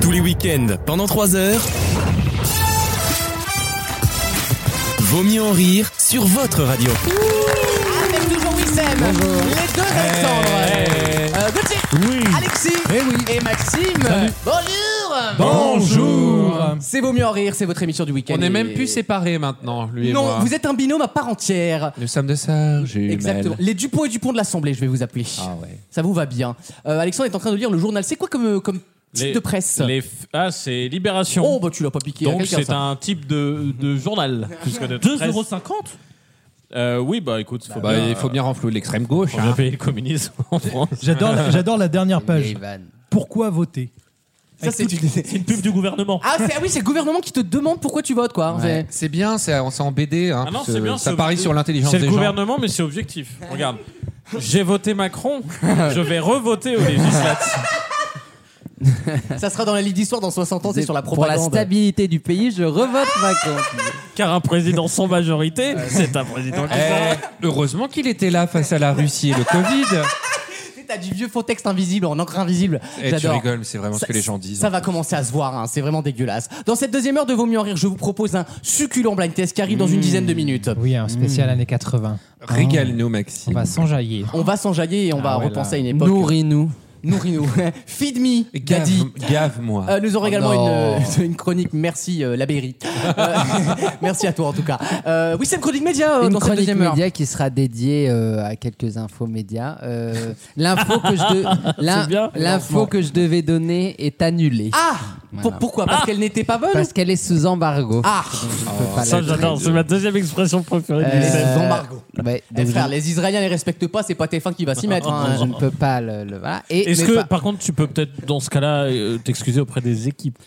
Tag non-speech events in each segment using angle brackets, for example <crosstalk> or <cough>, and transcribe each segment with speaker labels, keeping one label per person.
Speaker 1: tous les week-ends pendant 3 heures. Vaut mieux en rire sur votre radio.
Speaker 2: Avec toujours Wissem, les deux Alexandre, Euh, Gauthier, Alexis et Maxime. Bonjour
Speaker 3: Bonjour
Speaker 2: C'est Vaut mieux en rire, c'est votre émission du week-end.
Speaker 3: On n'est
Speaker 2: Et-
Speaker 3: même plus séparés maintenant, lui et
Speaker 2: Non,
Speaker 3: moi.
Speaker 2: vous êtes un binôme à part entière.
Speaker 3: Nous sommes de sœurs jumelles.
Speaker 2: Exactement. Les Dupont et Dupont de l'Assemblée, je vais vous appeler.
Speaker 3: Ah ouais.
Speaker 2: Ça vous va bien. Euh, Alexandre est en train de lire le journal. C'est quoi comme, euh, comme titre
Speaker 4: Les-
Speaker 2: de presse
Speaker 4: les f- Ah, c'est Libération.
Speaker 2: Oh, bah tu l'as pas piqué à
Speaker 4: Donc
Speaker 2: quelqu'un,
Speaker 4: c'est
Speaker 2: ça.
Speaker 4: un type de, de <laughs> journal. plus que de presse.
Speaker 5: 2,50€
Speaker 4: Euh, Oui, bah écoute, faut
Speaker 3: Bah,
Speaker 4: bien,
Speaker 3: il faut bien renflouer l'extrême gauche. hein.
Speaker 4: faut bien payer le communisme en France.
Speaker 5: J'adore la, j'adore la dernière page.
Speaker 2: Vieille vanne.
Speaker 5: Pourquoi voter
Speaker 2: Eh, Ça, c'est une-
Speaker 5: Une pub du gouvernement.
Speaker 2: Ah, c'est- ah oui, c'est le gouvernement qui te demande pourquoi tu votes, quoi. C'est-
Speaker 3: C'est bien, c'est on s'est en BD. hein,
Speaker 4: Ah non,
Speaker 3: parce
Speaker 4: c'est
Speaker 3: que
Speaker 4: bien,
Speaker 3: ça
Speaker 4: c'est-
Speaker 3: parie sur l'intelligence
Speaker 4: C'est
Speaker 3: des
Speaker 4: le
Speaker 3: gens.
Speaker 4: gouvernement, mais c'est objectif. Regarde. J'ai voté Macron, <laughs> je vais revoter aux législatives.
Speaker 2: Ça sera dans la Ligue d'Histoire dans 60 ans, c'est sur la
Speaker 6: Pour la
Speaker 2: propagande.
Speaker 6: stabilité du pays, je revote Macron.
Speaker 4: <laughs> Car un président sans majorité, c'est un président qui
Speaker 3: Eh, heureusement qu'il était là face à la Russie et le Covid.
Speaker 2: T'as du vieux faux texte invisible en encre invisible.
Speaker 3: Et Eh, tu
Speaker 2: J'adore.
Speaker 3: rigoles, mais c'est vraiment ce
Speaker 2: Ça-
Speaker 3: que les gens disent.
Speaker 2: Ça va commencer à se voir, hein, c'est vraiment dégueulasse. Dans cette deuxième heure de Vaut mieux en rire, je vous propose un succulent blind test qui arrive dans une dizaine
Speaker 3: Mmh.
Speaker 2: de minutes.
Speaker 7: Oui, un
Speaker 2: Hmm.
Speaker 7: spécial années 80.
Speaker 3: Régale-nous,
Speaker 7: On
Speaker 3: Maxime.
Speaker 7: va s'enjailler.
Speaker 2: Ah, On va s'enjailler et on va
Speaker 3: Ah ouais, là.
Speaker 2: repenser à une époque. Oh,
Speaker 6: Nourris-nous.
Speaker 2: Nourris-nous. <laughs> Feed me, Daddy.
Speaker 3: Gave- Gave-moi.
Speaker 2: Euh, nous aurons également
Speaker 6: non.
Speaker 2: une, <laughs> une chronique. Merci euh, la Berry. Euh, <laughs> merci à toi en tout cas. Euh, oui, c'est une chronique média euh,
Speaker 6: Une
Speaker 2: dans cette
Speaker 6: chronique
Speaker 2: deuxième heure.
Speaker 6: média qui sera dédiée euh, à quelques infos médias. Euh, L'info que, je
Speaker 2: <laughs>
Speaker 6: de- l'in-
Speaker 4: bien.
Speaker 6: l'info que je devais donner est annulée.
Speaker 2: Ah
Speaker 6: Voilà. Ah
Speaker 2: pour- Pourquoi Parce qu'elle n'était pas bonne
Speaker 6: Parce qu'elle est sous embargo.
Speaker 2: Ah
Speaker 6: Je peux pas
Speaker 4: Ça,
Speaker 6: la
Speaker 4: j'adore,
Speaker 6: traiter.
Speaker 4: c'est ma deuxième expression préférée
Speaker 6: Euh,
Speaker 4: du lycée.
Speaker 2: Les embargos.
Speaker 6: Ouais,
Speaker 2: Eh,
Speaker 6: donc
Speaker 2: frère,
Speaker 6: je-
Speaker 2: les Israéliens les respectent pas, c'est pas TF1 qui va
Speaker 6: Oh,
Speaker 2: s'y mettre. hein.
Speaker 6: je, ne peux pas le. le- voilà. Et,
Speaker 4: Est-ce
Speaker 6: mais
Speaker 4: que,
Speaker 6: pas-
Speaker 4: par contre, tu peux peut-être, dans ce cas-là, euh, t'excuser auprès des équipes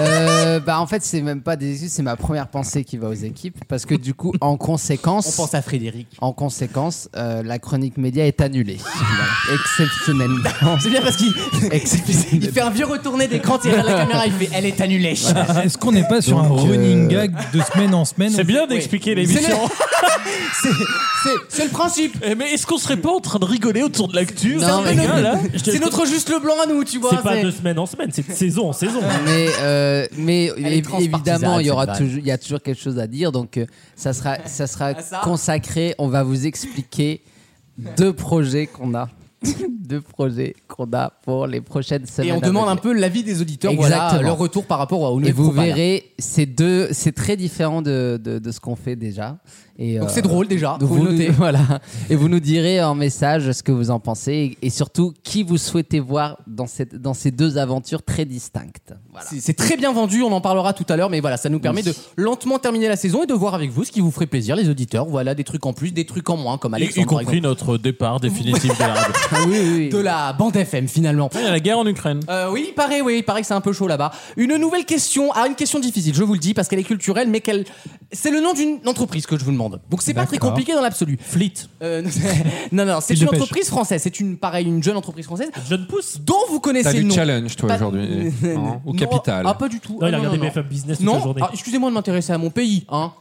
Speaker 6: Euh, bah en fait c'est même pas des excuses, c'est ma première pensée qui va aux équipes parce que du coup
Speaker 2: <laughs>
Speaker 6: en
Speaker 2: On
Speaker 6: conséquence
Speaker 2: pense à Frédéric.
Speaker 6: en conséquence euh, la chronique média est annulée <laughs> Voilà.
Speaker 2: <laughs>
Speaker 6: exceptionnellement.
Speaker 2: C'est bien parce qu'il il fait un vieux retourné d'écran derrière la caméra, il fait elle est annulée.
Speaker 5: Est-ce qu'on n'est pas sur un
Speaker 6: Donc, euh,
Speaker 5: running gag de semaine en semaine
Speaker 4: C'est bien d'expliquer l'émission.
Speaker 2: C'est- C'est le principe.
Speaker 4: Eh, mais est-ce qu'on serait pas en train de rigoler autour de l'actu
Speaker 6: Non,
Speaker 4: les
Speaker 6: mais-
Speaker 4: gars, là
Speaker 2: C'est notre juste le blanc à nous, tu vois. c'est-
Speaker 4: semaine en semaine, c'est de saison en saison.
Speaker 6: Mais euh, mais
Speaker 2: est
Speaker 6: évi-
Speaker 2: transpartisane,
Speaker 6: évidemment il y aura
Speaker 2: cette vanne. Ah,
Speaker 6: toujours il y a toujours quelque chose à dire donc euh,
Speaker 2: <laughs>
Speaker 6: ça sera ça sera
Speaker 2: ça
Speaker 6: consacré on va vous expliquer deux projets qu'on a <laughs> deux projets qu'on a pour les prochaines semaines.
Speaker 2: Et on
Speaker 6: à
Speaker 2: demande
Speaker 6: venir.
Speaker 2: un peu l'avis des auditeurs, voilà
Speaker 6: Exactement.
Speaker 2: leur retour par rapport à
Speaker 6: Et vous verrez, c'est deux, c'est très différent de, de, de ce qu'on fait déjà. Et
Speaker 2: Donc
Speaker 6: euh,
Speaker 2: c'est drôle déjà,
Speaker 6: donc
Speaker 2: faut
Speaker 6: vous
Speaker 2: le noter.
Speaker 6: nous- <laughs> voilà. Et vous nous direz en message ce que vous en pensez et, et surtout qui vous souhaitez voir dans, cette, dans ces deux aventures très distinctes. Voilà.
Speaker 2: C'est c'est très bien vendu, on en parlera tout à l'heure, mais voilà, ça nous permet de lentement terminer la saison et de voir avec vous ce qui vous ferait plaisir, les auditeurs. Voilà, des trucs en plus, des trucs en moins, comme
Speaker 4: Y,
Speaker 2: Alexandre. par
Speaker 4: compris
Speaker 2: exemple.
Speaker 4: notre départ définitif de la <laughs> radio.
Speaker 6: Ah oui, oui, oui.
Speaker 2: De la bande FM finalement.
Speaker 4: Il y a la guerre en Ukraine.
Speaker 2: Euh, oui, il paraît, oui, il paraît que c'est un peu chaud là-bas. Une nouvelle question, ah, une question difficile, je vous le dis, parce qu'elle est culturelle, mais qu'elle. C'est le nom d'une entreprise que je vous demande. Donc c'est pas très
Speaker 5: D'accord.
Speaker 2: compliqué dans l'absolu. Fleet. <laughs> non, non, c'est
Speaker 5: Fil
Speaker 2: une
Speaker 5: de pêche.
Speaker 2: entreprise française. C'est une, pareil, une jeune entreprise française
Speaker 4: Jeune pousse.
Speaker 2: dont vous
Speaker 3: T'as
Speaker 2: connaissez le
Speaker 3: du
Speaker 2: nom.
Speaker 3: challenge, toi,
Speaker 2: Pas- <laughs>
Speaker 3: aujourd'hui hein, Au
Speaker 2: Non,
Speaker 3: Capital.
Speaker 2: Ah, pas du tout. Ah, Non, non, non.
Speaker 5: Business
Speaker 2: Non,
Speaker 4: Bah,
Speaker 2: Ah, excusez-moi de m'intéresser à mon pays, hein.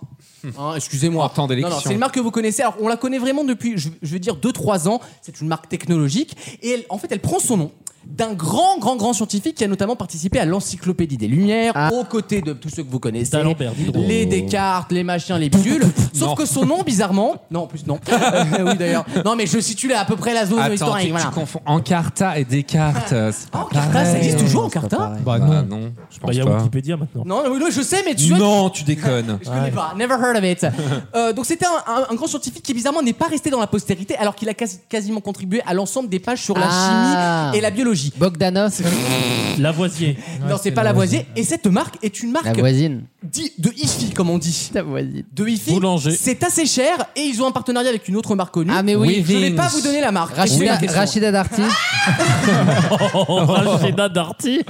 Speaker 2: Hein, excusez-moi.
Speaker 3: En Hum. temps d'élection.
Speaker 2: Non, non, c'est une marque que vous connaissez. Alors, on la connaît vraiment depuis, je, je veux dire, 2-3 ans. C'est une marque technologique. Et elle- en fait, elle prend son nom d'un grand, grand, grand scientifique qui a notamment participé à l'encyclopédie des Lumières, aux côtés de tous ceux que vous connaissez.
Speaker 4: D'Alembert, Diderot.
Speaker 2: les Descartes, les machins,
Speaker 3: <laughs>
Speaker 2: les bidules. Sauf que son nom, bizarrement. Non, en plus, non. Euh, oui, d'ailleurs. Non, mais je situe là à peu près la zone
Speaker 3: Attends, tu,
Speaker 2: historique.
Speaker 3: tu
Speaker 2: Voilà.
Speaker 3: confonds Encarta et Descartes. euh, c'est pas
Speaker 2: Oh, Carta, ça
Speaker 3: pareil.
Speaker 2: existe toujours,
Speaker 6: C'est pas
Speaker 2: Carta
Speaker 6: pareil.
Speaker 5: Bah
Speaker 3: Bah
Speaker 5: non.
Speaker 3: non, je pense pas.
Speaker 4: maintenant.
Speaker 2: Non, oui, oui, je sais, mais tu vois,
Speaker 3: Non, tu déconnes.
Speaker 2: Je connais pas, never heard of
Speaker 4: <laughs>
Speaker 2: it. Euh, donc c'était un, un- un grand scientifique qui bizarrement n'est pas resté dans la postérité alors qu'il a quasi- quasiment contribué à l'ensemble des pages sur la
Speaker 6: Ah.
Speaker 2: chimie et la biologie.
Speaker 6: Bogdanov,
Speaker 4: <laughs> Lavoisier.
Speaker 2: non, c'est pas Lavoisier. Et cette marque est une
Speaker 6: la
Speaker 2: marque
Speaker 6: voisine.
Speaker 2: d'i- de hi-fi, comme on dit.
Speaker 6: La voisine.
Speaker 2: De hi-fi.
Speaker 4: Boulanger.
Speaker 2: C'est assez cher et ils ont un partenariat avec une autre marque connue.
Speaker 6: Ah, mais oui.
Speaker 2: Je vais
Speaker 3: Weavings.
Speaker 2: pas vous donner la marque. C'est
Speaker 6: Rachida,
Speaker 2: la question.
Speaker 6: Rachida Darty.
Speaker 4: Oh, Rachida Darty.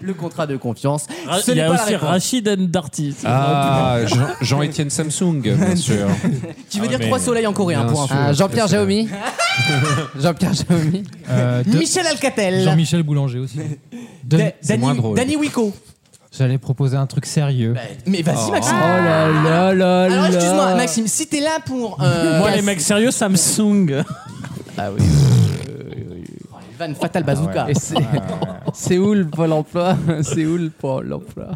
Speaker 2: Le contrat de confiance.
Speaker 4: Ra-
Speaker 2: Ce
Speaker 4: Il y
Speaker 2: n'est
Speaker 4: a
Speaker 2: pas la
Speaker 4: aussi
Speaker 2: réponse.
Speaker 4: Rachid and Darty.
Speaker 3: Ah, Jean- Jean-Étienne Samsung, bien
Speaker 8: <laughs>
Speaker 3: sûr.
Speaker 2: Qui veut
Speaker 4: Ah,
Speaker 2: dire
Speaker 4: mais-
Speaker 2: trois soleils en coréen
Speaker 3: Bien
Speaker 2: pour info.
Speaker 3: sûr.
Speaker 6: Ah, Jean-Pierre Jaomi. Jean-Pierre Jaomi.
Speaker 2: <laughs>
Speaker 5: Euh, de-
Speaker 2: Michel Alcatel.
Speaker 5: Jean-Michel Boulanger aussi.
Speaker 2: Da-
Speaker 5: De-
Speaker 3: C'est
Speaker 2: Danny-
Speaker 3: moins drôle.
Speaker 2: Danny Wico.
Speaker 7: J'allais proposer un truc sérieux.
Speaker 2: Ben, Mais vas-y, Maxime.
Speaker 6: Oh là là là
Speaker 2: Alors
Speaker 6: là.
Speaker 2: excuse-moi Maxime, si t'es là pour
Speaker 3: <laughs>
Speaker 2: euh, Ah
Speaker 4: Moi, les mecs sérieux, Samsung.
Speaker 2: Van Oh, Fatal Bazooka.
Speaker 6: Ah Et c'est- C'est où le Pôle emploi C'est où le Pôle emploi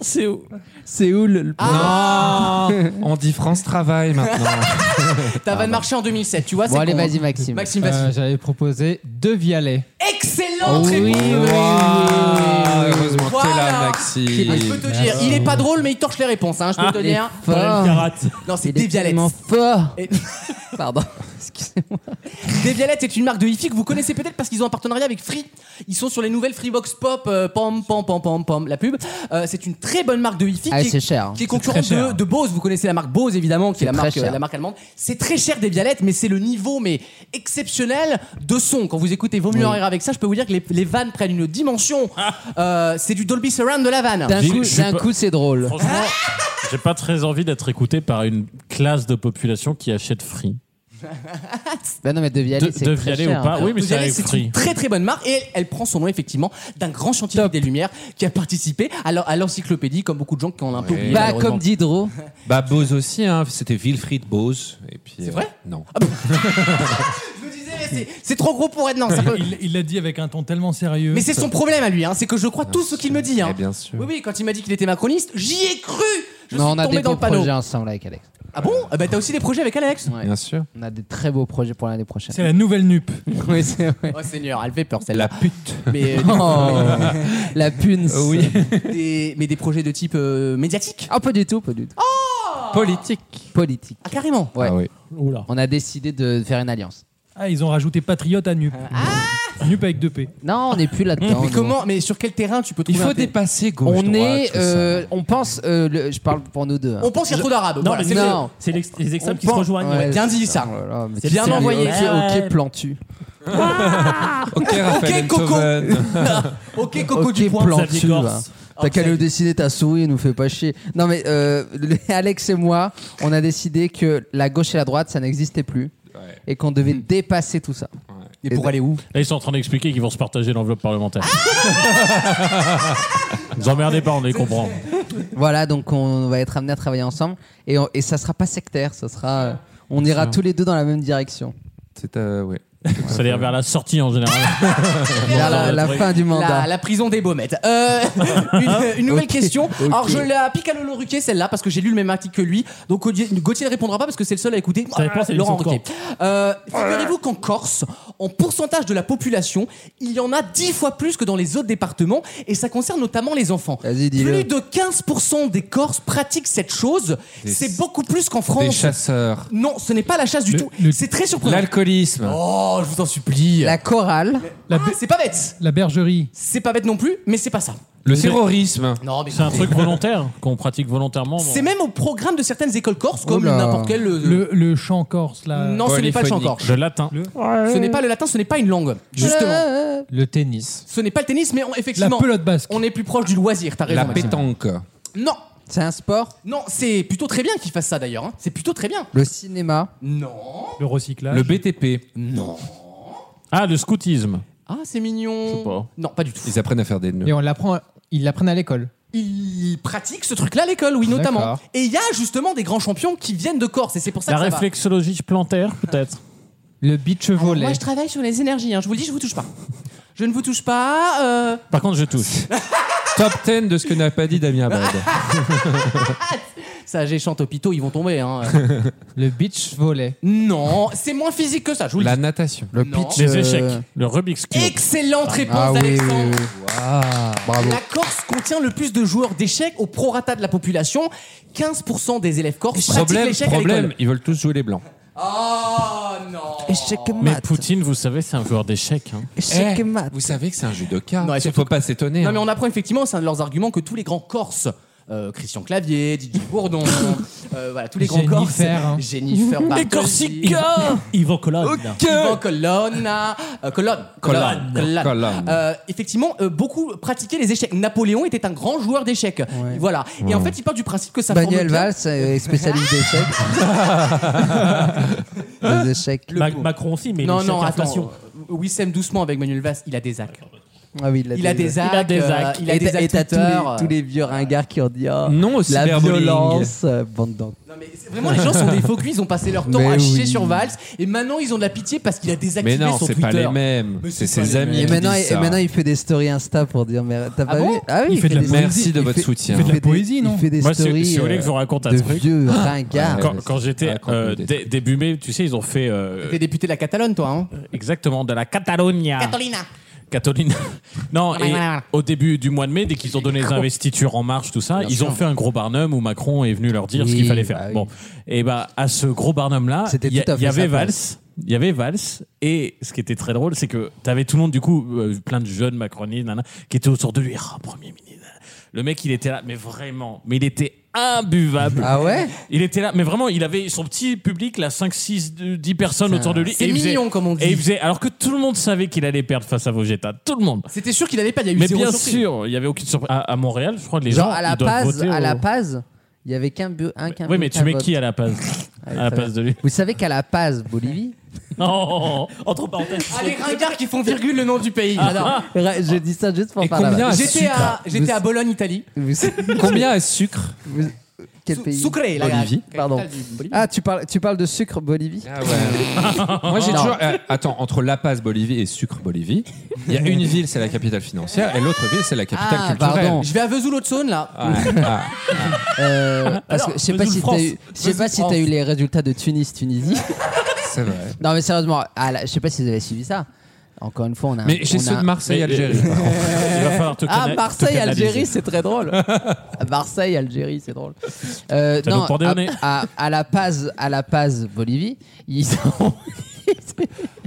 Speaker 4: C'est où
Speaker 6: C'est où le Pôle
Speaker 2: Ah.
Speaker 3: Non On dit France Travail maintenant.
Speaker 2: Ah, T'as Van Marché en 2007, tu vois.
Speaker 6: Bon,
Speaker 2: c'est
Speaker 6: allez,
Speaker 2: con,
Speaker 6: vas-y,
Speaker 2: hein.
Speaker 6: Maxime. Euh,
Speaker 2: Maxime, vas-y.
Speaker 7: Euh, J'avais proposé deux Vialet.
Speaker 2: Excellent
Speaker 6: oui, oui, oui, oui, oui.
Speaker 3: Ah, heureusement que t'es
Speaker 2: Voilà.
Speaker 3: là,
Speaker 2: Ah, je peux
Speaker 3: Maxime.
Speaker 2: te dire, il est pas drôle, mais il torche les réponses. Hein, je peux te
Speaker 6: Ah, Il est
Speaker 2: dire.
Speaker 4: Ah.
Speaker 6: fort.
Speaker 2: Non, c'est
Speaker 6: Il est
Speaker 2: Devialette.
Speaker 6: tellement fort.
Speaker 2: Et-
Speaker 6: Pardon. Excusez-moi.
Speaker 2: Devialette est une marque de hi-fi que vous connaissez peut-être parce qu'ils ont un partenariat avec Free. Ils sont sur les nouvelles Freebox Pop, euh, pom pom pom pom pom, la pub. Euh, c'est une très bonne marque de hi-fi
Speaker 6: Ah,
Speaker 2: qui,
Speaker 6: c'est
Speaker 2: est-
Speaker 6: cher.
Speaker 2: qui est concurrente
Speaker 5: très
Speaker 2: de,
Speaker 5: cher.
Speaker 2: de Bose. Vous connaissez la marque Bose évidemment, qui est la
Speaker 6: C'est très
Speaker 2: marque, euh,
Speaker 6: cher.
Speaker 2: la marque allemande. C'est très cher Devialette, mais c'est le niveau mais exceptionnel de son. Quand vous écoutez Vaut mieux en rire avec ça, je peux vous dire que les, les vannes prennent une dimension. Euh, c'est du Dolby Surround de la vanne.
Speaker 6: D'un
Speaker 4: J'ai-
Speaker 6: coup,
Speaker 4: je suis
Speaker 6: d'un
Speaker 4: pas-
Speaker 6: coup, c'est drôle.
Speaker 4: <laughs> Franchement, j'ai pas très envie d'être écouté par une classe de population qui achète free.
Speaker 6: Bah non, mais de Vialet,
Speaker 4: De,
Speaker 6: c'est
Speaker 4: de
Speaker 6: très
Speaker 4: Vialet
Speaker 6: cher. hein.
Speaker 4: ou pas, oui, mais
Speaker 2: Vous
Speaker 4: c'est
Speaker 2: allez,
Speaker 4: avec
Speaker 2: c'est une
Speaker 4: free.
Speaker 2: très très bonne marque et elle, elle prend son nom effectivement d'un grand scientifique des Lumières qui a participé à l'en- à l'encyclopédie comme beaucoup de gens qui en ont un peu oublié.
Speaker 6: Bah,
Speaker 2: malheureusement.
Speaker 6: comme Diderot.
Speaker 8: Bah, Bose aussi, hein. c'était Wilfried Bose. Et puis,
Speaker 2: C'est
Speaker 8: euh,
Speaker 2: vrai Ah,
Speaker 8: Non.
Speaker 2: Je me disais, mais c'est- c'est trop gros pour être
Speaker 6: <laughs>
Speaker 2: non. ça peut-
Speaker 5: Il il l'a dit avec un ton tellement sérieux.
Speaker 2: Mais c'est son problème à lui, hein, c'est que je crois tout ce qu'il me dit. hein.
Speaker 8: Eh bien sûr.
Speaker 2: Oui, oui, quand il m'a dit qu'il était macroniste, j'y ai cru Je
Speaker 6: Non,
Speaker 2: suis
Speaker 6: on a
Speaker 2: tombé
Speaker 6: des
Speaker 2: dans
Speaker 6: beaux
Speaker 2: le panneau.
Speaker 6: projets ensemble avec Alex.
Speaker 2: Ah bon Ah Bah t'as aussi des projets avec Alex
Speaker 6: Ouais.
Speaker 8: Bien sûr.
Speaker 6: On a des très beaux projets pour l'année prochaine.
Speaker 5: C'est la nouvelle nupe.
Speaker 6: Oui, c'est
Speaker 2: <laughs>
Speaker 6: vrai.
Speaker 2: Oh Seigneur, elle fait peur
Speaker 8: La
Speaker 2: celle-là.
Speaker 8: pute.
Speaker 2: Mais,
Speaker 6: <laughs>
Speaker 2: euh,
Speaker 6: Oh, la punce. Oui.
Speaker 2: des, mais des projets de type euh, médiatique
Speaker 6: Ah, pas du tout, pas du tout. Oh. Politique. Politique.
Speaker 2: Ah carrément
Speaker 6: Ouais.
Speaker 8: Ah oui.
Speaker 4: Oh
Speaker 6: On a décidé de faire une alliance.
Speaker 5: Ah, ils ont rajouté patriote à nupe.
Speaker 2: Ah.
Speaker 5: Nupe avec deux P.
Speaker 6: Non, on n'est plus là-dedans.
Speaker 2: <laughs> Mais
Speaker 6: nous.
Speaker 2: comment Mais sur quel terrain tu peux
Speaker 3: Il
Speaker 2: trouver
Speaker 3: faut
Speaker 2: un terrain
Speaker 3: dépasser gauche.
Speaker 6: On
Speaker 3: droite,
Speaker 6: est,
Speaker 3: tout ça.
Speaker 6: euh, on pense, euh, le- je parle pour nous deux. hein.
Speaker 2: On pense qu'il y a trop d'arabes.
Speaker 6: Non,
Speaker 2: voilà,
Speaker 6: mais
Speaker 2: Ah, c'est
Speaker 6: non.
Speaker 2: le-
Speaker 9: C'est l'ex- les extrêmes
Speaker 6: On
Speaker 9: qui se
Speaker 6: pense-
Speaker 9: rejoignent.
Speaker 6: ouais,
Speaker 2: bien dit, ça.
Speaker 6: Oh là là, mais
Speaker 2: C'est
Speaker 6: qui-
Speaker 2: bien envoyé.
Speaker 6: Ok, ok, plantu.
Speaker 3: Ok, Raphaël
Speaker 2: Ok, Coco.
Speaker 3: Enthoven.
Speaker 2: Ok, Coco
Speaker 6: Ok,
Speaker 2: du Point.
Speaker 9: Xavier
Speaker 6: plantu.
Speaker 9: Corse.
Speaker 6: va.
Speaker 2: Ah,
Speaker 6: T'as qu'à
Speaker 2: ça y
Speaker 6: nous
Speaker 2: est.
Speaker 6: dessiner ta souris, nous fais pas chier. Non mais euh, <laughs> le- Alex et moi, on a décidé que la gauche et la droite, ça n'existait plus. Et qu'on devait dépasser tout ça.
Speaker 2: Et pour aller où
Speaker 4: Là, ils sont en train d'expliquer qu'ils vont se partager l'enveloppe
Speaker 5: <laughs>
Speaker 4: parlementaire. Ne vous emmerdez pas, on les comprend.
Speaker 6: Voilà, donc on va être amenés à travailler ensemble. Et, on- et ça sera pas sectaire, ça sera. euh, on ira tous les deux dans la même direction.
Speaker 8: C'est euh, ouais.
Speaker 4: C'est-à-dire vers la sortie en général.
Speaker 6: Vers la, la fin Ah, du mandat.
Speaker 2: La, la prison des baumettes.
Speaker 6: <laughs>
Speaker 2: Euh, une, une nouvelle question. Alors,
Speaker 6: ok.
Speaker 2: je la pique à Lolo Ruquet, celle-là, parce que j'ai lu le même article que lui. Donc, Gauthier Gauthier ne répondra pas parce que c'est le seul à écouter.
Speaker 9: Ça dépend, c'est
Speaker 2: Laurent
Speaker 9: l'émission de
Speaker 2: Ruquier. Euh, Figurez-vous qu'en Corse, en pourcentage de la population, il y en a 10 fois plus que dans les autres départements. Et ça concerne notamment les enfants.
Speaker 6: Vas-y, Euh, dis-le.
Speaker 2: Plus de 15% des Corses pratiquent cette chose.
Speaker 8: Des-
Speaker 2: C'est beaucoup plus qu'en
Speaker 8: Des
Speaker 2: France.
Speaker 8: chasseurs.
Speaker 2: Non, ce n'est pas la chasse du tout. C'est très surprenant.
Speaker 3: L'alcoolisme.
Speaker 2: Oh, je vous en supplie.
Speaker 6: La chorale.
Speaker 5: La,
Speaker 2: Ah,
Speaker 5: be-
Speaker 2: C'est pas bête.
Speaker 5: la bergerie.
Speaker 2: C'est pas bête non plus, mais c'est pas ça.
Speaker 8: Le terrorisme.
Speaker 2: Non, mais
Speaker 4: C'est un hein. truc volontaire qu'on pratique volontairement.
Speaker 2: C'est même au programme de certaines écoles corses, comme
Speaker 6: Oula.
Speaker 2: n'importe quelle. euh,
Speaker 5: Le, le chant corse, là.
Speaker 7: euh,
Speaker 2: Non, ce n'est pas le chant corse.
Speaker 4: de latin.
Speaker 2: Ce n'est pas le latin, ce n'est pas une langue. Justement.
Speaker 5: Le tennis.
Speaker 2: Ce n'est pas le tennis, mais on-
Speaker 5: La
Speaker 2: effectivement,
Speaker 5: pelote basque.
Speaker 2: on est plus proche du loisir, t'as raison.
Speaker 8: La
Speaker 2: Maxime.
Speaker 8: pétanque.
Speaker 2: Non,
Speaker 6: C'est un sport.
Speaker 2: non, c'est plutôt très bien qu'ils fassent ça d'ailleurs. hein. C'est plutôt très bien.
Speaker 6: Le cinéma.
Speaker 2: Non.
Speaker 5: Le recyclage.
Speaker 8: Le BTP.
Speaker 4: Ah, le scoutisme.
Speaker 2: Ah, c'est mignon.
Speaker 9: Je sais pas.
Speaker 2: Non, pas du tout.
Speaker 8: Ils apprennent à faire des nœuds.
Speaker 7: Et on l'apprend, ils l'apprennent à l'école.
Speaker 2: Ils pratiquent ce truc-là à l'école, oui, notamment.
Speaker 7: D'accord.
Speaker 2: Et il y a justement des grands champions qui viennent de Corse, et c'est pour ça
Speaker 4: La
Speaker 2: que ça va.
Speaker 4: réflexologie plantaire, peut-être.
Speaker 7: Le beach volley.
Speaker 2: Ah, Moi, je travaille sur les énergies. hein. Je vous le dis, je vous touche pas. Je ne vous touche pas. euh,
Speaker 4: Par contre, je touche.
Speaker 8: Top 10 de ce que n'a pas dit Damien Abad.
Speaker 2: Ah, Ça, j'ai chante au pitot, ils vont tomber. Hein.
Speaker 7: Le beach volley.
Speaker 2: non, c'est moins physique que ça. Je vous le
Speaker 8: La natation.
Speaker 6: Le
Speaker 2: Non.
Speaker 6: pitch.
Speaker 4: Les
Speaker 6: euh,
Speaker 4: échecs. Le Rubik's Cube.
Speaker 2: Excellente réponse,
Speaker 6: Ah oui, oui,
Speaker 2: Alexandre.
Speaker 6: oui. Bravo.
Speaker 2: La Corse contient le plus de joueurs d'échecs au prorata de la population. 15% des élèves corses pratiquent
Speaker 8: Problème,
Speaker 2: l'échec à
Speaker 8: problème,
Speaker 2: l'école.
Speaker 8: ils veulent tous jouer les blancs.
Speaker 2: Oh non.
Speaker 6: Échec
Speaker 4: Mais
Speaker 6: mat.
Speaker 4: Poutine, vous savez, c'est un joueur d'échecs. hein.
Speaker 6: Échec
Speaker 8: Eh,
Speaker 6: mat.
Speaker 8: vous savez que c'est un jeu de cartes.
Speaker 2: Non, et
Speaker 8: Il
Speaker 2: surtout-
Speaker 8: faut pas s'étonner.
Speaker 2: Non, mais
Speaker 8: hein.
Speaker 2: on apprend effectivement, c'est un de leurs arguments, que tous les grands Corses. euh, Christian Clavier,
Speaker 6: <laughs>
Speaker 2: Didier Bourdon, euh, voilà tous les grands Corses.
Speaker 7: Jennifer, hein.
Speaker 2: Jennifer Bartoli,
Speaker 9: Yvan Collin.
Speaker 2: Yvan Colonna, euh, Colonne, Colonne,
Speaker 8: Colonne.
Speaker 2: Colonne.
Speaker 8: Colonne.
Speaker 2: Euh, effectivement, euh, beaucoup pratiquaient les échecs. Napoléon était un grand joueur d'échecs. Voilà. Et en fait, il part du principe que ça forme
Speaker 6: Manuel
Speaker 2: bien-
Speaker 6: Valls, euh, spécialiste d'échecs. Des échecs.
Speaker 9: Ma- Macron aussi, mais
Speaker 2: Non,
Speaker 9: les
Speaker 2: non,
Speaker 9: chèques
Speaker 2: attention.
Speaker 9: inflation.
Speaker 2: Euh, Wissem doucement avec Manuel Valls, il a des actes.
Speaker 6: Ah oui, il a,
Speaker 2: Il a des actes, euh,
Speaker 9: a des actes.
Speaker 2: il a des
Speaker 6: et t'as tous
Speaker 2: acteurs.
Speaker 6: les, tous les vieux ringards qui ont dit oh,
Speaker 8: Non au
Speaker 6: la
Speaker 8: cyberbullying.
Speaker 6: violence, euh, bande d'en-
Speaker 2: Non, mais c'est- vraiment, les gens sont des faux cuits, ils ont passé
Speaker 6: <laughs>
Speaker 2: leur temps
Speaker 6: Mais
Speaker 2: à chier
Speaker 6: oui.
Speaker 2: sur Valls et maintenant ils ont de la pitié parce qu'il a
Speaker 8: Mais
Speaker 2: désactivé
Speaker 8: non,
Speaker 2: son
Speaker 8: c'est
Speaker 2: Twitter.
Speaker 8: pas les mêmes.
Speaker 2: Mais
Speaker 8: C'est
Speaker 2: c'est pas
Speaker 8: ses
Speaker 2: les
Speaker 8: amis.
Speaker 2: mêmes.
Speaker 6: Et
Speaker 8: qui
Speaker 6: maintenant,
Speaker 8: disent
Speaker 6: et
Speaker 8: ça.
Speaker 6: maintenant, il fait des stories Insta pour dire mais t'as pas
Speaker 2: bon
Speaker 6: vu Ah oui,
Speaker 5: Il fait de la
Speaker 6: des-
Speaker 8: Merci
Speaker 6: il
Speaker 8: de votre
Speaker 6: fait-
Speaker 8: soutien.
Speaker 5: Il fait de la
Speaker 6: des-
Speaker 5: poésie, non
Speaker 6: Il fait des
Speaker 4: Moi, si,
Speaker 6: stories
Speaker 4: si vous voulez
Speaker 6: euh,
Speaker 4: que je vous raconte un
Speaker 6: de
Speaker 4: truc.
Speaker 6: vieux ringards.
Speaker 4: Quand,
Speaker 8: Ouais,
Speaker 4: quand j'étais
Speaker 8: raconte-nous
Speaker 4: euh,
Speaker 8: des
Speaker 4: dé-
Speaker 8: trucs.
Speaker 4: début mai, tu sais, ils ont fait euh,
Speaker 2: T'es député de la Catalogne, toi. Hein
Speaker 4: exactement de la Catalogne.
Speaker 6: <laughs>
Speaker 4: Catherine. Non,
Speaker 2: Voilà,
Speaker 4: et
Speaker 2: voilà, voilà.
Speaker 4: au début du mois de mai, dès qu'ils ont donné les investitures en marche, tout ça, ils ont fait un gros barnum où Macron est venu leur dire ce
Speaker 6: Oui,
Speaker 4: qu'il fallait faire.
Speaker 6: bah oui.
Speaker 4: Bon, et bah à ce gros barnum là,
Speaker 6: C'était
Speaker 4: il y, a-
Speaker 6: tout à fait
Speaker 4: il y avait
Speaker 6: sa
Speaker 4: Valls,
Speaker 6: place.
Speaker 4: il y avait Valls, et ce qui était très drôle, c'est que tu avais tout le monde du coup, euh, plein de jeunes macronistes, nana, qui étaient autour de lui. Ah, premier ministre. Le mec, il était là, mais vraiment, mais il était imbuvable.
Speaker 6: Ah ouais
Speaker 4: Il était là, mais vraiment, il avait son petit public, là, 5, 6, 10 personnes
Speaker 6: Putain.
Speaker 4: autour de lui.
Speaker 2: C'est
Speaker 4: et il faisait-
Speaker 2: mignon, comme on dit.
Speaker 4: Et il faisait, alors que tout le monde savait qu'il allait perdre face à Vogetta, tout le monde.
Speaker 2: C'était sûr qu'il allait pas, il y a eu
Speaker 4: Mais
Speaker 2: zéro
Speaker 4: bien
Speaker 2: surprise.
Speaker 4: sûr, il n'y avait aucune surprise. À, à Montréal, je crois, les
Speaker 6: Genre
Speaker 4: gens.
Speaker 6: à la
Speaker 4: ils doivent
Speaker 6: Paz,
Speaker 4: voter
Speaker 6: à
Speaker 4: au-
Speaker 6: la Paz, il y avait qu'un bu- un qu'un
Speaker 4: Oui, mais
Speaker 6: bulletin
Speaker 4: tu mets
Speaker 6: vote.
Speaker 4: qui à la
Speaker 6: <laughs>
Speaker 4: Paz
Speaker 6: Ah,
Speaker 4: À
Speaker 6: oui,
Speaker 4: la
Speaker 6: ça
Speaker 4: Paz
Speaker 6: va. <laughs>
Speaker 4: de lui.
Speaker 6: Vous savez qu'à la Paz,
Speaker 4: <laughs>
Speaker 6: Bolivie,
Speaker 4: Oh
Speaker 9: Entre parenthèses.
Speaker 2: Ah, les ringards qui font virgule le nom du pays.
Speaker 4: Ah,
Speaker 2: J'adore.
Speaker 6: je dis ça juste pour
Speaker 7: Et
Speaker 6: faire la
Speaker 7: combien
Speaker 6: vanne.
Speaker 2: J'étais à, j'étais à
Speaker 6: Vous-
Speaker 2: Bologne, Italie.
Speaker 6: Vous-
Speaker 4: <laughs>
Speaker 7: Combien est sucre
Speaker 6: vous- Quel
Speaker 2: Sou-
Speaker 6: pays
Speaker 2: Sucre, la
Speaker 6: Bolivie.
Speaker 2: capitale
Speaker 6: Pardon.
Speaker 2: du Bolivie.
Speaker 6: Ah, tu parles, tu parles de sucre Bolivie
Speaker 8: Ah ouais. Moi j'ai
Speaker 6: Non.
Speaker 8: toujours. euh, attends, entre La Paz Bolivie et Sucre Bolivie, il y a une ville c'est la capitale financière et l'autre ville c'est la capitale
Speaker 2: Ah,
Speaker 8: culturelle.
Speaker 6: pardon.
Speaker 2: Je vais à Vesoul-Haute-Saône, là.
Speaker 8: Ouais. Ah.
Speaker 2: <laughs>
Speaker 6: Euh, parce que je sais pas
Speaker 4: Vesoul
Speaker 6: si
Speaker 4: Ah, France.
Speaker 6: t'as eu, je sais
Speaker 4: Vesoul
Speaker 6: pas si t'as eu les résultats de Tunis, Tunisie.
Speaker 4: <laughs>
Speaker 8: C'est vrai.
Speaker 6: non mais sérieusement, à la- je sais pas si vous avez suivi ça. Encore une fois, on a.
Speaker 8: Mais j'ai
Speaker 6: on
Speaker 8: ceux
Speaker 6: a-
Speaker 8: de Marseille,
Speaker 4: Mais-
Speaker 8: Algérie. par contre.
Speaker 4: Il va
Speaker 6: <laughs>
Speaker 4: falloir te
Speaker 6: Ah
Speaker 4: cana- te
Speaker 6: Marseille,
Speaker 4: canaliser.
Speaker 6: Algérie, c'est
Speaker 4: <laughs>
Speaker 6: très drôle. À Marseille, Algérie, c'est drôle. Euh,
Speaker 4: Ça nous pendait au
Speaker 6: à,
Speaker 4: nez.
Speaker 6: à- à la Paz, à la Paz Bolivie, ils
Speaker 4: <laughs>
Speaker 6: ont.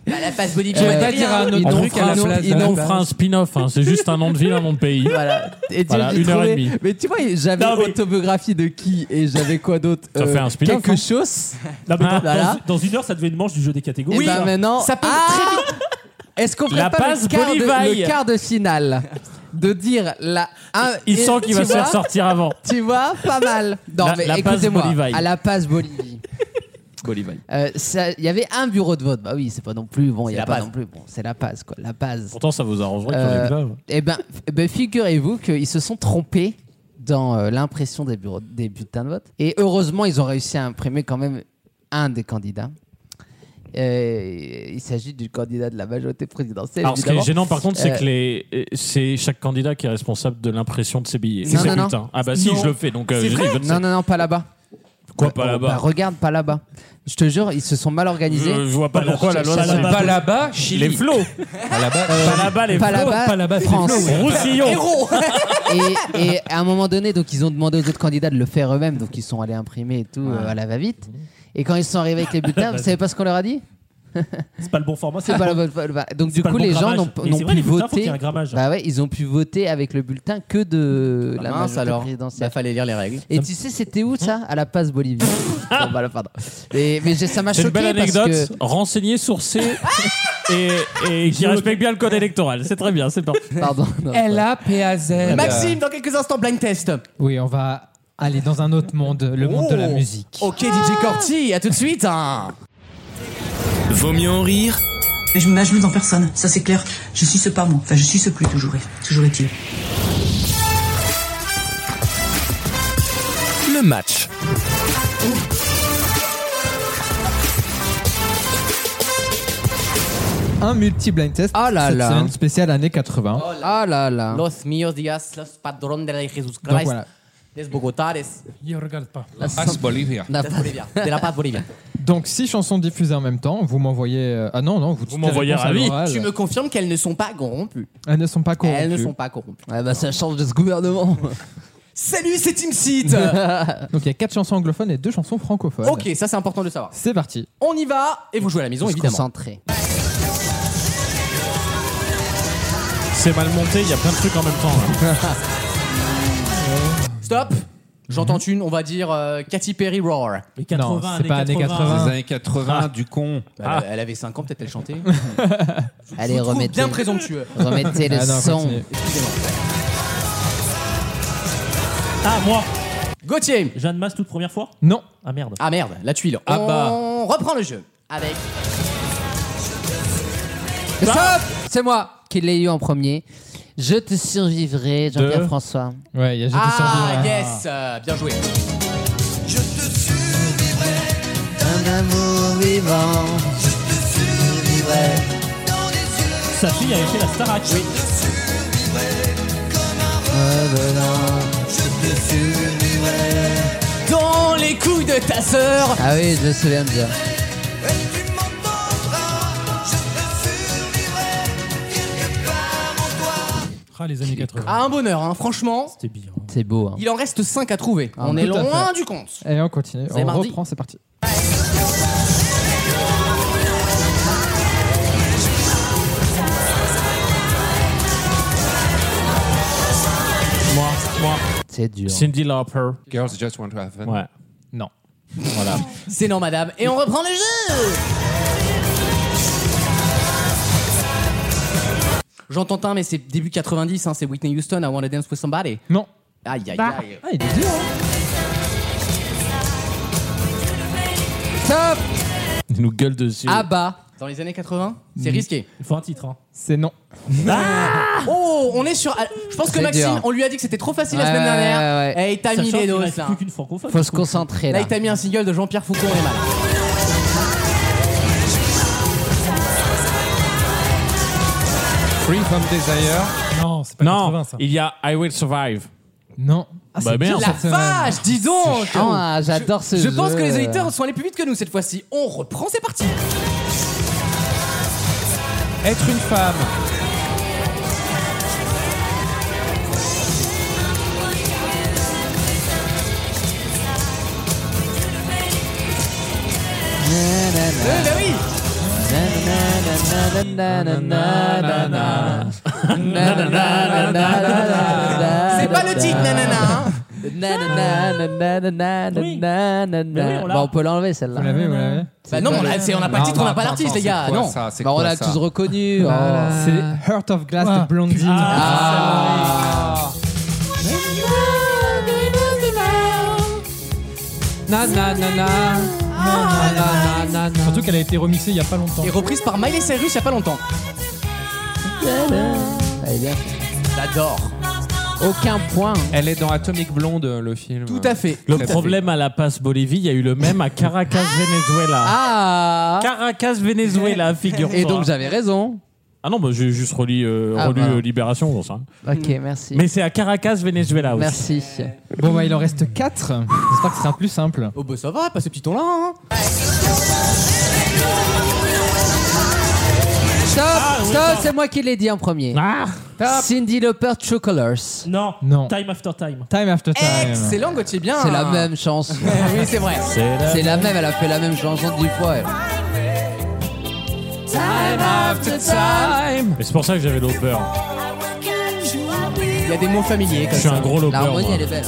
Speaker 2: À la face Bolivie.
Speaker 7: Je vais
Speaker 6: Euh,
Speaker 7: pas dire hein. un
Speaker 6: ils
Speaker 7: autre
Speaker 4: On
Speaker 6: ont
Speaker 4: vous
Speaker 7: truc
Speaker 4: fera
Speaker 7: à
Speaker 4: un-
Speaker 7: la
Speaker 6: Inon-
Speaker 7: place.
Speaker 4: on
Speaker 6: Inon-
Speaker 4: vous fera un spin-off, hein. c'est juste un nom de ville, un nom de <laughs> pays.
Speaker 6: Voilà. Et tu
Speaker 4: Voilà,
Speaker 6: j'ai
Speaker 4: une heure
Speaker 6: trouvé-
Speaker 4: et demie.
Speaker 6: Mais tu vois, j'avais
Speaker 9: Non, mais-
Speaker 6: autobiographie de qui et j'avais quoi d'autre
Speaker 4: Ça
Speaker 6: euh,
Speaker 4: fait un spin-off,
Speaker 6: Quelque
Speaker 4: hein.
Speaker 6: chose.
Speaker 9: Non, mais dans,
Speaker 6: Voilà. Eh
Speaker 9: dans- dans une heure, ça devait une manche du jeu des
Speaker 6: Et
Speaker 9: catégories.
Speaker 6: oui,
Speaker 9: ça.
Speaker 6: maintenant.
Speaker 2: Ça peut
Speaker 6: Ah <laughs> Est-ce qu'on ferait
Speaker 4: La
Speaker 6: pas
Speaker 4: passe
Speaker 6: le quart, de,
Speaker 4: Bolivaille.
Speaker 6: le quart de finale de dire la. un-
Speaker 4: Il
Speaker 6: et-
Speaker 4: sent qu'il va
Speaker 6: tu
Speaker 4: se faire
Speaker 6: vois,
Speaker 4: sortir avant.
Speaker 6: Tu vois,
Speaker 4: <laughs>
Speaker 6: pas mal. Non,
Speaker 4: La-
Speaker 6: mais
Speaker 4: la passe
Speaker 6: écoutez-moi.
Speaker 4: Bolivaille.
Speaker 6: À la passe Bolivie.
Speaker 7: Eh
Speaker 6: Euh, ça- Il y avait un bureau de vote. Bah oui, c'est pas non plus. Bon, il y a
Speaker 2: la
Speaker 6: pas
Speaker 2: Paz.
Speaker 6: non plus. Bon, c'est la passe, quoi. La passe.
Speaker 4: Pourtant, ça vous arrangerait qu'on
Speaker 6: Euh,
Speaker 4: ait là.
Speaker 6: Eh ben, f- eh ben, figurez-vous qu'ils se sont trompés dans euh, l'impression des, bureaux, des bulletins de vote. Et heureusement, ils ont réussi à imprimer quand même un des candidats. Euh, il s'agit du candidat de la majorité présidentielle.
Speaker 4: Alors, ce qui est
Speaker 6: évidemment.
Speaker 4: gênant, par contre, c'est
Speaker 6: Euh,
Speaker 4: que les, euh, c'est chaque candidat qui est responsable de l'impression de ses billets.
Speaker 6: Non,
Speaker 4: Ses
Speaker 6: non, non.
Speaker 4: bulletins. Ah bah si,
Speaker 2: Non.
Speaker 4: je le fais, donc euh,
Speaker 2: C'est
Speaker 4: je dis, je le sais.
Speaker 6: Non, non, non, pas là-bas.
Speaker 4: Quoi, pas
Speaker 6: Bah, bah,
Speaker 4: là-bas
Speaker 6: regarde, pas là-bas. Je te jure, ils se sont mal
Speaker 4: je,
Speaker 6: organisés.
Speaker 4: je vois pas
Speaker 9: Pas
Speaker 4: pourquoi la
Speaker 9: là-bas,
Speaker 4: loi...
Speaker 9: pas là-bas.
Speaker 8: Pas là-bas, Chili.
Speaker 4: Les flots
Speaker 8: Pas là-bas.
Speaker 4: Pas là-bas, les
Speaker 6: Euh, pas
Speaker 4: flots
Speaker 6: là-bas,
Speaker 5: pas là-bas, c'est
Speaker 6: France.
Speaker 4: Roussillon
Speaker 2: Héros
Speaker 6: et, et à un moment donné, donc ils ont demandé aux autres candidats de le faire eux-mêmes, donc ils sont allés imprimer et tout euh, à la va-vite. Et quand ils sont arrivés avec
Speaker 9: <laughs>
Speaker 6: les bulletins, vous savez pas ce qu'on leur a dit
Speaker 9: C'est pas le bon format.
Speaker 6: C'est pas la bonne- pas le- Donc
Speaker 9: c'est
Speaker 6: du
Speaker 9: pas
Speaker 6: coup,
Speaker 9: le bon
Speaker 6: les gens
Speaker 9: grammage.
Speaker 6: n'ont
Speaker 9: Mais
Speaker 6: n'ont
Speaker 9: c'est vrai,
Speaker 6: pu
Speaker 9: les bulletins, faut qu'il y ait
Speaker 6: voter.
Speaker 9: un grammage.
Speaker 6: Bah ouais, ils ont pu voter avec le bulletin que de la
Speaker 2: Ah, mince,
Speaker 6: majorité
Speaker 2: alors. Il
Speaker 6: présidentielle.
Speaker 2: fallait lire les règles.
Speaker 6: Et tu sais, c'était où ça À la passe
Speaker 2: <laughs>
Speaker 6: Bolivie. Bon, bah, là, pardon. Mais, mais j'ai- ça m'a
Speaker 4: C'est
Speaker 6: choqué
Speaker 4: une belle
Speaker 6: parce
Speaker 4: anecdote,
Speaker 6: que
Speaker 4: renseigné,
Speaker 6: <laughs>
Speaker 4: sourcé et, et qui respecte bien le code électoral. C'est très bien, c'est parti.
Speaker 6: pardon. non,
Speaker 7: l a p a z
Speaker 2: Maxime, dans quelques instants, blind test.
Speaker 7: Oui, on va aller dans un autre monde, le monde de la
Speaker 2: Oh.
Speaker 7: musique. Ah.
Speaker 2: Ok, DJ Corti, à tout de suite. hein.
Speaker 1: Vaut mieux en rire
Speaker 10: Et Je ne m'ajoute en personne, ça c'est clair. Je suis ce pas moi. Enfin, je suis ce plus toujours, est- toujours est-il.
Speaker 1: le match.
Speaker 7: Un multi-blind test.
Speaker 6: Ah là
Speaker 7: cette
Speaker 6: là.
Speaker 7: semaine spéciale années 80.
Speaker 6: Ah là là.
Speaker 2: Los míos días, los padrón de la Jesus Christ.
Speaker 7: Donc voilà.
Speaker 2: Des Bogotá, des,
Speaker 5: Il regarde pas.
Speaker 8: La Paz Bolivia.
Speaker 6: La-
Speaker 2: des Bolivia, de la paz bolivienne.
Speaker 7: Donc, six chansons diffusées en même temps. Vous m'envoyez. euh, Ah non, non, vous, dites les
Speaker 4: m'envoyez
Speaker 7: réponses à
Speaker 4: ravi.
Speaker 7: l'oral.
Speaker 2: Tu me confirmes qu'elles ne sont pas corrompues.
Speaker 7: Elles ne sont pas corrompues.
Speaker 2: Elles ne sont pas corrompues.
Speaker 6: Ouais, bah, ça change de ce gouvernement.
Speaker 2: Salut, c'est Team
Speaker 7: <laughs>
Speaker 2: Seat.
Speaker 7: Donc, il y a quatre chansons anglophones et deux chansons francophones.
Speaker 2: ok, ça c'est important de le savoir.
Speaker 7: C'est parti.
Speaker 2: On y va et vous jouez à la maison évidemment.
Speaker 6: Concentré.
Speaker 4: C'est mal monté, il y a plein de trucs en même temps. hein. là.
Speaker 2: Stop. J'entends
Speaker 7: Mhm.
Speaker 2: une, on va dire euh, Katy Perry Roar.
Speaker 9: Les
Speaker 7: Non,
Speaker 9: 80,
Speaker 7: c'est pas années 80.
Speaker 8: Les années 80 du con.
Speaker 7: Ah.
Speaker 2: Elle, elle avait 5 ans, peut-être elle chantait. Je
Speaker 6: Allez,
Speaker 2: vous trouve
Speaker 6: remettez.
Speaker 2: Bien présomptueux.
Speaker 6: Remettez le
Speaker 7: Ah non,
Speaker 6: son.
Speaker 7: continue.
Speaker 9: Ah, moi
Speaker 2: Gauthier.
Speaker 9: Jeanne Masse, toute première fois
Speaker 7: Non.
Speaker 9: Ah merde.
Speaker 2: Ah merde, la tuile.
Speaker 8: Ah bah.
Speaker 2: On reprend le jeu avec
Speaker 6: Stop C'est moi qui l'ai eu en premier. Je te survivrai, Jean-Pierre François.
Speaker 7: Ouais, il y a J'étais
Speaker 2: Ah,
Speaker 7: survivant.
Speaker 2: yes euh, Bien joué.
Speaker 6: Un amour vivant.
Speaker 9: Sa fille avait fait la Starac. Oui.
Speaker 2: Dans les couilles de ta sœur
Speaker 6: Ah oui, je me souviens de ça.
Speaker 5: Ah, les années 80.
Speaker 2: Ah, un bonheur, hein, franchement.
Speaker 9: C'était bien.
Speaker 6: C'est beau. Hein.
Speaker 2: Il en reste 5 à trouver.
Speaker 6: Ah,
Speaker 2: on est
Speaker 7: tout à
Speaker 2: loin du compte.
Speaker 7: Et on continue.
Speaker 2: C'est
Speaker 7: On
Speaker 2: mardi.
Speaker 7: reprend, c'est parti.
Speaker 4: Moi, moi.
Speaker 6: C'est dur.
Speaker 4: Cindy Lauper.
Speaker 8: Girls just want to have fun.
Speaker 4: Ouais.
Speaker 7: Non.
Speaker 4: Voilà.
Speaker 2: C'est non, madame. Et on reprend le jeu Jean Tantin, mais c'est début 90, hein, c'est Whitney Houston, I Wanna Dance With Somebody.
Speaker 7: Non.
Speaker 2: Aïe, aïe, aïe.
Speaker 7: Ah, il est dur.
Speaker 6: Top
Speaker 4: Il nous gueule dessus.
Speaker 2: Abba, Ah, bah. dans les années 80, c'est risqué.
Speaker 9: Il faut un titre. Hein.
Speaker 7: C'est non.
Speaker 2: Oh, on est sur... ah, Je pense que
Speaker 6: C'est
Speaker 2: Maxime,
Speaker 6: dur.
Speaker 2: on lui a dit que c'était trop facile la
Speaker 6: Ouais,
Speaker 2: semaine
Speaker 6: ouais,
Speaker 2: dernière.
Speaker 6: ouais, ouais.
Speaker 2: Et il t'a mis
Speaker 9: Sachant
Speaker 2: les
Speaker 9: qu'il
Speaker 2: doses,
Speaker 9: reste
Speaker 2: là.
Speaker 9: plus qu'une francophone.
Speaker 6: Faut se concentrer
Speaker 2: Là,
Speaker 6: là.
Speaker 2: il t'a mis un single de Jean-Pierre Foucault, on est mal.
Speaker 7: Free from Desire.
Speaker 5: Non, c'est pas
Speaker 4: Non,
Speaker 5: 80 ça.
Speaker 4: il y a I Will Survive.
Speaker 7: Non. Ah,
Speaker 4: Bah
Speaker 7: c'est
Speaker 4: merde.
Speaker 7: dur,
Speaker 2: La
Speaker 7: cette semaine.
Speaker 2: vache, dis donc
Speaker 6: Ah, j'adore ce
Speaker 2: Je
Speaker 6: jeu.
Speaker 2: pense que les auditeurs sont allés plus vite que nous cette fois-ci. On reprend, c'est parti Euh,
Speaker 7: Être une femme.
Speaker 2: Euh, bah oui
Speaker 6: Ah,
Speaker 2: C'est pas
Speaker 6: bah,
Speaker 2: le titre, nanana hein.
Speaker 9: Mais oui, on l'a.
Speaker 6: Bah, on peut l'enlever celle-là.
Speaker 7: Vous l'avez, vous l'avez
Speaker 2: Bah non, on a, c'est- on a pas le titre, on a pas l'artiste, les gars Non
Speaker 8: C'est
Speaker 6: Bah, on
Speaker 8: quoi,
Speaker 6: l'a
Speaker 8: ça
Speaker 6: tous reconnu. Oh.
Speaker 7: C'est Heart of Glass
Speaker 2: Ah.
Speaker 7: de Blondie.
Speaker 5: Surtout qu'elle a été remixée il y a pas longtemps.
Speaker 2: Et reprise par Miley Cyrus il y a pas longtemps.
Speaker 6: Elle est bien faite.
Speaker 2: J'adore
Speaker 6: Aucun point.
Speaker 8: Elle est dans Atomic Blonde, euh, le film.
Speaker 2: Tout à fait
Speaker 4: Le
Speaker 8: Tout à fait.
Speaker 4: problème à la passe Bolivie, il y a eu le même à Caracas, Venezuela.
Speaker 6: Ah
Speaker 4: Caracas, Venezuela, figure-toi.
Speaker 6: Et donc j'avais raison.
Speaker 4: Ah non, bah, j'ai juste relu, euh,
Speaker 6: Ah,
Speaker 4: relu,
Speaker 6: bah.
Speaker 4: euh, Libération, j'en sais rien.
Speaker 6: Ok, merci.
Speaker 4: Mais c'est à Caracas, Venezuela aussi.
Speaker 6: Merci.
Speaker 7: Bon, bah, il en reste 4. J'espère que ce sera plus simple.
Speaker 2: Oh bah ça va, pas ce petit ton-là hein.
Speaker 6: Stop, stop, c'est moi qui l'ai dit en premier.
Speaker 4: Ah
Speaker 6: Cindy Lauper, True Colors. C'est
Speaker 9: Non.
Speaker 7: Non.
Speaker 9: Time after time.
Speaker 7: Time after time.
Speaker 2: Excellent Gauthier, bien
Speaker 6: la même chanson.
Speaker 2: Ah. Oui, c'est vrai
Speaker 4: C'est la-
Speaker 6: C'est la même, elle a fait la même chanson dix fois. elle.
Speaker 4: Mais c'est pour ça que j'avais l'opeur.
Speaker 2: Il y a des mots familiers
Speaker 4: Je
Speaker 2: comme
Speaker 4: suis
Speaker 2: ça.
Speaker 4: un gros lopeur.
Speaker 6: L'harmonie,
Speaker 4: moi.
Speaker 6: elle est belle.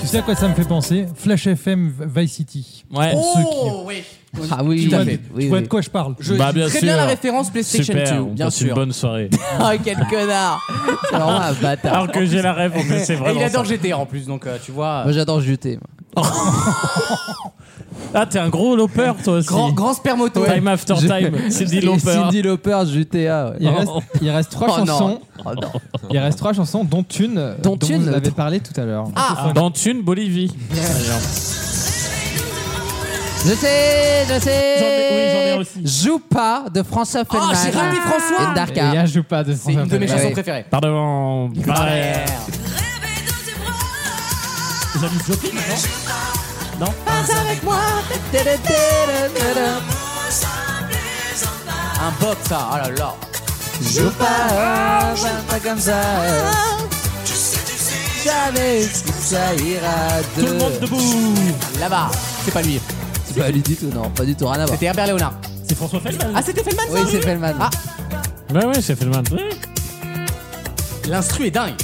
Speaker 5: Tu sais à quoi ça me fait penser Flash FM V- Vice City.
Speaker 4: Ouais.
Speaker 2: Oh oui
Speaker 6: Ah oui,
Speaker 5: Tu vois,
Speaker 6: oui,
Speaker 5: tu
Speaker 6: oui,
Speaker 5: vois
Speaker 6: oui.
Speaker 5: de quoi je parle
Speaker 2: Je
Speaker 4: Bah,
Speaker 2: dis
Speaker 4: bien
Speaker 2: très
Speaker 4: sûr.
Speaker 2: bien la référence PlayStation
Speaker 4: Super,
Speaker 2: 2,
Speaker 4: on
Speaker 2: bien
Speaker 4: passe une
Speaker 2: sûr. <laughs>
Speaker 4: bonne soirée.
Speaker 2: Oh quel connard
Speaker 6: C'est vraiment un Oh, bâtard.
Speaker 4: Alors que j'ai la rêve, en fait, c'est
Speaker 2: Et
Speaker 4: vraiment.
Speaker 2: il adore
Speaker 4: ça.
Speaker 2: GTA en plus, donc euh, tu vois.
Speaker 6: Moi j'adore juter. moi.
Speaker 4: Ah, t'es un gros lopeur, toi aussi.
Speaker 2: Grand, grand spermoto.
Speaker 4: Time after
Speaker 2: <laughs>
Speaker 4: time, Cindy
Speaker 6: Et
Speaker 4: Lauper.
Speaker 6: Cyndi Lauper, GTA. ouais.
Speaker 7: Il reste, il reste trois
Speaker 6: Oh
Speaker 7: chansons.
Speaker 6: non. Oh non.
Speaker 7: Il reste trois chansons, dont une euh,
Speaker 6: Dont
Speaker 7: dont
Speaker 6: une,
Speaker 7: vous avez
Speaker 6: autre.
Speaker 7: parlé tout à l'heure.
Speaker 2: Ah
Speaker 4: Dans Thune, Bolivie.
Speaker 6: Je sais, je
Speaker 9: J'en ai-
Speaker 6: sais.
Speaker 9: oui, j'en ai aussi.
Speaker 6: Joue pas de François Feldman.
Speaker 2: j'ai raté François.
Speaker 6: Et
Speaker 7: Et
Speaker 6: Darka.
Speaker 7: il y a joue pas de
Speaker 2: C'est une de mes
Speaker 6: Ouais.
Speaker 2: chansons préférées.
Speaker 4: Pardon. Ouais.
Speaker 9: J'avais Joplin, non
Speaker 2: Un bot ça, oh là là.
Speaker 6: Joue pas, pas comme ça. Jamais ça ira de.
Speaker 9: Tout le
Speaker 4: Euh.
Speaker 9: monde debout.
Speaker 2: Là-bas, c'est pas lui.
Speaker 6: C'est pas Bah, lui du tout, non, pas du tout, rien à voir.
Speaker 2: C'était Herbert Léonard.
Speaker 9: C'est François Feldman.
Speaker 2: Ah, c'était Feldman ça
Speaker 6: Oui, c'est Feldman.
Speaker 2: Ah.
Speaker 4: Ouais, ouais, c'est Feldman.
Speaker 2: L'instru est dingue.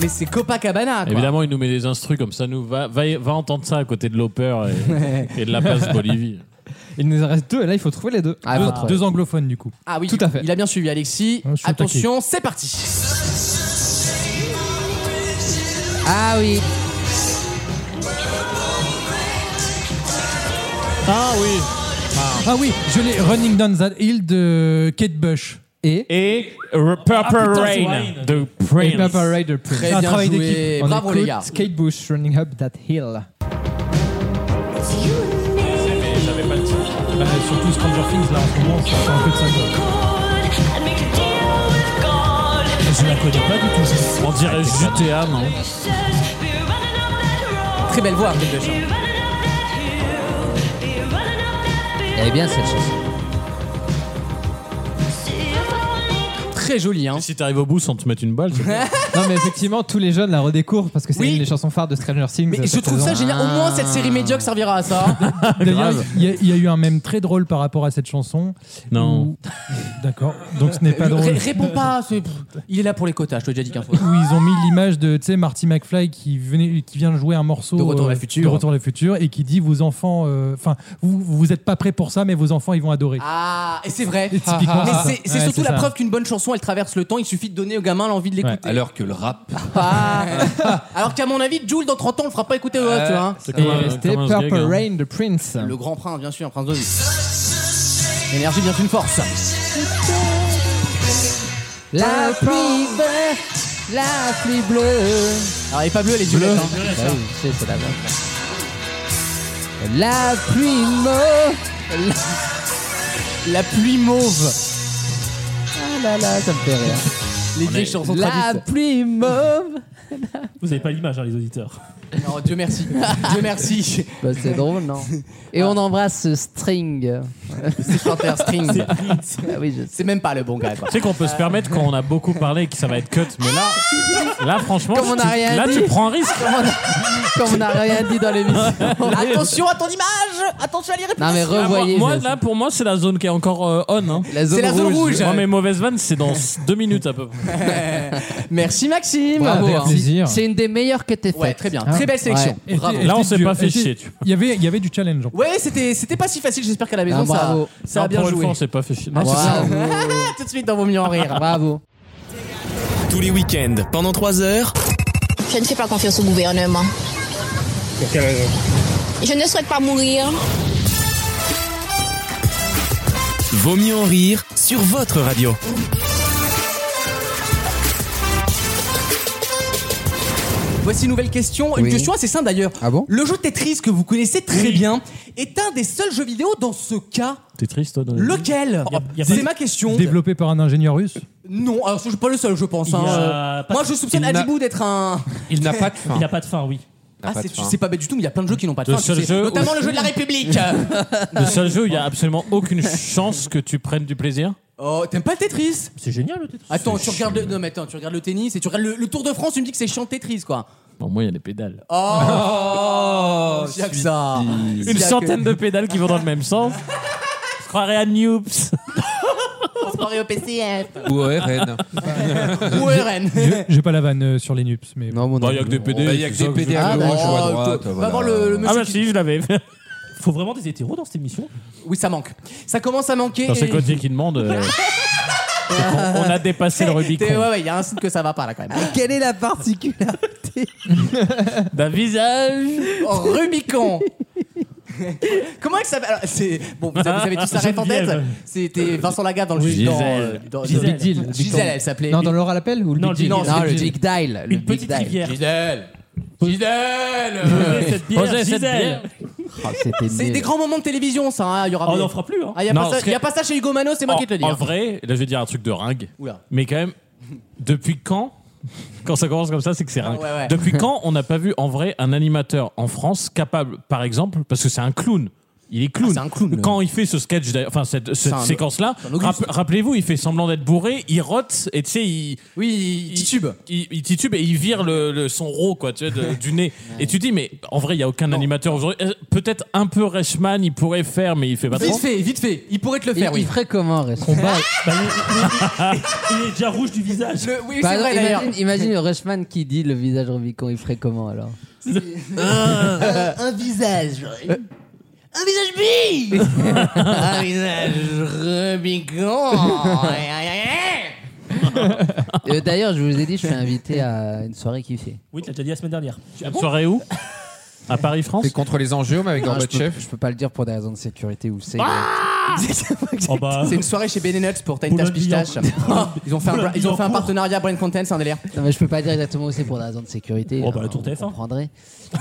Speaker 2: Mais c'est Copacabana quoi.
Speaker 4: Évidemment, il nous met des instrus comme ça. Nous, va, va, va entendre ça à côté de l'opeur et, et de la passe Bolivie.
Speaker 7: Il nous en reste deux, et là il faut trouver les deux.
Speaker 6: Ah,
Speaker 5: deux,
Speaker 6: faut trouver.
Speaker 5: deux anglophones du coup.
Speaker 2: Ah oui,
Speaker 7: Tout à fait.
Speaker 2: il a bien suivi Alexis.
Speaker 5: Ah, je suis au
Speaker 2: Attention, c'est parti.
Speaker 6: Ah oui,
Speaker 4: Ah oui.
Speaker 5: Ah oui, je l'ai. Running Down That Hill de Kate Bush.
Speaker 7: et
Speaker 4: et Re-
Speaker 2: Ah,
Speaker 4: Purple
Speaker 7: putain, c'est
Speaker 4: Rain
Speaker 7: Rain.
Speaker 4: de
Speaker 7: et
Speaker 4: Prince.
Speaker 7: Papa Rider Prince. Ah,
Speaker 2: Très bien joué.
Speaker 7: On
Speaker 2: Bravo,
Speaker 7: écoute
Speaker 2: les gars.
Speaker 7: Skate Bush Running Up That
Speaker 2: <laughs>
Speaker 7: Hill.
Speaker 9: Mais j'avais pas le titre. Bah, surtout Stranger Things, là, en ce moment, ça fait un peu de ça, quoi. Je la connais pas du tout.
Speaker 4: On dirait GTA, non
Speaker 8: hein.
Speaker 2: Très belle voix, Arlette Bachin.
Speaker 6: Elle est Eh bien cette chanson.
Speaker 2: Très jolie, hein.
Speaker 4: Si t'arrives au bout sans te mettre une balle, c'est-
Speaker 7: Non, mais effectivement, tous les jeunes la redécouvrent parce que c'est
Speaker 2: Oui.
Speaker 7: une des chansons phares de Stranger Things.
Speaker 2: Mais je
Speaker 7: cette
Speaker 2: trouve ça
Speaker 7: saison.
Speaker 2: génial. Au moins, cette série médiocre servira à ça.
Speaker 5: D'ailleurs, il y, a- il y a eu un mème très drôle par rapport à cette chanson.
Speaker 4: non.
Speaker 5: Où- D'accord. Donc ce n'est pas drôle.
Speaker 2: Euh, Ré- Réponds pas. c'est- pff, Il est là pour les quotas, je te l'ai déjà dit qu'un fois.
Speaker 5: Où ils ont mis l'image de tu sais Marty McFly qui venait qui vient de jouer un morceau
Speaker 2: De Retour vers le
Speaker 5: euh,
Speaker 2: futur.
Speaker 5: de Retour vers le futur et qui dit vos enfants euh, enfin vous vous êtes pas prêts pour ça mais vos enfants ils vont adorer.
Speaker 2: Ah, et c'est vrai.
Speaker 5: C'est typiquement
Speaker 2: Mais
Speaker 5: ça.
Speaker 2: c'est- c'est
Speaker 5: Ouais,
Speaker 2: surtout
Speaker 5: c'est
Speaker 2: la
Speaker 5: ça.
Speaker 2: preuve qu'une bonne chanson, elle traverse le temps. Il suffit de donner au gamin l'envie de l'écouter.
Speaker 8: Alors que le rap.
Speaker 2: Ah. <laughs> Alors qu'à mon avis, Jules, dans 30 ans, on le fera pas écouter. ouais, tu vois, hein.
Speaker 4: C'est
Speaker 7: Et
Speaker 4: comme un-
Speaker 7: c'était
Speaker 4: comme un
Speaker 7: Purple
Speaker 4: gag, hein.
Speaker 7: Rain de Prince.
Speaker 2: Le grand prince, bien sûr, prince de L'énergie vient d'une force.
Speaker 6: La pluie verte, la pluie bleue.
Speaker 2: Alors, elle est pas bleue, elle est violette. hein.
Speaker 6: Ah oui, je sais, c'est la bonne. La pluie mauve.
Speaker 2: La pluie mauve.
Speaker 6: Ah là là, ça me fait rire.
Speaker 2: Les vieilles chansons
Speaker 6: La
Speaker 2: traduites.
Speaker 6: pluie mauve.
Speaker 9: <laughs> Vous avez pas l'image, hein, les auditeurs.
Speaker 2: Non, Dieu merci. Dieu merci.
Speaker 6: Bah, c'est drôle, non Et on embrasse String.
Speaker 2: C'est chanteur string.
Speaker 6: Ah oui, je sais.
Speaker 2: C'est même pas le bon gars, quoi.
Speaker 4: Tu sais qu'on peut se permettre quand on a beaucoup parlé que ça va être cut, mais là, là franchement,
Speaker 6: Comme on
Speaker 4: tu-
Speaker 6: a rien
Speaker 4: là
Speaker 6: dit.
Speaker 4: tu prends un risque. Ah,
Speaker 6: Comme on n'a rien dit dans l'émission.
Speaker 2: Attention à ton image Attention à
Speaker 6: <laughs> Non, mais
Speaker 2: l'irréputation
Speaker 4: Ah, moi,
Speaker 6: revoyez.
Speaker 4: moi,
Speaker 6: ça.
Speaker 4: là pour moi c'est la zone qui est encore euh, on. Hein.
Speaker 6: la
Speaker 2: c'est la zone rouge.
Speaker 4: Moi mes mauvaises vannes c'est dans deux minutes à peu près.
Speaker 2: <laughs> Merci Maxime
Speaker 5: Ah,
Speaker 6: Bravo,
Speaker 7: Avec
Speaker 6: hein.
Speaker 7: plaisir.
Speaker 6: C'est une des meilleures que t'aies faites.
Speaker 2: Ouais, très bien.
Speaker 5: Hein
Speaker 2: Très belle sélection.
Speaker 5: Et-
Speaker 2: Bravo.
Speaker 5: et-
Speaker 4: Là, on
Speaker 5: c'était
Speaker 4: s'est
Speaker 5: du-
Speaker 4: pas fait
Speaker 5: et-
Speaker 4: chier, tu-
Speaker 5: Il y avait il y avait du challenge. hein. en fait.
Speaker 2: Ouais, c'était, c'était pas si facile. J'espère qu'à la maison,
Speaker 6: Ah, bravo.
Speaker 2: ça, ça a
Speaker 4: Non,
Speaker 2: bien
Speaker 4: pour une
Speaker 2: joué.
Speaker 4: fois, on s'est pas fait chier.
Speaker 6: Bravo.
Speaker 2: Ah, <laughs> tout de suite dans Vos mieux en rire.
Speaker 6: <laughs> Bravo.
Speaker 1: Tous les week-ends, pendant 3 heures,
Speaker 11: Je ne fais pas confiance au gouvernement. Je ne souhaite pas mourir.
Speaker 1: Vaut mieux en rire sur votre radio.
Speaker 2: Voici une nouvelle question. Une
Speaker 6: Oui.
Speaker 2: question assez simple d'ailleurs.
Speaker 6: Ah bon
Speaker 2: Le jeu Tetris que vous connaissez très bien est un des seuls jeux vidéo dans ce cas.
Speaker 4: T'es triste, toi, dans la vie
Speaker 2: Lequel
Speaker 9: Y a- y a
Speaker 2: C'est
Speaker 9: pas-
Speaker 2: ma question.
Speaker 5: Développé par un ingénieur russe.
Speaker 2: Non, alors c'est pas le seul, je pense.
Speaker 9: Il y
Speaker 2: hein.
Speaker 9: a
Speaker 2: Euh,
Speaker 9: pas-
Speaker 2: Moi, je soupçonne
Speaker 8: il n'a-
Speaker 2: Adibou d'être un.
Speaker 8: Il n'a pas de fin.
Speaker 9: Il n'y a pas de fin, oui.
Speaker 8: Il n'a
Speaker 2: Ah,
Speaker 8: pas
Speaker 2: c'est
Speaker 8: de fin.
Speaker 2: c'est pas bête du tout, mais il y a plein de jeux qui n'ont pas de
Speaker 4: Le
Speaker 2: fin. tu
Speaker 4: seul
Speaker 2: sais.
Speaker 4: jeu où-
Speaker 2: Notamment le jeu de la République.
Speaker 4: Le seul jeu où il y a absolument aucune chance que tu prennes du plaisir.
Speaker 2: oh, t'aimes pas le Tetris
Speaker 9: C'est génial, le Tetris.
Speaker 2: Attends, tu regardes, le... non, mais attends, tu regardes le tennis et tu regardes le, le Tour de France, tu me dis que c'est chiant Tetris, quoi.
Speaker 4: Bon, moi, il y a des pédales.
Speaker 2: Oh, Il y a que ça.
Speaker 4: Une centaine de pédales qui vont dans le même sens. Je croirais à Noops.
Speaker 2: au PCF.
Speaker 8: Ou au <laughs> Bah, RN.
Speaker 2: Ou RN.
Speaker 5: J'ai- J'ai pas la vanne euh, sur les nups mais
Speaker 6: Non, mon
Speaker 4: Bah, il y a que des
Speaker 8: Il
Speaker 4: pédales.
Speaker 8: y a que des PD à
Speaker 6: Ah,
Speaker 8: gauche ou à
Speaker 2: Oh,
Speaker 8: droite. euh,
Speaker 2: toi, va
Speaker 8: voilà.
Speaker 2: voir le, le
Speaker 4: Ah,
Speaker 2: monsieur
Speaker 4: bah,
Speaker 2: qui-
Speaker 4: si, je l'avais.
Speaker 9: <laughs> Faut vraiment des hétéros dans cette émission.
Speaker 2: Oui, ça manque. Ça commence à manquer.
Speaker 4: Dans ces
Speaker 2: et-
Speaker 4: côtés qui demandent. euh,
Speaker 9: <laughs>
Speaker 4: c'est qu'on- on, a dépassé le
Speaker 2: T'es-
Speaker 4: Rubicon.
Speaker 2: Ouais, ouais, il y a un signe que ça va pas là quand même.
Speaker 6: Quelle est la particularité
Speaker 4: D'un visage.
Speaker 2: Oh, Rubicon Comment elle s'appelle Alors, c'est- Bon, vous avez, vous avez tous sa ref en tête.
Speaker 9: Geneviève.
Speaker 2: C'était Vincent Lagarde dans le
Speaker 4: Oui,
Speaker 2: dans,
Speaker 4: Gisèle.
Speaker 2: euh, dans-
Speaker 9: Gisèle.
Speaker 2: dans-
Speaker 9: Big Deal,
Speaker 2: Gisèle,
Speaker 9: Big Deal.
Speaker 2: elle s'appelait.
Speaker 7: Non, dans l'or à l'appel ou le
Speaker 9: Non,
Speaker 7: Big Deal
Speaker 2: Non,
Speaker 6: Non,
Speaker 2: c'est
Speaker 6: le
Speaker 2: Gilles.
Speaker 6: Big Dial. Le
Speaker 9: Une
Speaker 6: Big
Speaker 9: petite
Speaker 6: Dial.
Speaker 9: rivière.
Speaker 2: Gisèle Gisèle
Speaker 9: Posez cette bière,
Speaker 4: Posez cette
Speaker 9: Gisèle.
Speaker 4: bière.
Speaker 6: Oh, C'était
Speaker 2: C'est des
Speaker 6: nul.
Speaker 2: grands moments de télévision, ça. hein, Il y aura.
Speaker 9: Oh, on n'en fera plus, hein.
Speaker 2: Ah, il n'y a,
Speaker 4: Non,
Speaker 2: pas ça-
Speaker 4: parce que-
Speaker 2: il y a pas ça chez Hugo Mano, c'est moi
Speaker 4: En-
Speaker 2: qui te le dis.
Speaker 4: En
Speaker 2: hein.
Speaker 4: vrai, là, je vais dire un truc de ringue.
Speaker 2: Oula.
Speaker 4: Mais quand même, depuis quand <laughs> quand ça commence comme ça, c'est que c'est rien.
Speaker 2: Ah Ouais, ouais.
Speaker 4: Depuis quand on n'a pas vu en vrai un animateur en France capable, par exemple, parce que c'est un clown. Il est clown.
Speaker 2: Ah, c'est un clown.
Speaker 4: Quand il fait ce sketch, d'ailleurs, enfin cette, cette
Speaker 2: C'est un-
Speaker 4: séquence-là,
Speaker 2: c'est un Auguste.
Speaker 4: rapp- rappelez-vous, il fait semblant d'être bourré, il rote et tu sais, il,
Speaker 2: Oui, il titube.
Speaker 4: il, il titube et il vire le, le- son rot quoi, tu sais, de- du nez. Et tu dis, mais en vrai, il y a aucun animateur aujourd'hui. Euh, Peut-être un peu Reichmann, il pourrait faire, mais il fait pas trop.
Speaker 2: Vite fait, vite fait. Il pourrait te le
Speaker 6: Il,
Speaker 2: faire,
Speaker 6: il
Speaker 2: oui.
Speaker 6: ferait comment, Rush
Speaker 5: combat
Speaker 9: Bah, il, il- il- il est déjà rouge du visage.
Speaker 2: Le- oui,
Speaker 6: Par
Speaker 2: c'est vrai
Speaker 6: exemple,
Speaker 2: d'ailleurs.
Speaker 6: Bah, imagine, imagine Rushman qui dit le visage Rubicon, il ferait comment alors
Speaker 2: Euh, Un visage. Un visage
Speaker 6: <laughs>
Speaker 2: bille Un visage Rubicon
Speaker 6: Euh, D'ailleurs, je vous ai dit, je suis invité à une soirée kiffée.
Speaker 9: Oui, tu l'as déjà dit la semaine dernière. Tu- ah
Speaker 4: Une
Speaker 9: bon
Speaker 4: soirée où À Paris, France
Speaker 8: C'est contre les enjeux, mais avec
Speaker 6: Non, je,
Speaker 8: Gorbatchev.
Speaker 2: Ah,
Speaker 6: peux, je peux pas le dire pour des raisons de sécurité ou c'est.
Speaker 9: Oh bah.
Speaker 2: C'est une soirée chez Benenuts pour Tiny Dash Pistache. <laughs> Ils ont fait un, bra- ils ont fait un partenariat Brain Content, c'est un délire.
Speaker 6: Non, mais je peux pas dire exactement où c'est pour des raisons de sécurité.
Speaker 2: Oh, bah, la
Speaker 6: hein,
Speaker 2: tour
Speaker 6: on
Speaker 2: TF1.
Speaker 6: comprendrait.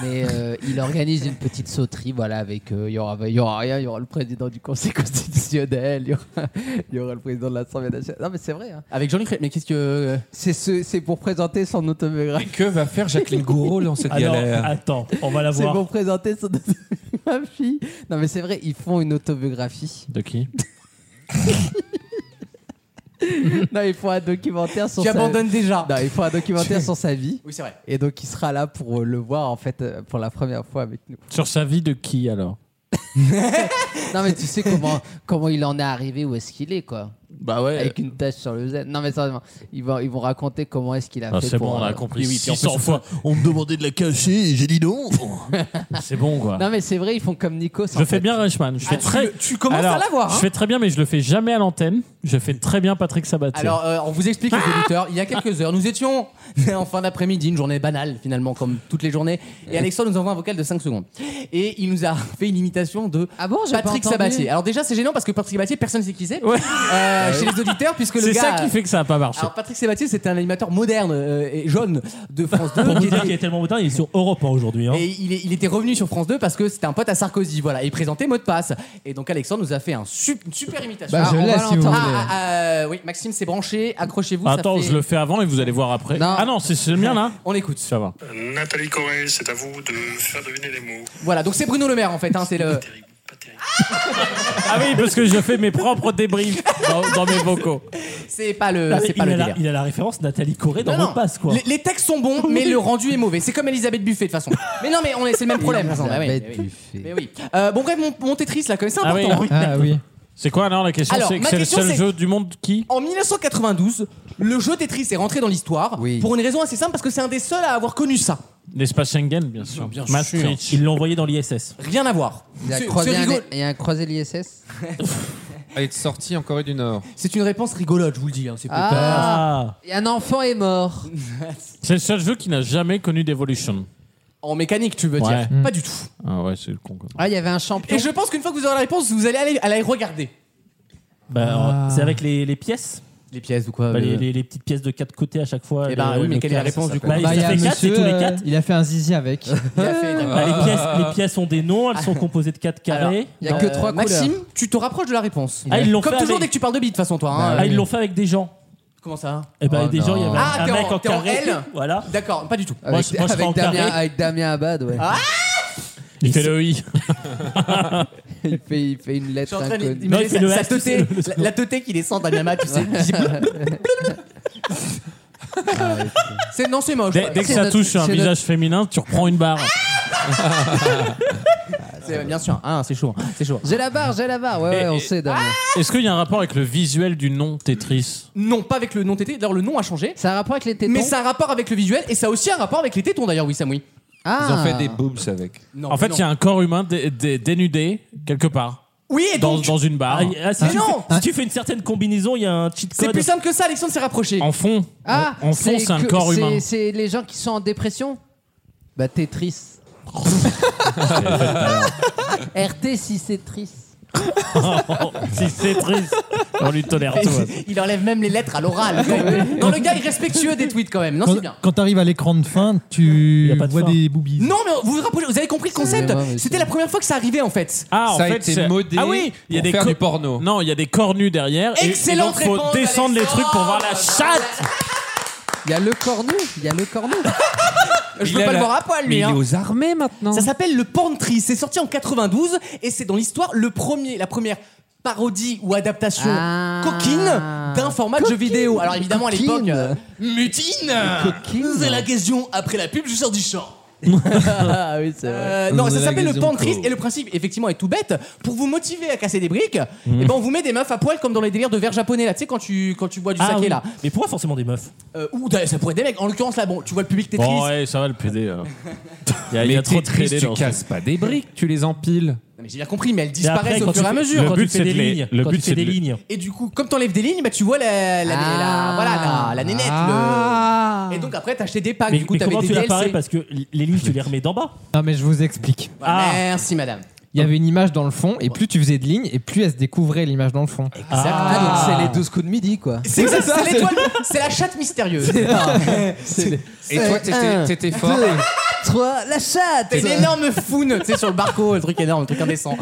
Speaker 6: Mais euh, il organise une petite sauterie, voilà, avec euh, il y aura il y aura rien, il y aura le président du Conseil constitutionnel, il y aura, il y aura le président de l'Assemblée nationale. Non mais c'est vrai. hein.
Speaker 2: Avec Jean-Luc Ré- mais qu'est-ce que. euh,
Speaker 6: C'est ce- c'est pour présenter son autobiographie.
Speaker 8: Que va faire Jacqueline Gouraud dans cette
Speaker 9: Ah non,
Speaker 8: galère
Speaker 9: attends, on va la
Speaker 6: C'est
Speaker 9: voir.
Speaker 6: pour présenter son autobiographie. Non mais c'est vrai, ils font une
Speaker 2: <laughs>
Speaker 6: autobiographie.
Speaker 4: De qui
Speaker 6: Non, ils font un documentaire sur.
Speaker 2: Tu
Speaker 6: sa-
Speaker 2: abandonnes déjà.
Speaker 6: Non, ils font un documentaire sur sa vie.
Speaker 2: Oui, c'est vrai.
Speaker 6: Et donc il sera là pour euh, le voir en fait euh, pour la première fois avec nous.
Speaker 4: Sur sa vie de qui alors
Speaker 6: Non mais tu sais comment comment il en est arrivé où est-ce qu'il est quoi.
Speaker 4: Bah ouais.
Speaker 6: Avec une tache sur le Z. Non mais sérieusement, ils vont ils vont raconter comment est-ce qu'il a
Speaker 4: Ah,
Speaker 6: fait
Speaker 4: c'est
Speaker 6: pour,
Speaker 4: bon, on a
Speaker 6: euh,
Speaker 4: compris
Speaker 6: oui, oui, puis en
Speaker 4: 600
Speaker 6: plus-
Speaker 4: fois. On me demandait de la cacher et j'ai dit non. <laughs> c'est bon, quoi.
Speaker 6: Non mais c'est vrai, ils font comme Nico.
Speaker 4: Je fais bien Reichmann. Je fais très.
Speaker 2: ah, Tu commences
Speaker 4: Alors,
Speaker 2: à l'avoir.
Speaker 4: Je
Speaker 2: hein.
Speaker 4: fais très bien, mais je le fais jamais à l'antenne. Je fais Ah très bien Patrick Sabatier.
Speaker 2: Alors, euh, on vous explique, les auditeurs, il y a quelques heures, nous étions <laughs> en fin d'après-midi, une journée banale, finalement, comme toutes les journées, et Alexandre nous envoie un vocal de 5 secondes. Et il nous a fait une imitation de
Speaker 6: Ah bon, j'ai pas
Speaker 2: Patrick
Speaker 6: entendu.
Speaker 2: Sabatier. Alors, déjà, c'est gênant parce que Patrick Sabatier, personne ne sait qui c'est
Speaker 4: Ouais.
Speaker 2: euh, chez les auditeurs, puisque le
Speaker 4: c'est
Speaker 2: gars.
Speaker 4: ça qui fait que ça n'a pas marché.
Speaker 2: Alors, Patrick Sabatier, c'était un animateur moderne euh, et jaune de France 2.
Speaker 9: Pour vous
Speaker 2: qui
Speaker 9: dire
Speaker 2: était-
Speaker 9: qu'il est tellement beau temps, il est sur Europe 1 aujourd'hui. Hein.
Speaker 2: Et il, est- il était revenu sur France 2 parce que c'était un pote à Sarkozy, voilà. Et il présentait mot de passe. Et donc Alexandre nous a fait un su- une super imitation.
Speaker 7: Bah, je
Speaker 6: on
Speaker 7: l'ai
Speaker 6: va
Speaker 7: si vous
Speaker 6: l'entendre.
Speaker 7: voulez.
Speaker 2: Ah, ah, ah, oui, Maxime s'est branché, accrochez-vous. ça
Speaker 4: Attends,
Speaker 2: fait-
Speaker 4: je le fais avant et vous allez voir après.
Speaker 6: Non.
Speaker 4: Ah non, c'est c'est le
Speaker 2: <laughs>
Speaker 4: mien là
Speaker 2: On écoute.
Speaker 4: Ça va.
Speaker 12: Nathalie Corrèze, c'est à vous de faire deviner les mots.
Speaker 2: Voilà, donc c'est Bruno Le Maire en fait. hein, c'est le...
Speaker 4: Ah oui, parce que je fais mes propres débriefs dans, dans mes vocaux.
Speaker 2: C'est pas le,
Speaker 4: Bah,
Speaker 9: Ah, mais
Speaker 2: c'est
Speaker 9: il,
Speaker 2: pas
Speaker 9: a
Speaker 2: le
Speaker 9: la,
Speaker 2: délire.
Speaker 9: il a la référence Nathalie Corée dans
Speaker 2: Non, non.
Speaker 9: Repasse quoi.
Speaker 2: Les, les textes sont bons, mais le rendu est mauvais. C'est comme Elisabeth Buffet de toute façon. Mais non, mais on est, c'est
Speaker 7: <laughs>
Speaker 2: le même problème. de toute façon. Bah oui,
Speaker 6: Elisabeth
Speaker 2: mais oui.
Speaker 6: Buffet.
Speaker 2: Mais oui. Euh, bon, bref, mon, mon Tetris là, quand même, c'est
Speaker 4: Ah oui,
Speaker 2: important.
Speaker 7: Ah oui.
Speaker 4: C'est quoi alors la question
Speaker 2: Alors,
Speaker 4: C'est que
Speaker 2: ma
Speaker 4: c'est le
Speaker 2: question,
Speaker 4: seul
Speaker 2: c'est-
Speaker 4: jeu du monde qui
Speaker 2: En 1992, le jeu Tetris est rentré dans l'histoire
Speaker 6: Oui.
Speaker 2: pour une raison assez simple parce que c'est un des seuls à avoir connu ça.
Speaker 4: L'espace Schengen, bien sûr.
Speaker 2: Bien sûr.
Speaker 4: Maastricht.
Speaker 9: Il l'a envoyé dans l'ISS.
Speaker 2: Rien à voir.
Speaker 6: Il y a
Speaker 2: C'est-
Speaker 6: croisé
Speaker 2: c'est
Speaker 6: un-
Speaker 2: rigolo-
Speaker 6: il y a un croisé l'ISS.
Speaker 8: Elle est sortie en Corée du Nord.
Speaker 2: C'est une réponse rigolote, je vous le dis. hein, c'est peut-être-
Speaker 6: Ah,
Speaker 4: Ah.
Speaker 6: il y a un enfant est mort.
Speaker 4: C'est le seul jeu qui n'a jamais connu d'évolution.
Speaker 2: En mécanique, tu veux
Speaker 4: Ouais.
Speaker 2: dire Pas du tout.
Speaker 4: Ah ouais, c'est le con. quoi.
Speaker 6: Ah, il y avait un champion.
Speaker 2: Et je pense qu'une fois que vous aurez la réponse, vous allez aller, aller regarder.
Speaker 9: Bah,
Speaker 2: Ah.
Speaker 9: alors, C'est avec les, les pièces
Speaker 2: Les pièces ou
Speaker 4: Ah,
Speaker 2: quoi euh,
Speaker 9: Bah, les, les- les petites pièces de quatre côtés à chaque fois.
Speaker 2: Eh ben
Speaker 9: le-
Speaker 2: oui, mais
Speaker 9: le
Speaker 2: quelle est la
Speaker 9: quatre,
Speaker 2: réponse
Speaker 9: ça
Speaker 2: du
Speaker 9: s'appelle.
Speaker 2: coup
Speaker 9: Bah, Il
Speaker 7: y a
Speaker 9: a fait
Speaker 7: un
Speaker 9: quatre, c'est tous
Speaker 7: monsieur,
Speaker 9: les
Speaker 7: euh,
Speaker 9: quatre.
Speaker 7: il a fait un zizi <laughs> avec.
Speaker 2: euh,
Speaker 9: Bah,
Speaker 2: ah.
Speaker 9: les, pièces, les pièces ont des noms, elles sont composées de quatre carrés.
Speaker 6: Il y a que trois
Speaker 2: Euh, Maxime,
Speaker 6: couleurs.
Speaker 2: tu te rapproches de la réponse.
Speaker 9: Ah, ils l'ont
Speaker 2: Comme
Speaker 9: fait
Speaker 2: toujours,
Speaker 9: avec-
Speaker 2: dès que tu parles de bits, de toute façon, toi. hein.
Speaker 9: Ah, ils l'ont fait avec des gens.
Speaker 2: Comment ça
Speaker 9: Et bah,
Speaker 7: Oh
Speaker 9: des gens, il y avait
Speaker 2: Ah,
Speaker 9: un
Speaker 2: t'es
Speaker 9: mec
Speaker 2: en-
Speaker 9: en
Speaker 2: t'es en
Speaker 9: carré.
Speaker 2: L
Speaker 9: Voilà.
Speaker 2: D'accord, pas du tout.
Speaker 6: Avec,
Speaker 9: je- moi, je serais en
Speaker 6: avec, Damien,
Speaker 9: carré.
Speaker 6: avec Damien Abad, ouais.
Speaker 4: Il fait le i.
Speaker 6: <laughs> il, fait, il fait une
Speaker 2: Je suis
Speaker 6: lettre
Speaker 2: en train
Speaker 6: inconnue.
Speaker 9: Non, il
Speaker 2: d'imaginer
Speaker 9: fait le
Speaker 2: sa- sa
Speaker 9: S, tu sais,
Speaker 4: <laughs>
Speaker 2: teuté- la- la teuté qui descend d'un yama, tu sais. <laughs> C'est- Non, c'est moche.
Speaker 4: Ah, Dès, dès que
Speaker 6: C'est
Speaker 4: ça
Speaker 6: notre-
Speaker 4: touche sur un
Speaker 6: c'est
Speaker 4: visage féminin, tu reprends une barre.
Speaker 9: Ah
Speaker 2: C'est- Bien sûr, hein, c'est chaud. C'est chaud.
Speaker 6: J'ai la barre, j'ai la barre. Ouais, ouais, on
Speaker 4: et- Ah.
Speaker 6: sait, Damien.
Speaker 4: Est-ce qu'il y a un rapport avec le visuel du nom Tetris
Speaker 2: Non, pas avec le nom tété. D'ailleurs, le nom a changé.
Speaker 6: Ça a un rapport avec les tétons.
Speaker 2: Mais ça a un rapport avec le visuel et ça a aussi un rapport avec les tétons d'ailleurs, oui, Samoui.
Speaker 6: Ah.
Speaker 8: Ils ont fait des boobs avec.
Speaker 2: Non,
Speaker 4: En fait,
Speaker 2: non.
Speaker 4: il y a un corps humain dé- dé- dénudé quelque part.
Speaker 2: Oui, et
Speaker 4: Dans,
Speaker 2: donc.
Speaker 4: dans une barre.
Speaker 9: Ah, y- ah, si,
Speaker 2: Mais
Speaker 9: tu
Speaker 2: non
Speaker 9: fais, si tu fais une certaine combinaison, il y a un cheat
Speaker 2: C'est
Speaker 9: code.
Speaker 2: plus simple que ça, Alexandre s'est rapproché.
Speaker 4: En fond,
Speaker 6: Ah,
Speaker 4: en fond, c'est un
Speaker 6: que-
Speaker 4: corps
Speaker 6: c'est-
Speaker 4: humain.
Speaker 6: C'est les gens qui sont en dépression Bah,
Speaker 2: <laughs>
Speaker 6: t'es <laughs> triste. RT, si c'est triste.
Speaker 4: si <laughs> c'est triste, on lui tolère
Speaker 2: <laughs>
Speaker 4: tout.
Speaker 2: Il enlève même les lettres à
Speaker 4: <laughs>
Speaker 2: l'oral. non, le gars est respectueux des tweets quand même. Non,
Speaker 5: Quand,
Speaker 2: c'est bien.
Speaker 5: quand t'arrives à l'écran de fin,
Speaker 9: Y
Speaker 5: tu
Speaker 9: a pas de
Speaker 5: vois
Speaker 9: fin.
Speaker 5: des boobies.
Speaker 2: Non, mais vous vous rapprochez- vous avez compris le concept.
Speaker 6: C'est vrai, mais
Speaker 2: C'était
Speaker 6: c'est-
Speaker 2: la première fois que ça arrivait en fait.
Speaker 4: Ah, en
Speaker 8: ça a
Speaker 4: fait,
Speaker 8: été
Speaker 4: c'est-
Speaker 8: modé
Speaker 4: Ah oui, il y a
Speaker 8: pour
Speaker 4: des
Speaker 8: faire
Speaker 4: co-
Speaker 8: du porno.
Speaker 4: Non, il y a des corps nus derrière. et-
Speaker 2: Excellente
Speaker 4: et, donc,
Speaker 2: réponse,
Speaker 4: faut descendre les trucs pour voir la chatte.
Speaker 6: Il y a le cornu, il y a le cornu.
Speaker 2: Je peux pas le voir à poil lui. hein.
Speaker 8: aux armées maintenant.
Speaker 2: Ça s'appelle le Porn Tree. C'est sorti en 92 et c'est dans l'histoire le premier, la première parodie ou adaptation
Speaker 6: Ah.
Speaker 2: coquine d'un format de jeu vidéo. Alors évidemment à l'époque,
Speaker 6: Coquine.
Speaker 2: euh, mutine.
Speaker 6: Coquine.
Speaker 2: C'est la question après la pub, je sors du champ.
Speaker 6: ah oui, c'est vrai.
Speaker 2: Euh, non,
Speaker 8: Vous
Speaker 2: ça
Speaker 8: avez
Speaker 2: s'appelle le
Speaker 8: la
Speaker 2: pan
Speaker 8: question
Speaker 2: triste
Speaker 8: co.
Speaker 2: et le principe effectivement est tout bête. Pour vous motiver à casser des briques, eh ben on vous met des meufs à poil comme dans les délires de verre japonais là, tu sais quand tu quand tu bois du
Speaker 9: Ah
Speaker 2: saké
Speaker 9: oui.
Speaker 2: là.
Speaker 9: Mais pourquoi forcément des meufs
Speaker 2: Euh, ou d'ailleurs, ça pourrait être des mecs. En l'occurrence là, bon, tu vois le public Tetris.
Speaker 4: Bon, ouais, ça va le PD. <laughs> alors. Il y a, il y a
Speaker 8: Mais
Speaker 4: trop de
Speaker 8: Tetris,
Speaker 4: PD
Speaker 8: tu
Speaker 4: dans ce
Speaker 8: casses pas des briques, tu les empiles.
Speaker 2: Non, mais j'ai bien compris, mais elles
Speaker 9: Mais après,
Speaker 2: disparaissent
Speaker 9: quand
Speaker 2: au fur et
Speaker 9: tu
Speaker 2: à
Speaker 9: fais-
Speaker 2: mesure.
Speaker 4: le
Speaker 9: quand
Speaker 4: but,
Speaker 9: tu
Speaker 4: c'est
Speaker 9: fais
Speaker 4: de
Speaker 9: des
Speaker 4: les-
Speaker 9: lignes,
Speaker 4: le
Speaker 9: quand
Speaker 4: but,
Speaker 9: tu
Speaker 4: c'est
Speaker 9: fais des
Speaker 4: de les-
Speaker 9: lignes.
Speaker 2: Et du coup, comme t'enlèves des lignes, bah tu vois la, la, la-
Speaker 6: Ah.
Speaker 2: voilà, la, la nénette.
Speaker 7: Ah.
Speaker 2: le- Et donc après, t'achetais des packs.
Speaker 9: Mais,
Speaker 2: du coup,
Speaker 9: mais
Speaker 2: t'avais
Speaker 9: comment
Speaker 2: des
Speaker 9: tu l'as
Speaker 2: DLC.
Speaker 9: pareil Parce que les lignes, tu les remets d'en bas.
Speaker 7: Non mais je vous explique.
Speaker 2: Voilà,
Speaker 9: Ah.
Speaker 2: Bah, Merci, madame.
Speaker 7: il y avait une image dans le fond, et plus tu faisais de lignes, et plus elle se découvrait l'image dans le fond. Exact.
Speaker 2: Ah,
Speaker 6: donc c'est les 12 coups de midi, quoi.
Speaker 2: C'est ça, c'est l'étoile, c'est la chatte mystérieuse. <laughs>
Speaker 8: Et toi, t'étais-
Speaker 2: un,
Speaker 8: t'étais fort.
Speaker 2: deux, Trois, la chatte T'es une énorme foune, tu sais, sur le barco, le truc énorme, le truc indécent.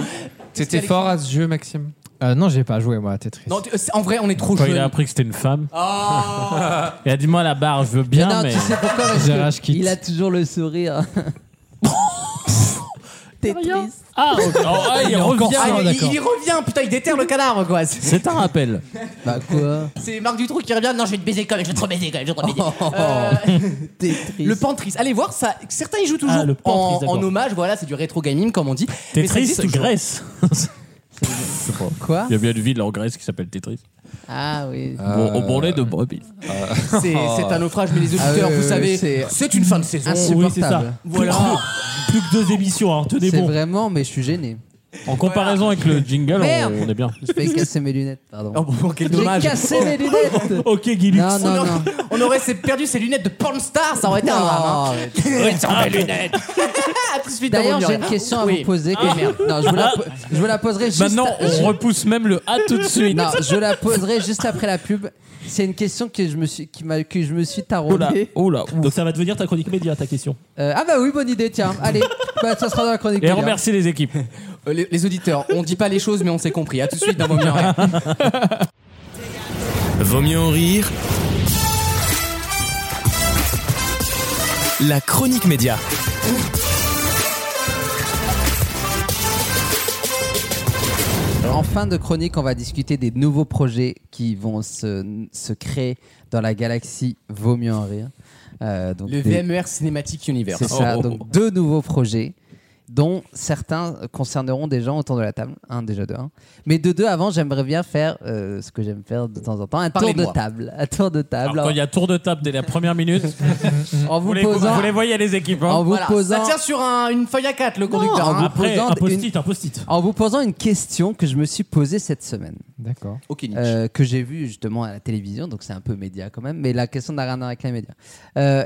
Speaker 7: T'étais fort à ce jeu, Maxime Non, j'ai pas joué, moi, à Tetris.
Speaker 2: Non, tu- c'est- en vrai, on est trop
Speaker 4: Quand
Speaker 2: jeune.
Speaker 4: il a appris que c'était une femme,
Speaker 2: Ah.
Speaker 4: il a dit Moi, la barre, je veux
Speaker 6: Mais
Speaker 4: bien,
Speaker 6: non,
Speaker 4: mais.
Speaker 6: tu sais pourquoi parce
Speaker 4: J'ai
Speaker 6: que
Speaker 4: rage quitte.
Speaker 6: Il a toujours le sourire. T'es triste.
Speaker 4: Ah, ok. Oh, ah, il, revient.
Speaker 2: Ah, il- il, il revient, putain, il déterre le canard, quoi. C'est
Speaker 4: C'est un rappel.
Speaker 6: Bah quoi
Speaker 2: c'est Marc Dutroux qui revient. Non, je vais te baiser quand même, je vais te rebaiser quand même, je vais te rebaiser. Euh,
Speaker 6: T'es triste.
Speaker 2: le Pantris, allez voir ça. Certains y jouent toujours
Speaker 4: Ah, le Pantris,
Speaker 2: en,
Speaker 4: d'accord.
Speaker 2: en hommage, voilà, c'est du rétro gaming comme on dit. Mais ça
Speaker 4: Tetris,
Speaker 2: existe toujours.
Speaker 4: Grèce.
Speaker 6: <laughs> Quoi
Speaker 4: Il y a bien une ville en Grèce qui s'appelle Tetris.
Speaker 6: Ah oui.
Speaker 4: Bon, au bourrelet de brebis.
Speaker 2: C'est c'est un naufrage, mais les auditeurs,
Speaker 6: Ah,
Speaker 2: vous
Speaker 6: euh,
Speaker 2: savez,
Speaker 6: c'est-
Speaker 2: c'est une fin de saison.
Speaker 6: Insupportable.
Speaker 13: Oui, c'est ça.
Speaker 2: Voilà.
Speaker 4: Plus que deux émissions, hein, tenez
Speaker 6: C'est
Speaker 4: bon.
Speaker 6: vraiment, mais je suis gêné.
Speaker 4: En comparaison avec le jingle,
Speaker 6: Merde.
Speaker 4: on, on est bien.
Speaker 6: Je vais casser mes lunettes, pardon.
Speaker 2: Oh, bon, quel
Speaker 6: J'ai
Speaker 2: dommage.
Speaker 6: cassé mes lunettes
Speaker 4: Ok, Guilux.
Speaker 6: Non, non, non.
Speaker 2: On aurait s'est perdu ses lunettes de porn star, ça aurait été un drame. hein. lunettes. <laughs> À tout de suite dans
Speaker 6: D'ailleurs,
Speaker 2: vos
Speaker 6: j'ai
Speaker 2: murs.
Speaker 6: une question à
Speaker 2: Oui.
Speaker 6: vous poser. que-
Speaker 2: Ah, merde.
Speaker 6: Non, je vous la, po- je vous la poserai juste.
Speaker 4: Maintenant,
Speaker 6: à-
Speaker 4: on repousse même le A tout de suite.
Speaker 6: Euh, Non, je la poserai juste après la pub. C'est une question que je me suis, qui m'a- que je me suis
Speaker 4: Oh
Speaker 6: taraudée.
Speaker 13: Donc ça va devenir ta chronique média, ta question.
Speaker 6: Euh, ah bah oui, bonne idée, tiens. Allez, bah, ça sera dans la chronique.
Speaker 4: Et
Speaker 6: d'ailleurs.
Speaker 4: remercie les
Speaker 6: <laughs>
Speaker 4: équipes.
Speaker 2: Euh, les, les auditeurs, on dit pas les choses, mais on s'est compris. À tout de suite dans vos murs.
Speaker 1: Vaut mieux en rire. La chronique média.
Speaker 6: En fin de chronique, on va discuter des nouveaux projets qui vont se, se créer dans la galaxie Vaut mieux en rire. Euh, donc
Speaker 2: Le
Speaker 6: des-
Speaker 2: VMER Cinematic Universe.
Speaker 6: C'est ça,
Speaker 2: Oh.
Speaker 6: donc deux nouveaux projets dont certains concerneront des gens autour de la table, un déjà de un. Mais de deux avant, j'aimerais bien faire euh, ce que j'aime faire de temps en temps, un tour de
Speaker 2: Parlez-moi.
Speaker 6: table, un tour de
Speaker 4: Alors,
Speaker 6: table.
Speaker 4: quand il y a tour de table dès la première
Speaker 6: <laughs>
Speaker 4: minute,
Speaker 6: en, en vous
Speaker 4: vous les,
Speaker 6: posant,
Speaker 4: vous les voyez les équipes. hein.
Speaker 6: en vous
Speaker 2: Voilà. Ça
Speaker 6: posant,
Speaker 2: tient sur un- une feuille à 4 le conducteur.
Speaker 6: en
Speaker 2: hein.
Speaker 6: vous
Speaker 13: Après,
Speaker 6: posant
Speaker 13: un
Speaker 6: une,
Speaker 13: post-it, un post-it.
Speaker 6: en vous posant une question que je me suis posée cette semaine.
Speaker 7: D'accord.
Speaker 2: Ok, Nietzsche.
Speaker 6: euh, que j'ai vu justement à la télévision, donc c'est un peu média quand même, mais la question n'a rien à voir avec les médias. Euh,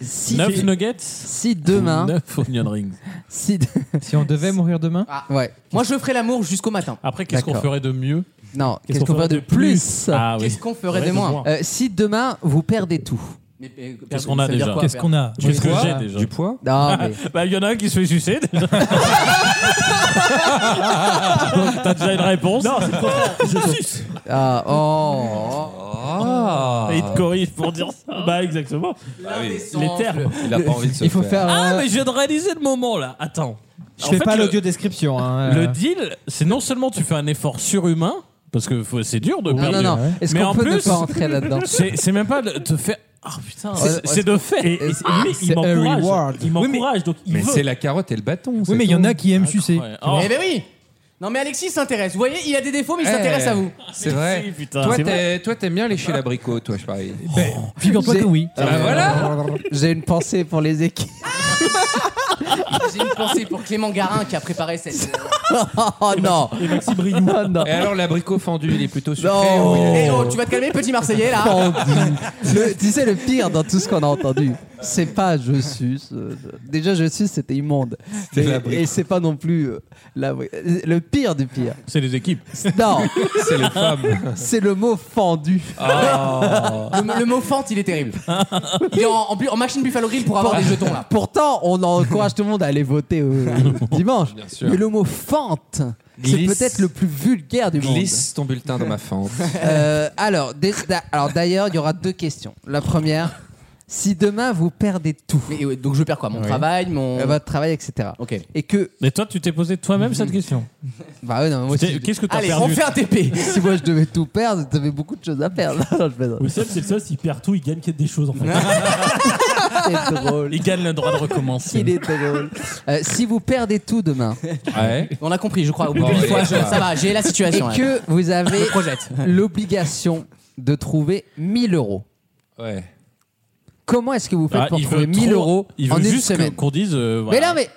Speaker 6: si,
Speaker 4: Neuf nuggets
Speaker 6: si demain,
Speaker 4: ou neuf onion rings.
Speaker 6: si,
Speaker 7: Si on devait mourir demain
Speaker 6: <laughs> ouais,
Speaker 2: Moi, je ferai l'amour jusqu'au matin.
Speaker 4: Après, qu'est-ce qu'on
Speaker 6: D'accord.
Speaker 4: ferait de mieux
Speaker 6: non, qu'est-ce qu'on ferait de plus
Speaker 4: Ah oui.
Speaker 2: Qu'est-ce qu'on ferait
Speaker 4: Ouais,
Speaker 2: de
Speaker 4: de
Speaker 2: moins
Speaker 4: moins.
Speaker 6: Euh, si demain vous perdez tout,
Speaker 2: Mais, mais,
Speaker 4: Qu'est-ce qu'on a
Speaker 2: ça veut dire
Speaker 4: déjà
Speaker 2: quoi,
Speaker 5: Qu'est-ce
Speaker 2: faire
Speaker 5: qu'on a Oui,
Speaker 4: Qu'est-ce que
Speaker 5: quoi
Speaker 4: j'ai déjà
Speaker 7: Du poids
Speaker 6: non mais
Speaker 4: Bah, il y en a un qui se fait sucer.
Speaker 13: <laughs>
Speaker 4: déjà. T'as déjà une réponse Non, c'est
Speaker 13: Je suce.
Speaker 6: ah, oh,
Speaker 4: Et il te corrige pour dire ça. Bah, exactement. Les termes.
Speaker 8: Ah Il a pas envie de se
Speaker 7: Il faut faire.
Speaker 4: Ah,
Speaker 7: euh,
Speaker 4: mais je viens de réaliser le moment là. Attends.
Speaker 7: je
Speaker 4: En
Speaker 7: fais
Speaker 4: fait,
Speaker 7: pas
Speaker 4: le-
Speaker 7: l'audio description. hein,
Speaker 4: Le
Speaker 7: euh.
Speaker 4: deal, c'est non seulement tu fais un effort surhumain, parce que faut- c'est dur de
Speaker 6: non
Speaker 4: perdre.
Speaker 6: non non. Est-ce
Speaker 4: Mais
Speaker 6: qu'on
Speaker 4: en
Speaker 6: peut ne
Speaker 4: plus-
Speaker 6: pas entrer là-dedans
Speaker 4: <laughs> C'est c'est même pas de te faire. Ah putain,
Speaker 6: C'est-
Speaker 4: c'est c'est de faire.
Speaker 13: Et, et- et lui, il
Speaker 7: un
Speaker 13: m'encourage.
Speaker 7: reward.
Speaker 13: Il m'encourage, donc il
Speaker 8: Mais
Speaker 13: veut.
Speaker 8: c'est la carotte et le bâton.
Speaker 5: Oui, mais il y en a qui aiment sucer.
Speaker 4: Ouais. Oh,
Speaker 2: Eh ben oui Non, mais Alexis s'intéresse. Vous voyez, il a des défauts, mais il
Speaker 8: Eh.
Speaker 2: s'intéresse à vous.
Speaker 8: C'est
Speaker 4: si,
Speaker 8: vrai. Ben,
Speaker 4: putain.
Speaker 8: Toi,
Speaker 4: C'est
Speaker 8: t'es- toi, t'aimes bien lécher l'abricot, toi, je parie.
Speaker 5: Figure-toi
Speaker 6: J'ai-
Speaker 5: que oui.
Speaker 4: Bah,
Speaker 8: Ah, voilà
Speaker 6: J'ai une pensée pour les équipes.
Speaker 2: J'ai une pensée pour Clément Garin qui a préparé cette. euh,
Speaker 6: Oh non. Oh, non.
Speaker 8: Et alors, l'abricot fendu, il est plutôt sucré
Speaker 6: Non.
Speaker 8: ou il est-
Speaker 2: Eh oh, tu vas te calmer, petit Marseillais là
Speaker 6: Le- tu sais, le pire dans tout ce qu'on a entendu, c'est pas je suce. euh, déjà, je suce, c'était immonde.
Speaker 8: C'était
Speaker 6: Et-
Speaker 8: l'abricot.
Speaker 6: et c'est pas non plus euh, l'abri- euh, le pire du pire.
Speaker 4: C'est les équipes.
Speaker 6: Non,
Speaker 8: C'est les femmes.
Speaker 6: <laughs> c'est le mot fendu.
Speaker 2: le, le mot fente, il est terrible. Il est en, en bu- en machine Buffalo Grill pour avoir des jetons là.
Speaker 6: Pourtant, on encourage tout le monde à aller voter
Speaker 8: <laughs>
Speaker 6: euh, dimanche.
Speaker 8: Bien sûr.
Speaker 6: Mais le mot fente, c'est
Speaker 8: Glisse.
Speaker 6: peut-être le plus vulgaire du monde.
Speaker 8: Glisse ton bulletin dans ma fente.
Speaker 6: Euh, alors, dé- d'a- alors d'ailleurs, il y aura deux questions. La première, si demain vous perdez tout,
Speaker 2: Mais, ouais, donc je perds quoi Mon travail, mon.
Speaker 6: euh, votre travail, etc.
Speaker 2: Ok.
Speaker 6: Et que,
Speaker 4: Mais toi, tu t'es posé toi-même
Speaker 6: Mm.
Speaker 4: cette question.
Speaker 6: bah ouais, non, mais moi, si,
Speaker 4: T'es- Qu'est-ce que t'as
Speaker 2: Allez, on
Speaker 4: perdu
Speaker 2: fait un TP
Speaker 6: <laughs> si moi je devais tout perdre, j'avais beaucoup de choses à perdre. Non, je plaisante.
Speaker 13: Wissem, c'est le seul, s'il perd tout, il gagne des choses en fait.
Speaker 6: C'est
Speaker 4: <laughs>
Speaker 6: drôle.
Speaker 4: Il gagne le droit de recommencer.
Speaker 6: Il est drôle. Euh, si vous perdez tout demain
Speaker 8: Ouais.
Speaker 2: On a compris, je crois. Au bout
Speaker 8: Bon,
Speaker 2: de huit
Speaker 8: allez,
Speaker 2: fois, je-
Speaker 8: ça va.
Speaker 2: ça va, j'ai la
Speaker 6: et
Speaker 2: situation. là.
Speaker 6: que vous avez
Speaker 2: Je projette.
Speaker 6: l'obligation de trouver 1000 euros,
Speaker 8: Ouais.
Speaker 6: comment est-ce que vous faites
Speaker 4: Ah,
Speaker 6: pour
Speaker 4: il
Speaker 6: trouver
Speaker 4: veut
Speaker 6: 1000
Speaker 4: trop-
Speaker 6: euros
Speaker 4: il veut
Speaker 6: en une
Speaker 4: juste que-
Speaker 6: semaine
Speaker 4: qu'on dise. euh,
Speaker 6: Mais
Speaker 4: voilà.
Speaker 6: non, mais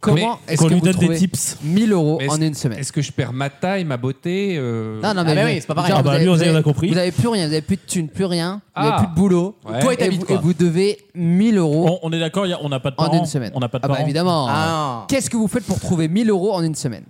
Speaker 6: Comment
Speaker 8: Mais
Speaker 6: est-ce
Speaker 8: qu'on
Speaker 6: que
Speaker 8: lui
Speaker 6: vous
Speaker 8: donne des
Speaker 6: trouvez
Speaker 8: tips
Speaker 6: 1000 euros
Speaker 8: Mais est-ce-
Speaker 6: en une semaine
Speaker 8: Est-ce que je perds ma taille, ma beauté euh,
Speaker 6: Non, non, mais, vous- genre, vous avez- vous avez- Vous avez plus rien, vous avez plus de thunes, plus rien, vous
Speaker 8: Ah.
Speaker 6: avez plus de boulot.
Speaker 8: Ouais. Toi et ta
Speaker 6: et,
Speaker 8: bite,
Speaker 6: vous,
Speaker 8: quoi.
Speaker 6: et vous devez 1000 euros.
Speaker 4: On, on est d'accord, y a- on n'a pas de
Speaker 6: En
Speaker 4: parents.
Speaker 6: une semaine.
Speaker 4: On n'a pas de
Speaker 6: Ah bah
Speaker 4: parents. <laughs>
Speaker 6: évidemment.
Speaker 4: Ah.
Speaker 2: Ah.
Speaker 6: Qu'est-ce que vous faites pour trouver 1000 euros en une semaine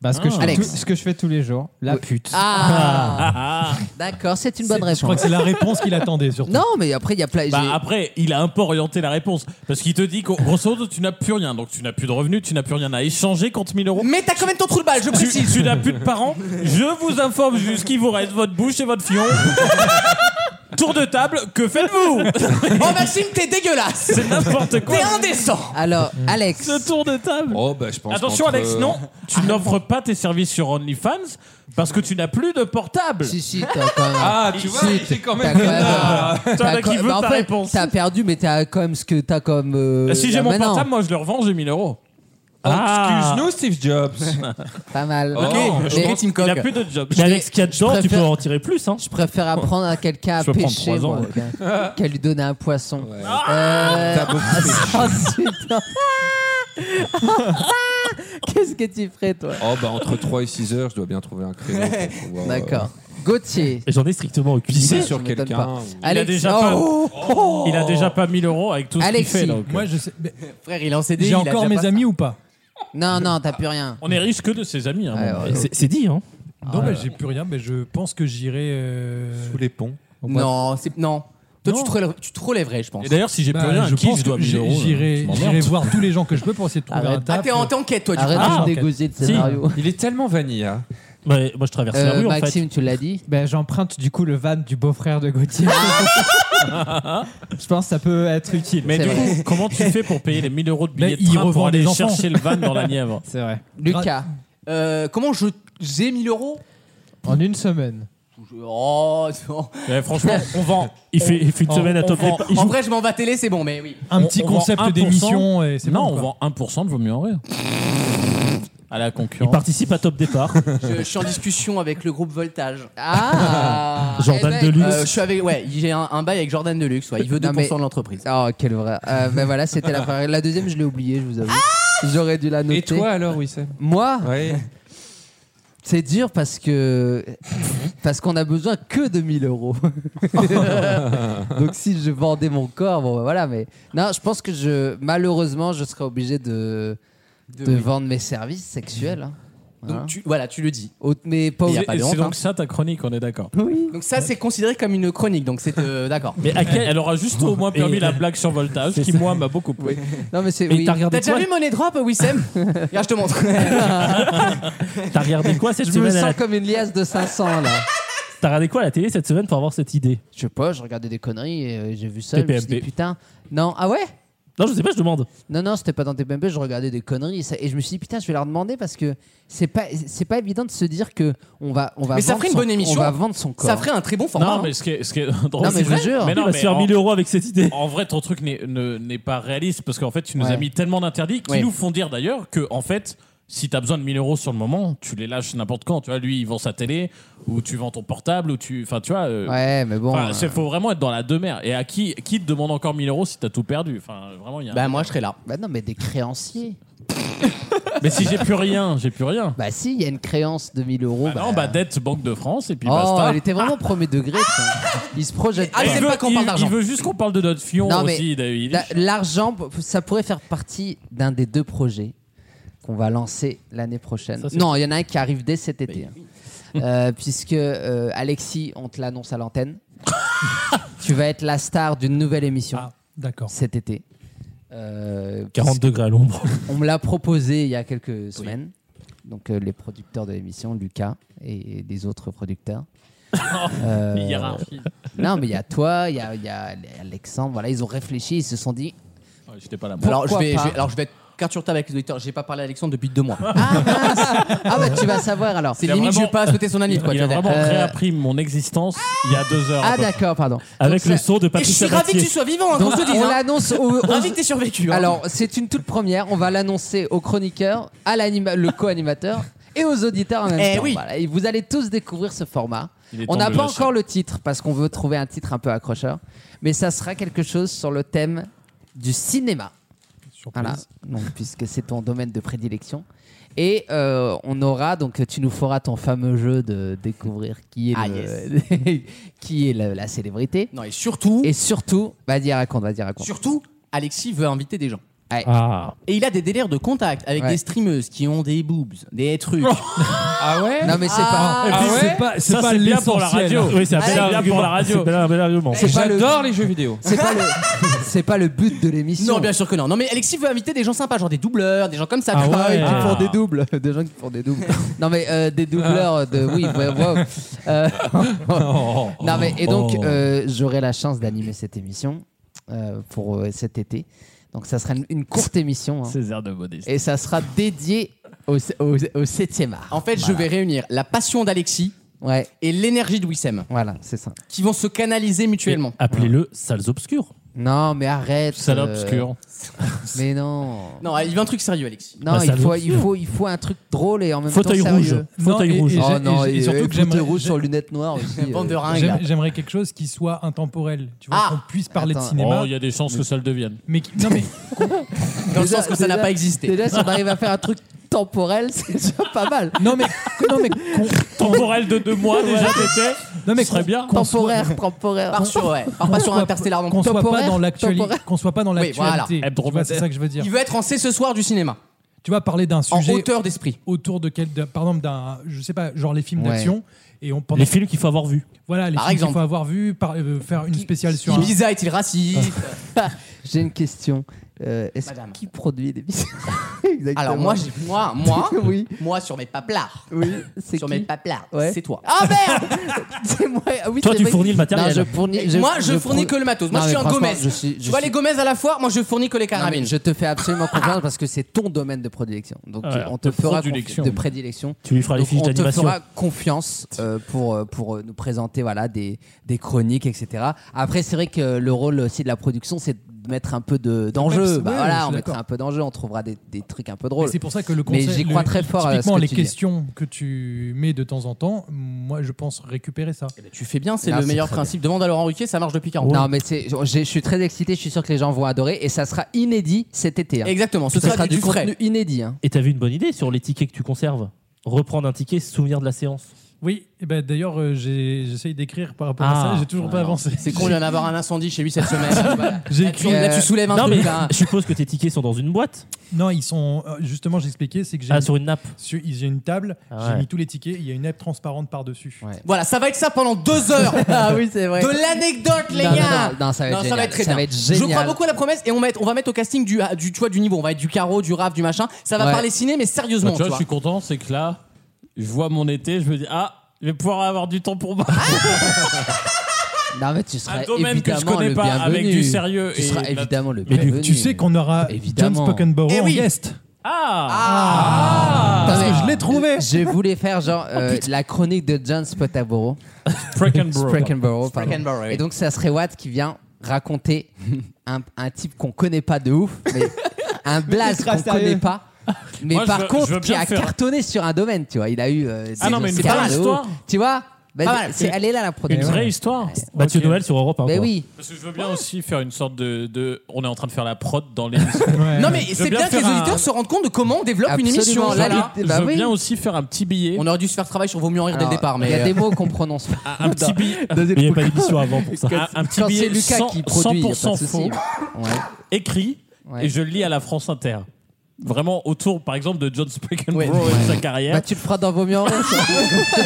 Speaker 7: Bah, ce, que je fais
Speaker 6: Alex.
Speaker 7: tout- ce que je fais tous les jours, la pute.
Speaker 6: Ah. D'accord, c'est une bonne réponse.
Speaker 5: attendait surtout.
Speaker 6: Non, mais après, il y a plein.
Speaker 4: Bah,
Speaker 6: j'ai-
Speaker 4: après, il a un peu orienté la réponse. Parce qu'il te dit qu'au grosso modo, tu n'as plus rien. Donc, tu n'as plus de revenus, tu n'as plus rien à échanger contre 1000 euros.
Speaker 2: Mais t'as quand même ton trou de balle, je
Speaker 4: <laughs> précise. Tu, n'as plus de parents. Je vous informe jusqu'il vous reste votre bouche et votre fion. <laughs> Tour de table, que faites-vous
Speaker 2: Oh Maxime, t'es dégueulasse
Speaker 4: C'est n'importe quoi.
Speaker 2: T'es indécent
Speaker 6: Alors, Alex.
Speaker 4: Ce tour de table.
Speaker 8: Oh, bah, je pense
Speaker 4: Attention,
Speaker 8: qu'entre-
Speaker 4: Alex, non, tu
Speaker 6: Ah,
Speaker 4: n'offres pas tes services sur OnlyFans parce que tu n'as plus de portable. Si,
Speaker 6: si, t'as quand même.
Speaker 4: Ah, tu vois,
Speaker 8: euh,
Speaker 6: Si,
Speaker 4: j'ai quand
Speaker 6: t'as
Speaker 4: même.
Speaker 6: quand même,
Speaker 4: Ah,
Speaker 6: euh,
Speaker 4: T'en
Speaker 6: t'as
Speaker 4: as qui
Speaker 6: quand-
Speaker 4: veut
Speaker 6: bah, en
Speaker 4: ta
Speaker 6: fait,
Speaker 4: réponse. Ah,
Speaker 6: T'as perdu, mais t'as quand même ce que t'as comme. euh,
Speaker 4: Bah, si j'ai
Speaker 6: là
Speaker 4: mon
Speaker 6: maintenant.
Speaker 4: portable, moi je le revends, j'ai 1000 euros.
Speaker 8: Ah,
Speaker 4: Ah,
Speaker 8: Excuse-nous, Steve Jobs. <laughs>
Speaker 6: Pas mal.
Speaker 4: Ok,
Speaker 6: Mais-
Speaker 4: je pense qu'il a plus de job.
Speaker 6: Je vais- je préfère-
Speaker 13: tirer plus. hein.
Speaker 6: Je préfère apprendre à quelqu'un à
Speaker 4: Je peux prendre
Speaker 6: pêcher
Speaker 4: trois ans, Ah
Speaker 6: moi,
Speaker 4: ouais.
Speaker 6: qu'à- qu'à lui donner un poisson. Euh,
Speaker 4: T'as <laughs>
Speaker 6: <laughs> ensuite- Qu'est-ce que tu ferais, toi
Speaker 8: Oh, bah, entre 3 et 6 heures, je dois bien trouver un créneau. pour pouvoir, euh,
Speaker 6: D'accord. Gauthier.
Speaker 13: J'en ai strictement aucune
Speaker 8: Pisser
Speaker 13: idée.
Speaker 8: sur
Speaker 13: Ça m'étonne
Speaker 8: quelqu'un.
Speaker 13: pas.
Speaker 8: ou-
Speaker 4: Il a,
Speaker 6: Alexis-
Speaker 4: déjà pas,
Speaker 6: Oh
Speaker 4: il a déjà pas 1000 euros avec tout ce qu'il
Speaker 6: Alexis.
Speaker 4: fait. Donc. euh,
Speaker 5: Moi, je sais. mais-
Speaker 2: Frère, il est en CD.
Speaker 5: J'ai encore mes amis ou pas
Speaker 6: Non, non, t'as plus rien.
Speaker 4: On est riche que de ses amis. hein, bon.
Speaker 5: ouais.
Speaker 13: C'est dit, hein
Speaker 5: Non, bah, j'ai plus rien, mais je pense que j'irai. euh,
Speaker 8: Sous les ponts.
Speaker 2: Non, c'est. Non. Toi,
Speaker 5: Non.
Speaker 2: tu te, relèverais- tu te relèverais, je pense.
Speaker 4: Et d'ailleurs, si j'ai
Speaker 5: Bah,
Speaker 4: plus rien, à
Speaker 5: je
Speaker 4: qui
Speaker 5: pense
Speaker 4: je dois
Speaker 5: que
Speaker 4: 1000 euros euh,
Speaker 5: j'irai j'irai voir tous les gens que je peux pour essayer de trouver
Speaker 2: Arrête.
Speaker 5: un
Speaker 2: Ah,
Speaker 5: taf.
Speaker 2: t'es
Speaker 7: euh,
Speaker 2: en t'enquête, toi, du
Speaker 5: Arrête
Speaker 2: coup.
Speaker 5: de
Speaker 2: Ah,
Speaker 5: me
Speaker 2: ok.
Speaker 5: dégoûter de
Speaker 2: Si.
Speaker 5: scénario.
Speaker 8: Il est tellement vanilla.
Speaker 13: Ouais, moi je traverse la
Speaker 6: Euh,
Speaker 13: rue
Speaker 6: Maxime, tu l'as dit.
Speaker 7: Ben, J'emprunte du coup le van du beau-frère de Gauthier. je pense que ça peut être utile.
Speaker 4: Mais du coup, comment tu fais pour payer les 1000 euros de billets
Speaker 7: Mais il
Speaker 4: de train pour
Speaker 7: revend
Speaker 4: aller
Speaker 7: des enfants.
Speaker 4: chercher le van dans la
Speaker 5: <laughs>
Speaker 4: Nièvre
Speaker 7: C'est vrai.
Speaker 6: Lucas.
Speaker 2: Euh, comment je. J'ai 1000 euros
Speaker 7: En une semaine.
Speaker 2: Oh, non.
Speaker 4: Ouais, Franchement, on vend.
Speaker 13: Il fait, il fait une
Speaker 4: On-
Speaker 13: semaine à
Speaker 4: on
Speaker 13: top
Speaker 4: vend-
Speaker 13: Il
Speaker 2: En
Speaker 13: joue-
Speaker 2: vrai, je m'en vais à télé, c'est bon, mais oui.
Speaker 5: Un
Speaker 4: On-
Speaker 5: petit
Speaker 4: on vend
Speaker 5: concept
Speaker 4: 1%.
Speaker 5: d'émission et c'est
Speaker 4: Non,
Speaker 5: bon, quoi.
Speaker 4: on vend 1% de vaut mieux en rire. à la
Speaker 13: Il
Speaker 4: concurrence.
Speaker 13: participe à top départ.
Speaker 2: Je, je suis en discussion avec le groupe Voltage.
Speaker 6: Ah
Speaker 13: Jordan
Speaker 6: ben,
Speaker 13: Deluxe.
Speaker 2: Euh, je suis avec. Ouais, j'ai un, un bail avec Jordan Deluxe, ouais. Il veut 2%
Speaker 6: Non, mais-
Speaker 2: de l'entreprise.
Speaker 6: Oh, quel vrai. Euh, ben voilà, c'était la première. La deuxième, je l'ai oubliée, je vous avoue. J'aurais dû la noter.
Speaker 8: Et toi alors, Wissem
Speaker 6: Moi,
Speaker 8: Ouais.
Speaker 6: c'est dur parce que. parce qu'on a besoin que de 1000 euros. Donc si je vendais mon corps, bon ben voilà, mais. Non, je pense que je. Malheureusement, je serais obligé de.
Speaker 2: oui.
Speaker 6: de, vendre mes services sexuels. hein.
Speaker 2: Donc,
Speaker 6: Voilà.
Speaker 2: tu, voilà, tu le dis.
Speaker 6: Au- Mais pas
Speaker 2: Mais
Speaker 6: au-
Speaker 2: y a pas de honte,
Speaker 4: C'est
Speaker 2: hein.
Speaker 4: donc ça ta chronique, on est d'accord.
Speaker 2: Donc, ça, c'est considéré comme une chronique, donc c'est. euh, D'accord.
Speaker 4: Mais à quel- elle aura juste au moins permis
Speaker 13: Et-
Speaker 4: la blague sur Voltage, qui moi m'a beaucoup plu.
Speaker 6: Non, mais c'est.
Speaker 13: Et
Speaker 6: oui.
Speaker 13: t'as regardé
Speaker 2: T'as déjà
Speaker 13: quoi
Speaker 2: vu Money Drop, Wissem Là, je te montre.
Speaker 13: T'as regardé quoi cette
Speaker 6: Je me
Speaker 13: semaine à la-
Speaker 6: sens comme une liasse de 500 là.
Speaker 13: T'as regardé quoi à la télé cette semaine pour avoir cette idée
Speaker 6: <laughs> Je sais pas, je regardais des conneries et euh, j'ai vu ça. je me suis dit,
Speaker 4: TPMP.
Speaker 6: putain. Non, ah ouais
Speaker 13: Non, je sais pas, je demande.
Speaker 6: Non, non, c'était pas dans TPMP, je regardais des conneries. Et, ça- et je me suis dit, putain, je vais leur demander parce que c'est pas, c'est pas évident de se dire que on va, on va
Speaker 2: Mais ça
Speaker 6: vendre
Speaker 2: ferait une
Speaker 6: son-
Speaker 2: bonne émission.
Speaker 6: On va vendre son corps.
Speaker 2: Ça ferait un très bon format.
Speaker 4: Non,
Speaker 2: hein.
Speaker 4: mais ce qui est, ce qui est
Speaker 6: Non,
Speaker 4: drôle,
Speaker 6: mais
Speaker 4: c'est
Speaker 6: je vous jure.
Speaker 4: Mais non,
Speaker 13: il va
Speaker 4: mais
Speaker 13: se faire
Speaker 4: en-
Speaker 13: 1000 euros avec cette idée.
Speaker 4: En vrai, ton truc n'est ne- n'est pas réaliste parce qu'en fait, tu nous
Speaker 6: Ouais.
Speaker 4: as mis tellement d'interdits qui
Speaker 2: Ouais.
Speaker 4: nous font dire d'ailleurs que, en fait, si t'as besoin de 1000 euros sur le moment, tu les lâches n'importe quand. Tu vois, lui, il vend sa télé ou tu vends ton portable ou tu. Enfin, tu vois. euh,
Speaker 6: Ouais, mais bon.
Speaker 4: enfin,
Speaker 6: euh,
Speaker 4: c'est- faut vraiment être dans la demeure. Et à qui, qui te demande encore 1000 euros si t'as tout perdu Enfin, vraiment, il y a.
Speaker 2: Bah, moi, je serais là.
Speaker 6: Bah non, mais des créanciers.
Speaker 4: Mais si j'ai plus rien, j'ai plus rien.
Speaker 6: Bah si, il y a une créance de 1000 euros.
Speaker 4: Bah non, bah dette Banque de France et puis
Speaker 6: Oh,
Speaker 4: basta.
Speaker 6: elle était vraiment premier degré. putain. Il se projette.
Speaker 2: Ah,
Speaker 6: pas.
Speaker 2: il
Speaker 4: Il
Speaker 2: aime
Speaker 4: veut-
Speaker 2: pas qu'on parle
Speaker 4: il-
Speaker 2: d'argent.
Speaker 4: Il veut juste qu'on parle de notre fion
Speaker 6: Non, mais
Speaker 4: aussi. David.
Speaker 6: La- L'argent, ça pourrait faire partie d'un des deux projets qu'on va lancer l'année prochaine.
Speaker 13: Ça, c'est-
Speaker 6: non, il y en a un qui arrive dès cet été. hein. Euh, puisque euh, Alexis, on te l'annonce à l'antenne. tu vas être la star d'une nouvelle émission
Speaker 5: Ah, d'accord.
Speaker 6: cet été. Euh,
Speaker 13: 40 degrés à l'ombre.
Speaker 6: on me l'a proposé il y a quelques semaines. Donc euh, les producteurs de l'émission, Lucas et les autres producteurs. Euh,
Speaker 4: Hiérarchie.
Speaker 6: non, mais il y a toi, il y a, il y a Alexandre. Voilà, ils ont réfléchi, ils se sont dit.
Speaker 4: Ouais, J'étais pas là.
Speaker 2: Alors, je
Speaker 6: pourquoi
Speaker 2: vais, je
Speaker 6: pas
Speaker 2: vais- alors, je vais être carte sur table avec les auditeurs. J'ai pas parlé à Alexandre depuis deux mois.
Speaker 6: Ah mince Ah bah tu vas savoir alors.
Speaker 2: C'est
Speaker 4: Il a
Speaker 2: limite, je
Speaker 4: vraiment-
Speaker 2: vais pas souhaiter son année, quoi.
Speaker 4: Il
Speaker 2: tu
Speaker 4: a
Speaker 2: vois.
Speaker 4: vraiment
Speaker 6: Euh,
Speaker 4: réappris mon existence il y a deux heures. à
Speaker 6: Ah
Speaker 4: peu près.
Speaker 6: d'accord, pardon.
Speaker 13: Avec
Speaker 6: Donc,
Speaker 13: le
Speaker 6: ça-
Speaker 13: son de
Speaker 2: Et je
Speaker 13: Patrick
Speaker 2: suis ravi que tu
Speaker 13: Sabatier.
Speaker 2: sois vivant, hein, qu'on
Speaker 6: donc,
Speaker 2: se le dise.
Speaker 6: on
Speaker 2: hein.
Speaker 6: l'annonce au... au-
Speaker 2: Ravi que t'aies survécu. hein.
Speaker 6: Alors c'est une toute première, on va l'annoncer aux chroniqueurs, à l'anima- le co-animateur et aux auditeurs en même
Speaker 2: Eh
Speaker 6: temps.
Speaker 2: oui.
Speaker 6: Voilà. Et vous allez tous découvrir ce format.
Speaker 4: Il est temps
Speaker 6: On n'a
Speaker 4: de
Speaker 6: pas
Speaker 4: lâcher.
Speaker 6: encore le titre parce qu'on veut trouver un titre un peu accrocheur, mais ça sera quelque chose sur le thème du cinéma. Voilà, donc, puisque c'est ton domaine de prédilection. Et euh, on aura, donc tu nous feras ton fameux jeu de découvrir qui est,
Speaker 2: Ah,
Speaker 6: le- <laughs> qui est la, la célébrité.
Speaker 2: Non, et surtout.
Speaker 6: Et surtout, vas-y, raconte, vas-y, raconte.
Speaker 2: Surtout, Alexis veut inviter des gens.
Speaker 6: Ah.
Speaker 2: Et il a des délires de contact avec
Speaker 6: Ouais.
Speaker 2: des streameuses qui ont des boobs, des trucs.
Speaker 6: ah ouais Non, mais c'est pas-
Speaker 2: Et puis
Speaker 6: Ah ouais
Speaker 2: c'est pas.
Speaker 13: Ça, c'est bien pour la
Speaker 2: l'essentiel.
Speaker 13: radio. Oui, c'est un bel
Speaker 2: Allez.
Speaker 13: argument. C'est un bel argument.
Speaker 6: C'est pas le-
Speaker 8: J'adore les jeux vidéo.
Speaker 6: C'est pas, le- c'est pas le but de l'émission.
Speaker 2: Non, bien sûr que non. Non, mais Alexis veut inviter des gens sympas, genre des doubleurs, des gens comme ça.
Speaker 6: Ah
Speaker 2: quoi.
Speaker 6: ouais, qui font des
Speaker 2: doubles.
Speaker 6: <laughs> Des gens qui font des doubles. non, mais euh, des doubleurs de. Oui, ouais, wow. Euh,
Speaker 2: <laughs>
Speaker 6: non, mais et donc,
Speaker 2: Oh.
Speaker 6: euh, j'aurai la chance d'animer cette émission euh, pour euh, cet été. Donc, ça sera une, une courte émission. hein.
Speaker 4: Césaire de modestie.
Speaker 6: Et ça sera dédié au, au, au 7e art.
Speaker 2: En fait, je
Speaker 6: Voilà.
Speaker 2: vais réunir la passion d'Alexis et l'énergie de Wissem.
Speaker 6: Voilà, c'est ça.
Speaker 2: Qui vont se canaliser mutuellement.
Speaker 13: Appelez-le Salles Obscures.
Speaker 6: Non, mais arrête.
Speaker 13: Salope
Speaker 6: euh,
Speaker 13: obscure.
Speaker 6: Mais non.
Speaker 2: Non, il veut un truc sérieux, Alexis.
Speaker 6: Non, il, faut, il, faut, il faut un truc drôle et en même
Speaker 2: Bah, Fauteuil
Speaker 6: temps
Speaker 2: rouge.
Speaker 6: sérieux.
Speaker 2: Fauteuil
Speaker 6: Non, et-
Speaker 2: rouge.
Speaker 6: et-
Speaker 2: Oh non,
Speaker 6: et-
Speaker 2: et-
Speaker 6: surtout
Speaker 2: et
Speaker 6: que j'aimerais
Speaker 2: fauteuil rouge sur
Speaker 6: lunettes <laughs> noires aussi. euh.
Speaker 2: Bande de ringues.
Speaker 5: J'aime- J'aimerais quelque chose qui soit intemporel. Tu
Speaker 2: Ah
Speaker 5: vois, qu'on puisse parler de cinéma.
Speaker 4: Oh, il y a des chances que ça
Speaker 13: <laughs>
Speaker 4: le devienne.
Speaker 5: Mais qui-
Speaker 4: <laughs>
Speaker 5: non, mais
Speaker 2: Dans le sens que ça n'a pas existé.
Speaker 6: Déjà, si on arrive à faire un truc temporel, c'est déjà
Speaker 2: <laughs>
Speaker 6: pas mal.
Speaker 5: Non, mais. Non, mais
Speaker 4: Temporel de deux mois déjà, t'étais.
Speaker 5: Non mais
Speaker 4: Ce serait bien.
Speaker 6: Temporaire, temporaire.
Speaker 2: Par sur, ouais. Par pas sur
Speaker 5: soit-
Speaker 2: Interstellar non
Speaker 5: qu'on
Speaker 2: plus.
Speaker 5: soit pas dans l'actualité,
Speaker 2: Temporaire.
Speaker 5: qu'on soit pas dans
Speaker 2: Oui,
Speaker 5: l'actualité.
Speaker 2: voilà.
Speaker 5: Tu vois, c'est ça que je veux dire.
Speaker 2: Il veut être en C ce soir du cinéma.
Speaker 5: Tu vas parler d'un
Speaker 2: En
Speaker 5: sujet
Speaker 2: hauteur d'esprit.
Speaker 5: autour de quel, de- par exemple d'un, je sais pas, genre les films
Speaker 2: Ouais.
Speaker 5: d'action et on pendant-
Speaker 13: Les films qu'il faut avoir vus.
Speaker 5: Voilà, les
Speaker 2: Par
Speaker 5: films qu'il
Speaker 2: exemple.
Speaker 5: faut avoir vus, par- euh, faire une spéciale sur. un-
Speaker 2: Ibiza est-il raciste
Speaker 6: J'ai une question. Euh, Est-ce
Speaker 2: Madame.
Speaker 6: qu'il produit des
Speaker 2: <laughs>
Speaker 6: bisous
Speaker 2: Alors moi, j'ai- moi, moi,
Speaker 6: Ah. <laughs> Oui.
Speaker 2: moi sur mes paplards.
Speaker 6: c'est
Speaker 2: sur
Speaker 6: qui
Speaker 2: mes paplards.
Speaker 6: Ouais.
Speaker 2: C'est toi.
Speaker 6: Ah merde
Speaker 2: <laughs>
Speaker 6: <laughs> C'est moi. Ah oui,
Speaker 2: Toi,
Speaker 6: c'est
Speaker 2: tu
Speaker 6: vrai.
Speaker 2: fournis le matériel.
Speaker 6: Non, je fournis,
Speaker 2: Moi, je fournis que le matos. Moi,
Speaker 6: Non,
Speaker 2: je suis
Speaker 6: mais
Speaker 2: un
Speaker 6: franchement,
Speaker 2: Gomez.
Speaker 6: Je suis, je
Speaker 2: tu vois
Speaker 6: suis-
Speaker 2: les Gomez à la foire, moi je fournis que les
Speaker 6: Non, mais
Speaker 2: carabines.
Speaker 6: je te fais absolument confiance parce que c'est ton domaine de prédilection. Donc
Speaker 2: Ah,
Speaker 6: tu- on te
Speaker 2: de
Speaker 6: fera
Speaker 2: prédilection.
Speaker 6: confi- de prédilection.
Speaker 13: Tu lui feras les
Speaker 6: Donc,
Speaker 13: fiches d'animation.
Speaker 6: On te fera confiance euh, pour euh, pour euh, nous présenter voilà des des chroniques etc. Après c'est vrai que le rôle aussi de la production c'est de mettre un peu de
Speaker 5: Ouais,
Speaker 6: d'enjeu.
Speaker 5: ouais,
Speaker 6: Bah
Speaker 5: je suis
Speaker 6: voilà,
Speaker 5: d'accord.
Speaker 6: on mettra un peu d'enjeu, on trouvera des, des trucs un peu
Speaker 5: Mais
Speaker 6: drôles.
Speaker 5: C'est pour ça que le
Speaker 6: Mais
Speaker 5: conseil.
Speaker 6: j'y crois
Speaker 5: le-
Speaker 6: très fort à ce
Speaker 5: Typiquement
Speaker 6: que
Speaker 5: les
Speaker 6: tu dis.
Speaker 5: questions que tu mets de temps en temps, moi je pense récupérer ça.
Speaker 2: tu fais bien, c'est le meilleur principe. Demande à Laurent Ruquier, ça marche depuis 40 ans.
Speaker 6: Non mais c'est, j'ai- je suis très excité, je suis sûr que les gens vont adorer et ça sera inédit cet été. hein.
Speaker 2: Exactement, ce
Speaker 6: Ça
Speaker 2: sera du- du frais.
Speaker 6: contenu inédit. hein.
Speaker 13: Et t'avais une bonne idée sur les tickets que tu conserves. Reprendre un ticket, se souvenir de la séance.
Speaker 5: Oui, et ben d'ailleurs euh, j'ai- j'essaye d'écrire par rapport à
Speaker 13: Ah.
Speaker 5: ça, j'ai toujours pas
Speaker 13: Alors,
Speaker 5: avancé.
Speaker 2: C'est con, il vient d'avoir un incendie chez lui cette
Speaker 6: <laughs>
Speaker 2: semaine. Voilà.
Speaker 5: <laughs> J'ai
Speaker 2: Là, tu-
Speaker 5: écrit,
Speaker 2: <laughs> Là,
Speaker 5: euh,
Speaker 2: tu soulèves un
Speaker 13: non,
Speaker 2: truc.
Speaker 13: mais
Speaker 2: hein.
Speaker 13: je suppose que tes tickets sont dans une boîte.
Speaker 5: Non, ils sont euh, justement, j'expliquais, c'est que j'ai
Speaker 13: Ah, sur une nappe.
Speaker 5: sur- j'ai une table,
Speaker 13: Ah ouais.
Speaker 5: j'ai mis tous les tickets, il y a une nappe transparente par dessus.
Speaker 2: Voilà, ça va être ça pendant deux heures.
Speaker 6: <laughs> Ah oui, c'est vrai.
Speaker 2: De l'anecdote, les
Speaker 6: Non, non,
Speaker 2: gars.
Speaker 6: non, non, ça va être génial.
Speaker 2: très
Speaker 6: Ça
Speaker 2: bien.
Speaker 6: va être
Speaker 2: Je crois
Speaker 6: génial.
Speaker 2: beaucoup à la promesse et on va mettre, on va mettre au casting du, du, tu vois, du niveau. On va être du carreau, du rap, du machin. Ça va
Speaker 4: Ouais.
Speaker 2: parler ciné, mais
Speaker 4: Bah,
Speaker 2: sérieusement.
Speaker 4: tu vois,
Speaker 2: tu
Speaker 4: je
Speaker 2: vois.
Speaker 4: suis content, c'est que là, je vois mon été, je me dis, ah, je vais pouvoir avoir du temps
Speaker 6: <laughs>
Speaker 4: pour moi.
Speaker 6: Non mais tu
Speaker 4: Un
Speaker 6: seras
Speaker 4: domaine que je
Speaker 6: évidemment
Speaker 4: connais
Speaker 6: le
Speaker 4: pas,
Speaker 6: bienvenu.
Speaker 4: avec du sérieux
Speaker 6: Tu
Speaker 4: et
Speaker 6: seras
Speaker 4: la-
Speaker 6: évidemment le
Speaker 5: Mais
Speaker 6: bienvenu.
Speaker 5: tu sais qu'on aura
Speaker 6: Évidemment.
Speaker 5: John Spokenborough
Speaker 6: Eh
Speaker 5: en
Speaker 6: oui.
Speaker 5: guest.
Speaker 6: Ah.
Speaker 4: Ah.
Speaker 6: Parce
Speaker 5: que je l'ai trouvé.
Speaker 6: Je voulais faire genre euh, la chronique de John Spotaboro.
Speaker 4: Sprackenborough.
Speaker 6: Sprackenborough, pardon.
Speaker 2: Sprackenborough, oui.
Speaker 6: Et donc ça serait Watt qui vient raconter un, un type qu'on connaît pas de ouf,
Speaker 2: <laughs>
Speaker 6: mais un blaze
Speaker 7: ultra
Speaker 6: qu'on
Speaker 7: sérieux.
Speaker 6: connaît pas. Mais
Speaker 7: Moi, je
Speaker 6: par
Speaker 7: veux- je
Speaker 6: contre,
Speaker 7: veux
Speaker 6: qui
Speaker 7: bien
Speaker 6: a
Speaker 7: faire.
Speaker 6: cartonné sur un domaine, tu vois. Il a eu. euh, des
Speaker 4: Ah non, mais une
Speaker 6: Oscars
Speaker 4: vraie
Speaker 6: de ouf.
Speaker 4: histoire.
Speaker 6: Tu vois Bah,
Speaker 4: Pas mal.
Speaker 6: c'est- Elle est là la
Speaker 4: Une
Speaker 6: production.
Speaker 4: vraie histoire.
Speaker 13: Mathieu
Speaker 4: Ok.
Speaker 13: Noël sur Europe 1.
Speaker 6: Mais
Speaker 4: hein.
Speaker 13: quoi.
Speaker 6: Bah oui.
Speaker 4: Parce que je veux bien aussi faire une sorte de, de- On est en train de faire la prod dans l'émission.
Speaker 2: Non, mais
Speaker 4: Je veux
Speaker 2: c'est bien, que
Speaker 4: faire
Speaker 2: les auditeurs
Speaker 4: un-
Speaker 2: se rendent compte de comment on développe une
Speaker 6: Absolument,
Speaker 2: émission.
Speaker 6: là,
Speaker 2: Voilà.
Speaker 6: l'idée- bah
Speaker 4: je veux
Speaker 6: oui.
Speaker 4: bien aussi faire un petit billet.
Speaker 2: On aurait dû se faire travail sur Vaut mieux en rire dès
Speaker 6: Alors,
Speaker 2: le départ, mais.
Speaker 6: Ah, Il y a des
Speaker 2: euh,
Speaker 6: mots qu'on prononce
Speaker 4: <laughs>
Speaker 6: pas.
Speaker 4: Un, un petit billet.
Speaker 13: Mais il n'y avait pas d'émission avant pour ça.
Speaker 4: Un, un petit
Speaker 6: Quand
Speaker 4: billet
Speaker 6: c'est Lucas
Speaker 4: 100%,
Speaker 6: qui produit, y a pas de
Speaker 4: 100%
Speaker 6: souci.
Speaker 4: faux, écrit,
Speaker 6: Ouais.
Speaker 4: et je le lis à la France Inter. Vraiment autour, par exemple, de John Sprackenborough
Speaker 6: Ouais.
Speaker 4: et de sa carrière.
Speaker 6: Bah, tu le feras dans Vos mieux
Speaker 4: <laughs>
Speaker 6: en rire, ça.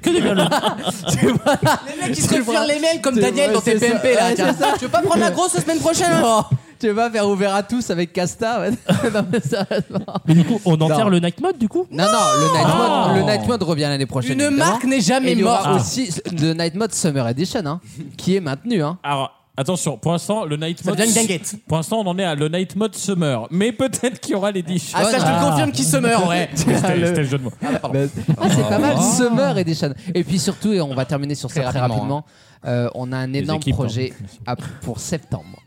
Speaker 4: Que devient le-
Speaker 2: Les <laughs> mecs, ils se refirent euh, les mails comme Daniel dans tes PMP, là. tiens. Tu veux pas prendre la grosse la semaine prochaine hein
Speaker 6: Oh, tu veux pas faire ouvert à tous avec Casta ouais. <laughs> Non, mais sérieusement.
Speaker 13: Mais du coup, on enterre
Speaker 6: Non.
Speaker 13: le night mode du coup
Speaker 6: Non, non, le Night,
Speaker 13: Non.
Speaker 6: Mode, le Night Mode revient l'année prochaine.
Speaker 2: Une
Speaker 6: évidemment.
Speaker 2: marque n'est jamais
Speaker 6: Et il y aura
Speaker 2: morte.
Speaker 6: aussi le Night Mode Summer Edition, hein, qui est maintenu. Hein.
Speaker 4: Alors, attention, pour l'instant, le night
Speaker 2: Ça
Speaker 4: mode.
Speaker 2: devient une dinguette.
Speaker 4: Pour l'instant, on en est à le night mode summer. Mais peut-être qu'il y aura les 10
Speaker 2: Ah, ça, je te confirme qu'il se meurt,
Speaker 6: <laughs>
Speaker 2: ouais.
Speaker 4: C'était c'était le jeu de mots.
Speaker 6: Ah, c'est pas mal, Summer Edition. Et puis surtout, et on va terminer sur ça très
Speaker 2: rapidement,
Speaker 6: rapidement, euh, on a un énorme
Speaker 4: équipes,
Speaker 6: projet à- pour septembre.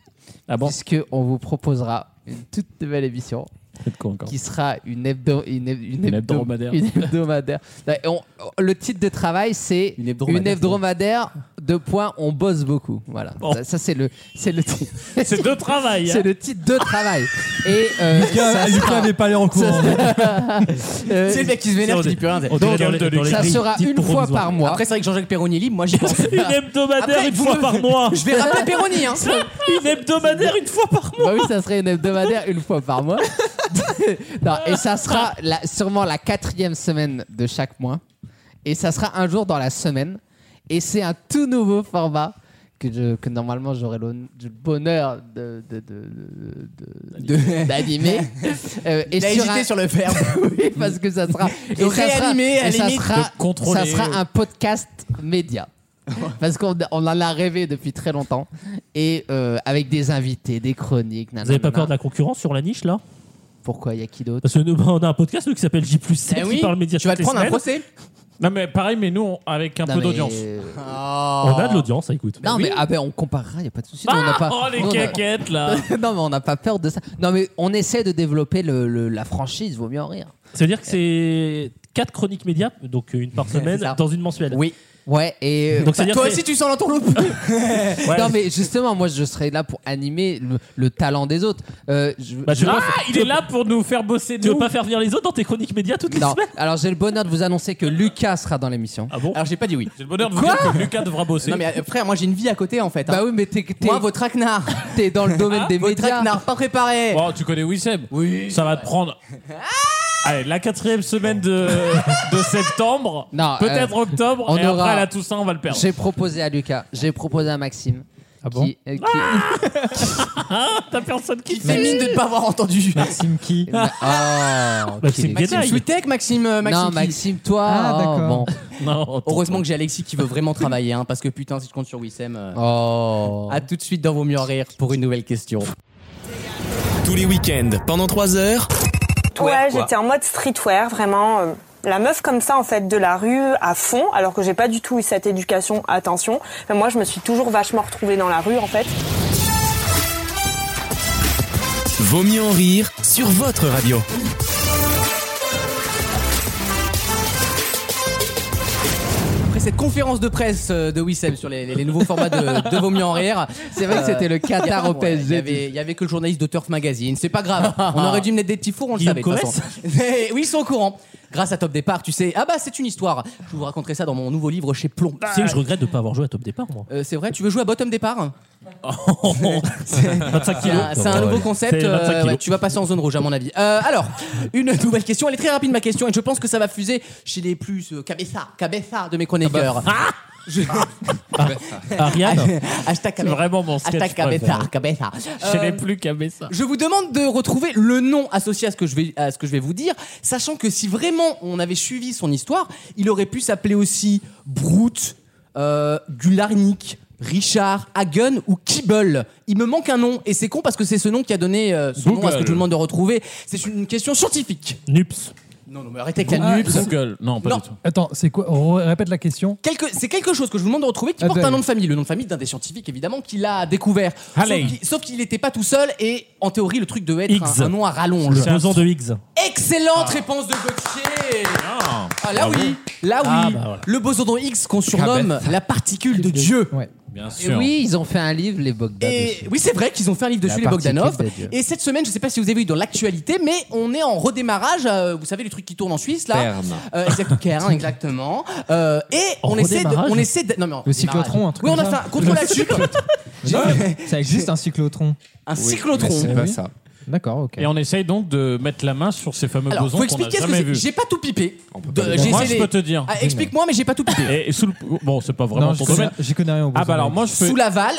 Speaker 4: Ah
Speaker 6: Puisque on vous proposera une toute nouvelle émission
Speaker 4: C'est de quoi encore
Speaker 6: qui sera une, hebdo, une, heb- une hebdo-
Speaker 4: hebdomadaire.
Speaker 6: une hebdomadaire. Ouais, on- on- le titre de travail, c'est une hebdomadaire, Deux points, on bosse beaucoup. Voilà. Ça, ça, c'est le, c'est le titre.
Speaker 4: C'est de travail, hein.
Speaker 6: c'est le titre de
Speaker 2: <laughs>
Speaker 6: travail. Et euh,
Speaker 5: Lucas-
Speaker 6: ça
Speaker 5: Lucas
Speaker 6: sera-
Speaker 5: n'avait pas l'air au courant. <laughs>
Speaker 6: Ça- Euh,
Speaker 2: C'est le mec qui se vénère qui dit plus rien.
Speaker 6: Donc, ça sera une fois par mois.
Speaker 2: Après, c'est vrai que Jean-Jacques Perroni est libre. <laughs> Moi, j'y pense.
Speaker 6: Une hebdomadaire
Speaker 2: Après,
Speaker 6: une
Speaker 2: vous
Speaker 6: fois
Speaker 2: me-
Speaker 6: par mois.
Speaker 2: Je vais rappeler Perroni. <laughs> Hein.
Speaker 4: Une hebdomadaire une fois par
Speaker 6: mois. Bah oui, ça serait une hebdomadaire une fois
Speaker 2: <laughs>
Speaker 6: par mois. non, et ça sera la- sûrement la quatrième semaine de chaque mois. Et ça sera un jour dans la semaine. Et c'est un tout nouveau format que, je- que normalement j'aurai le, le bonheur de- de- de- de- de- d'animer.
Speaker 5: <laughs>
Speaker 6: Euh,
Speaker 2: Il a
Speaker 6: sur
Speaker 2: hésité sur Ben le <laughs> verbe.
Speaker 6: oui, <laughs> parce que ça sera.
Speaker 2: De réanimer, à
Speaker 6: et ça
Speaker 2: limite,
Speaker 6: sera,
Speaker 2: de contrôler.
Speaker 6: ça sera un podcast média. Parce qu'on on en a rêvé depuis très longtemps. Et euh, avec des invités, des chroniques.
Speaker 13: Vous avez pas peur de la concurrence sur la niche là
Speaker 6: Pourquoi Il y a qui d'autre
Speaker 13: Parce que nous, bah, on a un podcast nous, qui s'appelle J plus 7
Speaker 6: Eh oui,
Speaker 13: qui parle médias.
Speaker 6: tu vas
Speaker 13: toutes
Speaker 6: te prendre
Speaker 13: les
Speaker 6: un
Speaker 13: semaines.
Speaker 6: procès.
Speaker 4: Non, mais pareil, mais nous, on- avec un peu
Speaker 6: Non, mais- euh,
Speaker 2: Oh.
Speaker 4: d'audience.
Speaker 6: Oh.
Speaker 13: On a de l'audience, ça, écoute.
Speaker 6: Non,
Speaker 13: Oui.
Speaker 6: mais ah ben, on comparera, il n'y a pas de souci.
Speaker 4: Ah,
Speaker 6: on n'a pas-
Speaker 4: oh, les
Speaker 6: on a-
Speaker 4: caquettes, là.
Speaker 6: <laughs> Non, mais on n'a pas peur de ça. Non, mais on essaie de développer le- le- la franchise, vaut mieux en rire.
Speaker 13: Ça veut dire que c'est 4 chroniques médias, donc euh, une par semaine,
Speaker 6: <laughs> C'est ça.
Speaker 13: dans une mensuelle.
Speaker 6: Oui. Ouais, et. euh,
Speaker 13: Donc, ça veut dire
Speaker 6: toi
Speaker 13: que-
Speaker 6: aussi, tu sens l'entourloupe Non, mais justement, moi, je serais là pour animer le, le talent des autres. Euh, je-
Speaker 13: Bah,
Speaker 6: je-
Speaker 4: ah, il est là pour nous faire bosser.
Speaker 13: Tu veux
Speaker 4: nous.
Speaker 13: pas faire venir les autres dans tes chroniques médias toutes les
Speaker 6: Non.
Speaker 13: semaines
Speaker 6: Alors, j'ai le bonheur de vous annoncer que Lucas sera dans l'émission.
Speaker 13: Ah bon
Speaker 2: <laughs> Alors, j'ai pas dit oui.
Speaker 4: J'ai le bonheur de vous
Speaker 6: Quoi
Speaker 4: dire que Lucas devra bosser.
Speaker 2: Non, mais euh, frère, moi, j'ai une vie à côté en fait. hein.
Speaker 6: Bah oui, mais t'es. t'es-
Speaker 2: Moi, vos <laughs> traquenards.
Speaker 6: T'es dans le domaine des
Speaker 2: Vos
Speaker 6: médias.
Speaker 2: traquenards, pas préparés.
Speaker 4: Bon, Oh, tu connais Wissem Oui. Ça va te prendre.
Speaker 13: Ah
Speaker 4: Allez, la quatrième
Speaker 2: <laughs>
Speaker 4: semaine de, de septembre,
Speaker 6: Non,
Speaker 4: peut-être
Speaker 6: euh,
Speaker 4: octobre,
Speaker 6: on
Speaker 4: et
Speaker 6: aura-
Speaker 4: après à la Toussaint, on va le perdre.
Speaker 6: J'ai proposé à Lucas, j'ai proposé à Maxime. qui, euh, qui-
Speaker 4: T'as personne qui
Speaker 2: Il fait mine de ne pas avoir entendu.
Speaker 7: Maxime qui
Speaker 6: Ah, ok.
Speaker 13: Maxime
Speaker 2: Maxime
Speaker 13: Guénaille.
Speaker 2: Switek, Maxime, euh, Maxime.
Speaker 6: Non,
Speaker 2: qui-
Speaker 6: Maxime, toi.
Speaker 2: Ah,
Speaker 6: oh,
Speaker 2: d'accord.
Speaker 6: bon.
Speaker 13: <laughs> Non.
Speaker 2: Heureusement que j'ai Alexis qui veut vraiment travailler, hein, parce que putain, si je compte sur Wissem. euh,
Speaker 6: Oh.
Speaker 2: À tout de suite dans Vos Mieux en Rire pour une nouvelle question.
Speaker 1: Tous les week-ends, pendant 3 heures.
Speaker 14: Ouais, j'étais en mode streetwear, vraiment. euh, La meuf comme ça, en fait, de la rue à fond, alors que j'ai pas du tout eu cette éducation, attention. Mais moi, je me suis toujours vachement retrouvée dans la rue, en fait.
Speaker 1: Vaut mieux en rire sur votre radio.
Speaker 2: Après cette conférence de presse euh, de Wissem sur les, les- les nouveaux formats de, de Vaut mieux en rire,
Speaker 6: C'est vrai que c'était le Qatar au
Speaker 2: Ouais, Il y
Speaker 6: PSG.
Speaker 2: avait- il y avait que le journaliste de Turf Magazine. C'est pas <laughs> grave. On aurait dû me mettre des petits fours, on le
Speaker 13: Guillaume
Speaker 2: savait. de toute
Speaker 13: Commerce
Speaker 2: façon. Mais oui, ils sont au courant. Grâce à Top Départ, tu sais. Ah bah, c'est une histoire. Je vous raconterai ça dans mon nouveau livre chez Plomb.
Speaker 4: Bah.
Speaker 13: Tu sais que je regrette de pas avoir joué à Top Départ, moi.
Speaker 2: Euh, c'est vrai, tu veux jouer à Bottom Départ
Speaker 13: C'est- 25
Speaker 2: C'est
Speaker 13: kilos.
Speaker 2: un, Ah, c'est un nouveau concept.
Speaker 13: C'est 25
Speaker 2: euh,
Speaker 13: kilos.
Speaker 2: ouais, tu vas passer en zone rouge, à mon avis. Euh, <laughs> alors, une nouvelle question. Elle est très rapide, ma question, et je pense que ça va fuser chez les plus euh, cabeza, cabeza de mes chroniqueurs. Je-
Speaker 13: Ariane
Speaker 2: <laughs> Hashtag cabeza.
Speaker 4: Vraiment mon sketch
Speaker 2: Hashtag cabeza,
Speaker 4: préféré.
Speaker 2: cabeza.
Speaker 4: Je
Speaker 2: Euh,
Speaker 4: n'ai plus qu'à mettre ça.
Speaker 2: je vous demande de retrouver le nom associé à ce que je vais, à ce que je vais vous dire, sachant que si vraiment on avait suivi son histoire, il aurait pu s'appeler aussi Brute, euh, Gularnik, Richard, Hagen ou Kibble. Il me manque un nom et c'est con parce que c'est ce nom qui a donné euh, son nom à ce que je vous demande de retrouver. C'est une question scientifique.
Speaker 13: Nups.
Speaker 2: Non, non, mais arrêtez avec la
Speaker 5: Ah,
Speaker 2: nupe.
Speaker 4: Google. Non, pas
Speaker 2: Non.
Speaker 4: du tout.
Speaker 5: Attends, c'est quoi On re- répète la question.
Speaker 2: Quelque- c'est quelque chose que je vous demande de retrouver qui
Speaker 5: Ah,
Speaker 2: porte un
Speaker 5: ben.
Speaker 2: nom de famille. Le nom de famille d'un des scientifiques, évidemment, qui l'a découvert. Sauf
Speaker 13: Halley.
Speaker 2: qu'il- Sauf qu'il n'était pas tout seul et, en théorie, le truc devait être
Speaker 13: Higgs.
Speaker 2: un, un nom à rallonge.
Speaker 13: Le boson de Higgs.
Speaker 2: Excellente réponse de Gauthier Ah là oui, là oui,
Speaker 13: Ah, bah voilà.
Speaker 2: le boson X qu'on surnomme la particule de
Speaker 6: Ah, ben.
Speaker 2: Dieu.
Speaker 4: Bien sûr.
Speaker 6: Et oui, ils ont fait un livre, les Bogdanov.
Speaker 2: Et oui, c'est vrai qu'ils ont fait un livre dessus,
Speaker 6: La
Speaker 2: les Bogdanov.
Speaker 6: particule de Dieu.
Speaker 2: Et cette semaine, je ne sais pas si vous avez vu dans l'actualité, mais on est en redémarrage. euh, vous savez, les trucs qui tournent en Suisse, là.
Speaker 8: Perne.
Speaker 2: Euh, exact- Cairn, exactement. Euh, et
Speaker 13: En
Speaker 2: on essaie, de,
Speaker 13: redémarrage
Speaker 2: on essaie de- Non, mais en
Speaker 7: Le
Speaker 2: redémarrage.
Speaker 7: cyclotron, un truc
Speaker 2: Oui, on a
Speaker 7: comme
Speaker 2: fait
Speaker 7: ça.
Speaker 2: un contrôle à tube,
Speaker 7: Ça existe un cyclotron.
Speaker 2: un
Speaker 8: Oui, mais
Speaker 2: cyclotron.
Speaker 8: C'est pas ça.
Speaker 7: D'accord, ok.
Speaker 4: Et on essaye donc de mettre la main sur ces fameux
Speaker 2: Alors,
Speaker 4: bosons
Speaker 2: faut
Speaker 4: qu'on n'a
Speaker 2: expliquer ce que
Speaker 4: jamais
Speaker 2: c'est.
Speaker 4: vus.
Speaker 2: J'ai pas tout pipé. De-
Speaker 4: Moi,
Speaker 2: j'ai essayé
Speaker 4: je peux
Speaker 2: les-
Speaker 4: te dire.
Speaker 2: Ah, Explique-moi, mais j'ai pas tout pipé.
Speaker 4: Et sous le... Bon, c'est pas vraiment
Speaker 7: Non,
Speaker 4: ton
Speaker 7: j'y connais,
Speaker 4: domaine.
Speaker 7: j'y connais rien au
Speaker 4: Ah
Speaker 7: boson
Speaker 4: bah alors
Speaker 7: Higgs.
Speaker 4: moi je fais...
Speaker 2: Sous l'aval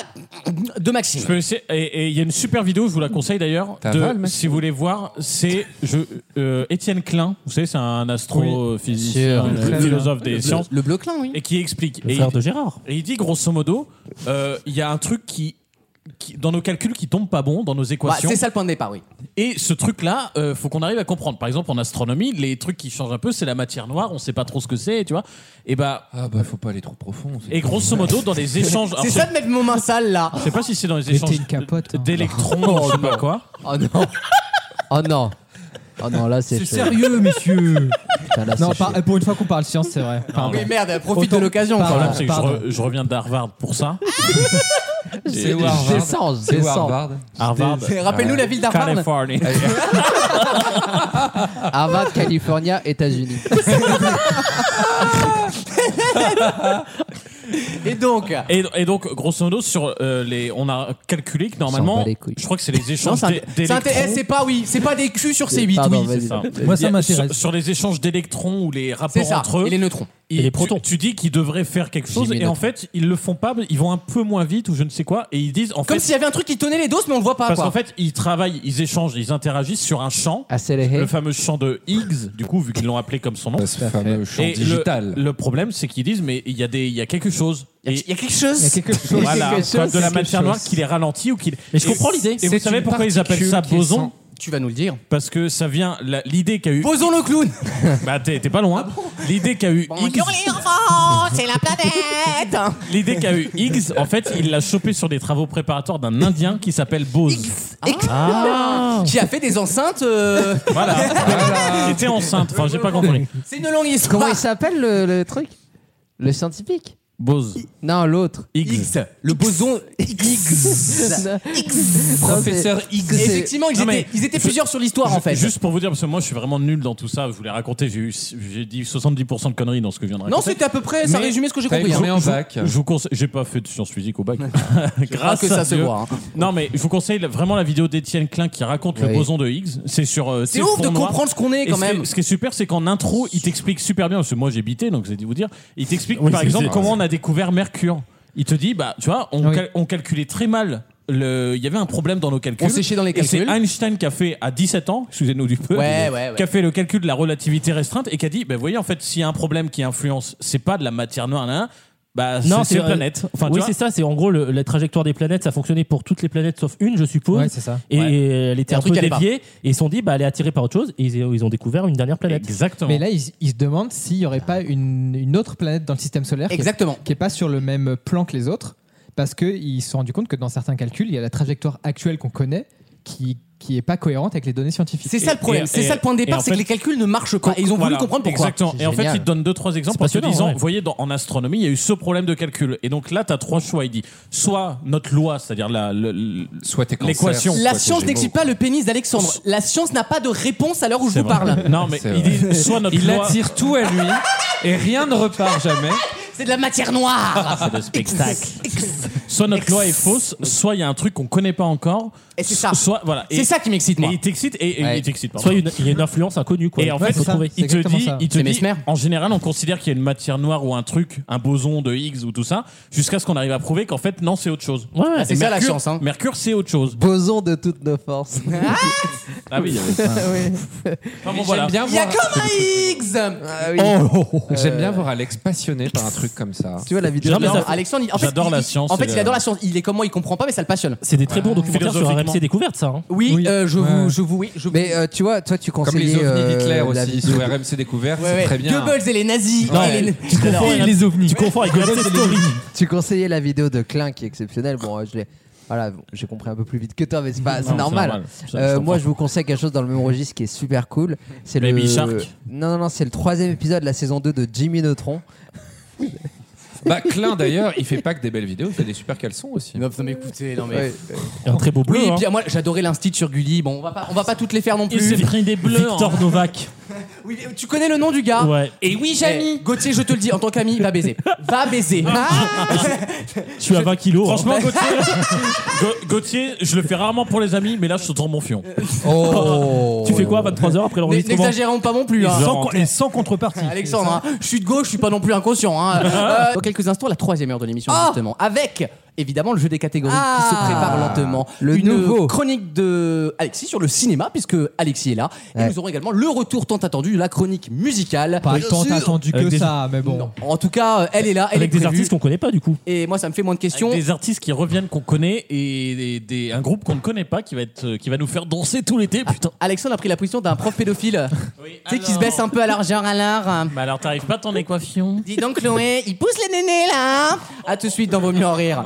Speaker 2: de Maxime.
Speaker 4: Je peux essayer- et et il y a une super vidéo, je vous la conseille d'ailleurs.
Speaker 8: T'as
Speaker 4: de-
Speaker 8: mal, Maxime
Speaker 4: Si vous voulez voir, c'est je euh, Étienne Klein. Vous savez, c'est un astrophysicien,
Speaker 7: Bien sûr,
Speaker 4: euh,
Speaker 7: oui.
Speaker 4: philosophe des sciences,
Speaker 2: Le Bleuclin, oui.
Speaker 4: et qui explique.
Speaker 13: Le
Speaker 4: Et
Speaker 13: frère
Speaker 4: il,
Speaker 13: de Gérard.
Speaker 4: et il dit grosso modo, euh, il y a un truc qui, qui- dans nos calculs qui tombe pas bon dans nos
Speaker 2: Bah,
Speaker 4: équations.
Speaker 2: c'est ça le point de départ, oui.
Speaker 4: Et ce truc-là, euh, faut qu'on arrive à comprendre. Par exemple, en astronomie, les trucs qui changent un peu, c'est la matière noire. On sait pas trop ce que c'est, tu vois. Et bah,
Speaker 8: Ah bah faut pas aller trop profond. c'est-
Speaker 4: et grosso modo,
Speaker 2: <laughs>
Speaker 4: dans les échanges, alors,
Speaker 2: C'est
Speaker 4: je-
Speaker 2: ça de mettre mon main sale là.
Speaker 4: je sais pas si c'est dans les
Speaker 7: Mettez
Speaker 2: hein.
Speaker 4: échanges
Speaker 7: une capote. hein.
Speaker 4: d'électrons, je sais pas quoi.
Speaker 6: Oh non. Oh non. Oh non, là, c'est
Speaker 7: C'est
Speaker 6: chaud.
Speaker 7: sérieux, messieurs.
Speaker 6: Putain, là,
Speaker 7: non,
Speaker 6: c'est
Speaker 7: par- pour une fois qu'on parle science, c'est vrai. Pardon. Autant-
Speaker 2: Ah,
Speaker 4: Le
Speaker 7: Pardon,
Speaker 4: problème, c'est que je,
Speaker 7: pardon.
Speaker 4: re- je reviens d'Harvard pour ça.
Speaker 6: C'est où Harvard Descends, C'est où descends. Harvard
Speaker 4: Harvard.
Speaker 6: Des- Rappelle-nous la ville d'Harvard.
Speaker 4: Californie.
Speaker 2: Ah
Speaker 6: Harvard, California, États-Unis.
Speaker 2: Et donc
Speaker 4: et, et donc, grosso modo, sur euh, les, on a calculé que normalement, je crois que c'est les
Speaker 2: Non,
Speaker 4: échanges
Speaker 2: c'est un-
Speaker 4: d'é-
Speaker 2: c'est un
Speaker 4: d'électrons.
Speaker 2: TS, c'est pas oui, c'est pas des Q sur C8,
Speaker 4: Pardon,
Speaker 2: oui,
Speaker 4: vas-y.
Speaker 2: c'est ça.
Speaker 4: Il y a- Sur, sur les échanges d'électrons ou les
Speaker 2: C'est
Speaker 4: rapports
Speaker 2: ça,
Speaker 4: entre eux.
Speaker 2: et les neutrons.
Speaker 4: il-
Speaker 2: Et les
Speaker 4: tu- Tu, dis qu'ils devraient faire quelque chose
Speaker 2: mis
Speaker 4: et en
Speaker 2: neutrons.
Speaker 4: fait, ils le font pas, mais ils vont un peu moins vite ou je ne sais quoi et ils disent en
Speaker 2: Comme
Speaker 4: fait.
Speaker 2: s'il y avait un truc qui tenait les doses, mais on le voit pas.
Speaker 4: Parce
Speaker 2: quoi.
Speaker 4: qu'en fait, ils travaillent, ils échangent, ils interagissent sur un champ,
Speaker 2: Ah,
Speaker 4: le fameux champ de Higgs, du coup, vu qu'ils l'ont appelé comme son
Speaker 2: Bah,
Speaker 4: nom.
Speaker 8: Bah, Ce fameux champ
Speaker 4: Et le-
Speaker 8: digital.
Speaker 4: Le, problème, c'est qu'ils disent, mais il y a des, il y a quelque chose. Il y,
Speaker 2: a quelque chose.
Speaker 7: Il y a quelque chose.
Speaker 4: Voilà,
Speaker 7: Il y a quelque
Speaker 4: comme
Speaker 7: chose.
Speaker 4: de la
Speaker 7: Quelque
Speaker 4: matière noire
Speaker 7: chose.
Speaker 4: qui les ralentit ou qui. les-
Speaker 2: Mais je
Speaker 4: Et-
Speaker 2: comprends l'idée.
Speaker 4: Et vous
Speaker 2: C'est
Speaker 4: savez
Speaker 2: une
Speaker 4: pourquoi ils appellent
Speaker 2: particule
Speaker 4: ça
Speaker 2: qui est
Speaker 4: boson
Speaker 2: sans- Tu vas nous le dire.
Speaker 4: Parce que ça vient la- l'idée qu'a eu.
Speaker 2: Boson Ah le clown.
Speaker 4: Bah t'es t'es pas loin. L'idée qu'a eu Higgs.
Speaker 2: Oh, c'est la planète
Speaker 4: L'idée qu'a eu Higgs, en fait, il l'a chopé sur des travaux préparatoires d'un Indien qui s'appelle Bose. Ah.
Speaker 2: Qui a fait des enceintes. euh,
Speaker 4: Voilà. Il était enceinte. Enfin, j'ai pas compris.
Speaker 2: C'est une longue histoire.
Speaker 6: Comment il s'appelle le, le truc Bah. Le scientifique
Speaker 4: Bose.
Speaker 6: Non, l'autre.
Speaker 4: X.
Speaker 2: Le boson
Speaker 6: X.
Speaker 4: Professeur X.
Speaker 2: Effectivement, ils
Speaker 4: Non, mais
Speaker 2: étaient, ils étaient plusieurs sur l'histoire en fait.
Speaker 4: Juste pour vous dire, parce que moi je suis vraiment nul dans tout ça, je vous l'ai raconté, j'ai eu- j'ai dit 70% de conneries dans ce que je viens de raconter.
Speaker 2: Non, c'était à peu près, ça
Speaker 4: Mais
Speaker 2: résumait ce que j'ai
Speaker 4: t'as
Speaker 2: compris.
Speaker 4: une
Speaker 2: hein.
Speaker 4: journée en bac. Je vous conseille, j'ai pas fait de sciences physiques au bac. <laughs> Grâce
Speaker 2: que ça
Speaker 4: à
Speaker 2: se
Speaker 4: Dieu.
Speaker 2: voit, hein.
Speaker 4: Non, mais je vous conseille la- vraiment la vidéo d'Étienne Klein qui raconte le
Speaker 2: Oui.
Speaker 4: boson de Higgs. C'est sur. euh,
Speaker 2: C'est
Speaker 4: tu sais,
Speaker 2: ouf de
Speaker 4: fond noir.
Speaker 2: comprendre ce qu'on est,
Speaker 4: Et
Speaker 2: quand
Speaker 4: ce qui
Speaker 2: même.
Speaker 4: Ce qui est super, c'est qu'en intro, il t'explique super bien. Parce que moi j'ai bité, donc c'est dit vous dire. Il t'explique
Speaker 2: Oui,
Speaker 4: par
Speaker 2: c'est-
Speaker 4: exemple
Speaker 2: c'est-
Speaker 4: comment on a découvert Mercure. Il te dit bah tu vois, on, cal- on calculait très mal. le- Il y avait un problème dans nos calculs.
Speaker 2: On séchait dans les
Speaker 4: Et c'est
Speaker 2: calculs.
Speaker 4: Einstein qui a fait à 17 ans, excusez-nous du peu,
Speaker 2: Ouais,
Speaker 4: mais-
Speaker 2: ouais, ouais.
Speaker 4: qui a fait le calcul de la relativité restreinte et qui a dit, ben voyez en fait, s'il y a un problème qui influence, c'est pas de la matière noire, là, bah
Speaker 13: Non,
Speaker 4: c'est
Speaker 13: c'est
Speaker 4: les planètes. Enfin, tu
Speaker 13: oui,
Speaker 4: vois,
Speaker 13: c'est ça. C'est en gros le- la trajectoire des planètes. Ça fonctionnait pour toutes les planètes sauf une, je suppose.
Speaker 7: Ouais, c'est ça.
Speaker 13: Et
Speaker 7: Ouais.
Speaker 13: elle
Speaker 7: Il y
Speaker 13: était
Speaker 7: a un
Speaker 13: un,
Speaker 7: truc
Speaker 13: peu
Speaker 7: qui allait pas.
Speaker 13: déviée. Et ils se sont dit, bah, elle est attirée par autre chose. Et ils, ils ont découvert une dernière planète.
Speaker 4: Exactement.
Speaker 7: Mais là, ils, ils se demandent s'il n'y aurait pas une, une autre planète dans le système solaire qui est-
Speaker 2: Exactement.
Speaker 7: qui n'est pas sur le même plan que les autres, parce qu'ils se sont rendus compte que dans certains calculs, il y a la trajectoire actuelle qu'on connaît qui qui est pas cohérente avec les données scientifiques.
Speaker 2: C'est ça le problème, c'est ça le point de départ, c'est que les calculs ne marchent pas. Et Bah, ils ont voulu
Speaker 4: Voilà,
Speaker 2: comprendre pourquoi.
Speaker 4: Exactement. Et en fait, il te donne deux, trois exemples en te
Speaker 2: passionnant,
Speaker 4: disant,
Speaker 2: ouais.
Speaker 4: vous voyez, dans- en astronomie, il y a eu ce problème de calcul. Et donc là, tu as trois choix. Il dit, soit notre loi, c'est-à-dire la, le- le- l'équation.
Speaker 2: La science n'explique pas le pénis d'Alexandre. La science n'a pas de réponse à l'heure où je
Speaker 4: C'est
Speaker 2: vous
Speaker 4: vrai. <laughs>
Speaker 2: parle.
Speaker 4: Non, mais il
Speaker 2: <laughs>
Speaker 4: dit, soit notre
Speaker 8: Il
Speaker 4: loi-
Speaker 8: attire tout à lui et rien ne repart jamais.
Speaker 2: C'est de la matière noire.
Speaker 4: C'est le spectacle. Soit notre loi est fausse, soit il y a un truc qu'on connaît pas encore.
Speaker 2: Et c'est ça.
Speaker 4: Soit, voilà.
Speaker 2: C'est ça qui m'excite, moi.
Speaker 4: Et il t'excite et, et
Speaker 2: Ouais.
Speaker 4: il t'excite. pardon.
Speaker 13: Soit il y a une- il y a une influence inconnue. Quoi,
Speaker 4: Et en
Speaker 13: Ouais,
Speaker 4: fait,
Speaker 13: faut trouver.
Speaker 4: il te dit, il te dit en général, on considère qu'il y a une matière noire ou un truc, un boson de Higgs ou tout ça, jusqu'à ce qu'on arrive à prouver qu'en fait, non, c'est autre chose.
Speaker 6: Ouais, ouais.
Speaker 4: Et
Speaker 6: C'est ça, la
Speaker 4: Mercure-
Speaker 6: science, hein.
Speaker 4: Mercure, c'est autre chose.
Speaker 6: Boson de toutes nos forces.
Speaker 4: Ah oui, il y avait ça.
Speaker 13: <laughs>
Speaker 4: Enfin, bon, voilà.
Speaker 8: bien
Speaker 2: Il y a
Speaker 8: voir-
Speaker 2: comme un X
Speaker 6: Ah <laughs>
Speaker 8: Oh, oh, oh, oh. J'aime bien voir Alex passionné par un truc comme ça.
Speaker 6: Tu vois la vidéo
Speaker 2: Non, mais ça- Alexandre, il- en fait,
Speaker 8: J'adore
Speaker 2: il-
Speaker 8: la
Speaker 2: il-
Speaker 8: science
Speaker 2: En fait,
Speaker 8: et
Speaker 2: il
Speaker 8: la-
Speaker 2: adore la science. Il est comme moi, il comprend pas, mais ça le passionne.
Speaker 13: C'est des très bons documentaires sur
Speaker 2: Philosophiquement.
Speaker 13: RMC Découverte, ça. hein.
Speaker 2: Oui, euh, je vous, je vous, oui, je vous-
Speaker 6: Mais euh, tu vois, toi, tu
Speaker 8: Comme
Speaker 6: conseillais.
Speaker 8: les ovnis d'Hitler
Speaker 6: euh, la
Speaker 8: aussi
Speaker 6: vidéo
Speaker 8: sur
Speaker 6: de-
Speaker 8: RMC Découverte,
Speaker 6: Ouais,
Speaker 8: c'est
Speaker 6: ouais.
Speaker 8: très bien.
Speaker 2: Goebbels et les nazis.
Speaker 6: Non,
Speaker 2: et les-
Speaker 6: tu confonds avec
Speaker 2: les
Speaker 13: ovnis. Tu confonds avec Goebbels et les ovnis.
Speaker 6: Tu conseillais la vidéo de Klein qui est exceptionnelle. Bon, euh, je l'ai. Voilà, bon, j'ai compris un peu plus vite que toi, mais c'est pas,
Speaker 4: Non,
Speaker 6: c'est
Speaker 4: c'est
Speaker 6: normal.
Speaker 4: normal. Je- je
Speaker 6: Euh,
Speaker 4: comprends.
Speaker 6: moi, je vous conseille quelque chose dans le même registre qui est super cool. C'est le.
Speaker 4: Baby Shark.
Speaker 6: Non, non, non, c'est le troisième épisode de la saison 2 de Jimmy Neutron.
Speaker 8: Bah, Klein d'ailleurs, il fait pas que des belles vidéos, il fait des super caleçons aussi.
Speaker 2: Non, mais écoutez, non, mais-
Speaker 8: Ouais.
Speaker 13: Un très beau bleu.
Speaker 2: Oui, et
Speaker 13: hein.
Speaker 2: puis moi, j'adorais l'instit sur Gulli. Bon, on va pas, on va pas toutes les faire non
Speaker 13: Il
Speaker 2: plus.
Speaker 13: s'est pris des bleus. Victor
Speaker 2: hein.
Speaker 13: Novak.
Speaker 2: Oui, tu connais le nom du gars
Speaker 13: Ouais.
Speaker 2: Et oui, Jamy
Speaker 6: Eh.
Speaker 2: Gauthier, je te le dis, en tant qu'ami, va baiser. Va baiser.
Speaker 13: Ah.
Speaker 2: Ah.
Speaker 13: Je suis à 20 kilos. hein. <laughs>
Speaker 4: Franchement, Gauthier, Ga- Gauthier, je le fais rarement pour les amis, mais là, je suis dans mon fion. <laughs>
Speaker 13: Tu fais quoi à 23h après
Speaker 2: N-
Speaker 13: l'enregistrement
Speaker 2: N'exagérons pas non plus. hein.
Speaker 13: Sans-
Speaker 2: Et
Speaker 5: sans contrepartie.
Speaker 2: Alexandre, hein, je suis de gauche, je suis pas non plus inconscient. hein.
Speaker 13: Ah.
Speaker 2: Euh, dans quelques instants, la troisième heure de l'émission,
Speaker 6: Ah.
Speaker 2: justement, avec évidemment le jeu des catégories qui se prépare lentement.
Speaker 6: Le
Speaker 2: Une
Speaker 6: nouveau.
Speaker 2: chronique de Alexis sur le cinéma, puisque Alexis est là. Et
Speaker 6: Ouais.
Speaker 2: nous aurons également le retour tant attendu de la chronique musicale.
Speaker 7: Pas
Speaker 2: Euh, Bien
Speaker 7: tant
Speaker 2: sûr.
Speaker 7: attendu que
Speaker 13: Avec des-
Speaker 7: ça, mais bon.
Speaker 2: Non. En tout cas, euh, elle est là. Elle
Speaker 13: Avec
Speaker 2: est
Speaker 13: des
Speaker 2: prévue.
Speaker 13: artistes qu'on connaît pas du coup.
Speaker 2: Et moi, ça me fait moins de questions.
Speaker 4: Des artistes qui reviennent qu'on connaît et des- des- un groupe qu'on ne connaît pas qui va, être, euh, qui va nous faire danser tout l'été, putain.
Speaker 2: Alexandre a pris la position d'un prof pédophile. tu sais, qui se baisse un peu à l'argent, à l'art.
Speaker 4: Bah alors, t'arrives pas à ton équation
Speaker 2: hein. Dis donc, Chloé, il pousse les nénés là. À tout de suite dans Vos mieux en rire.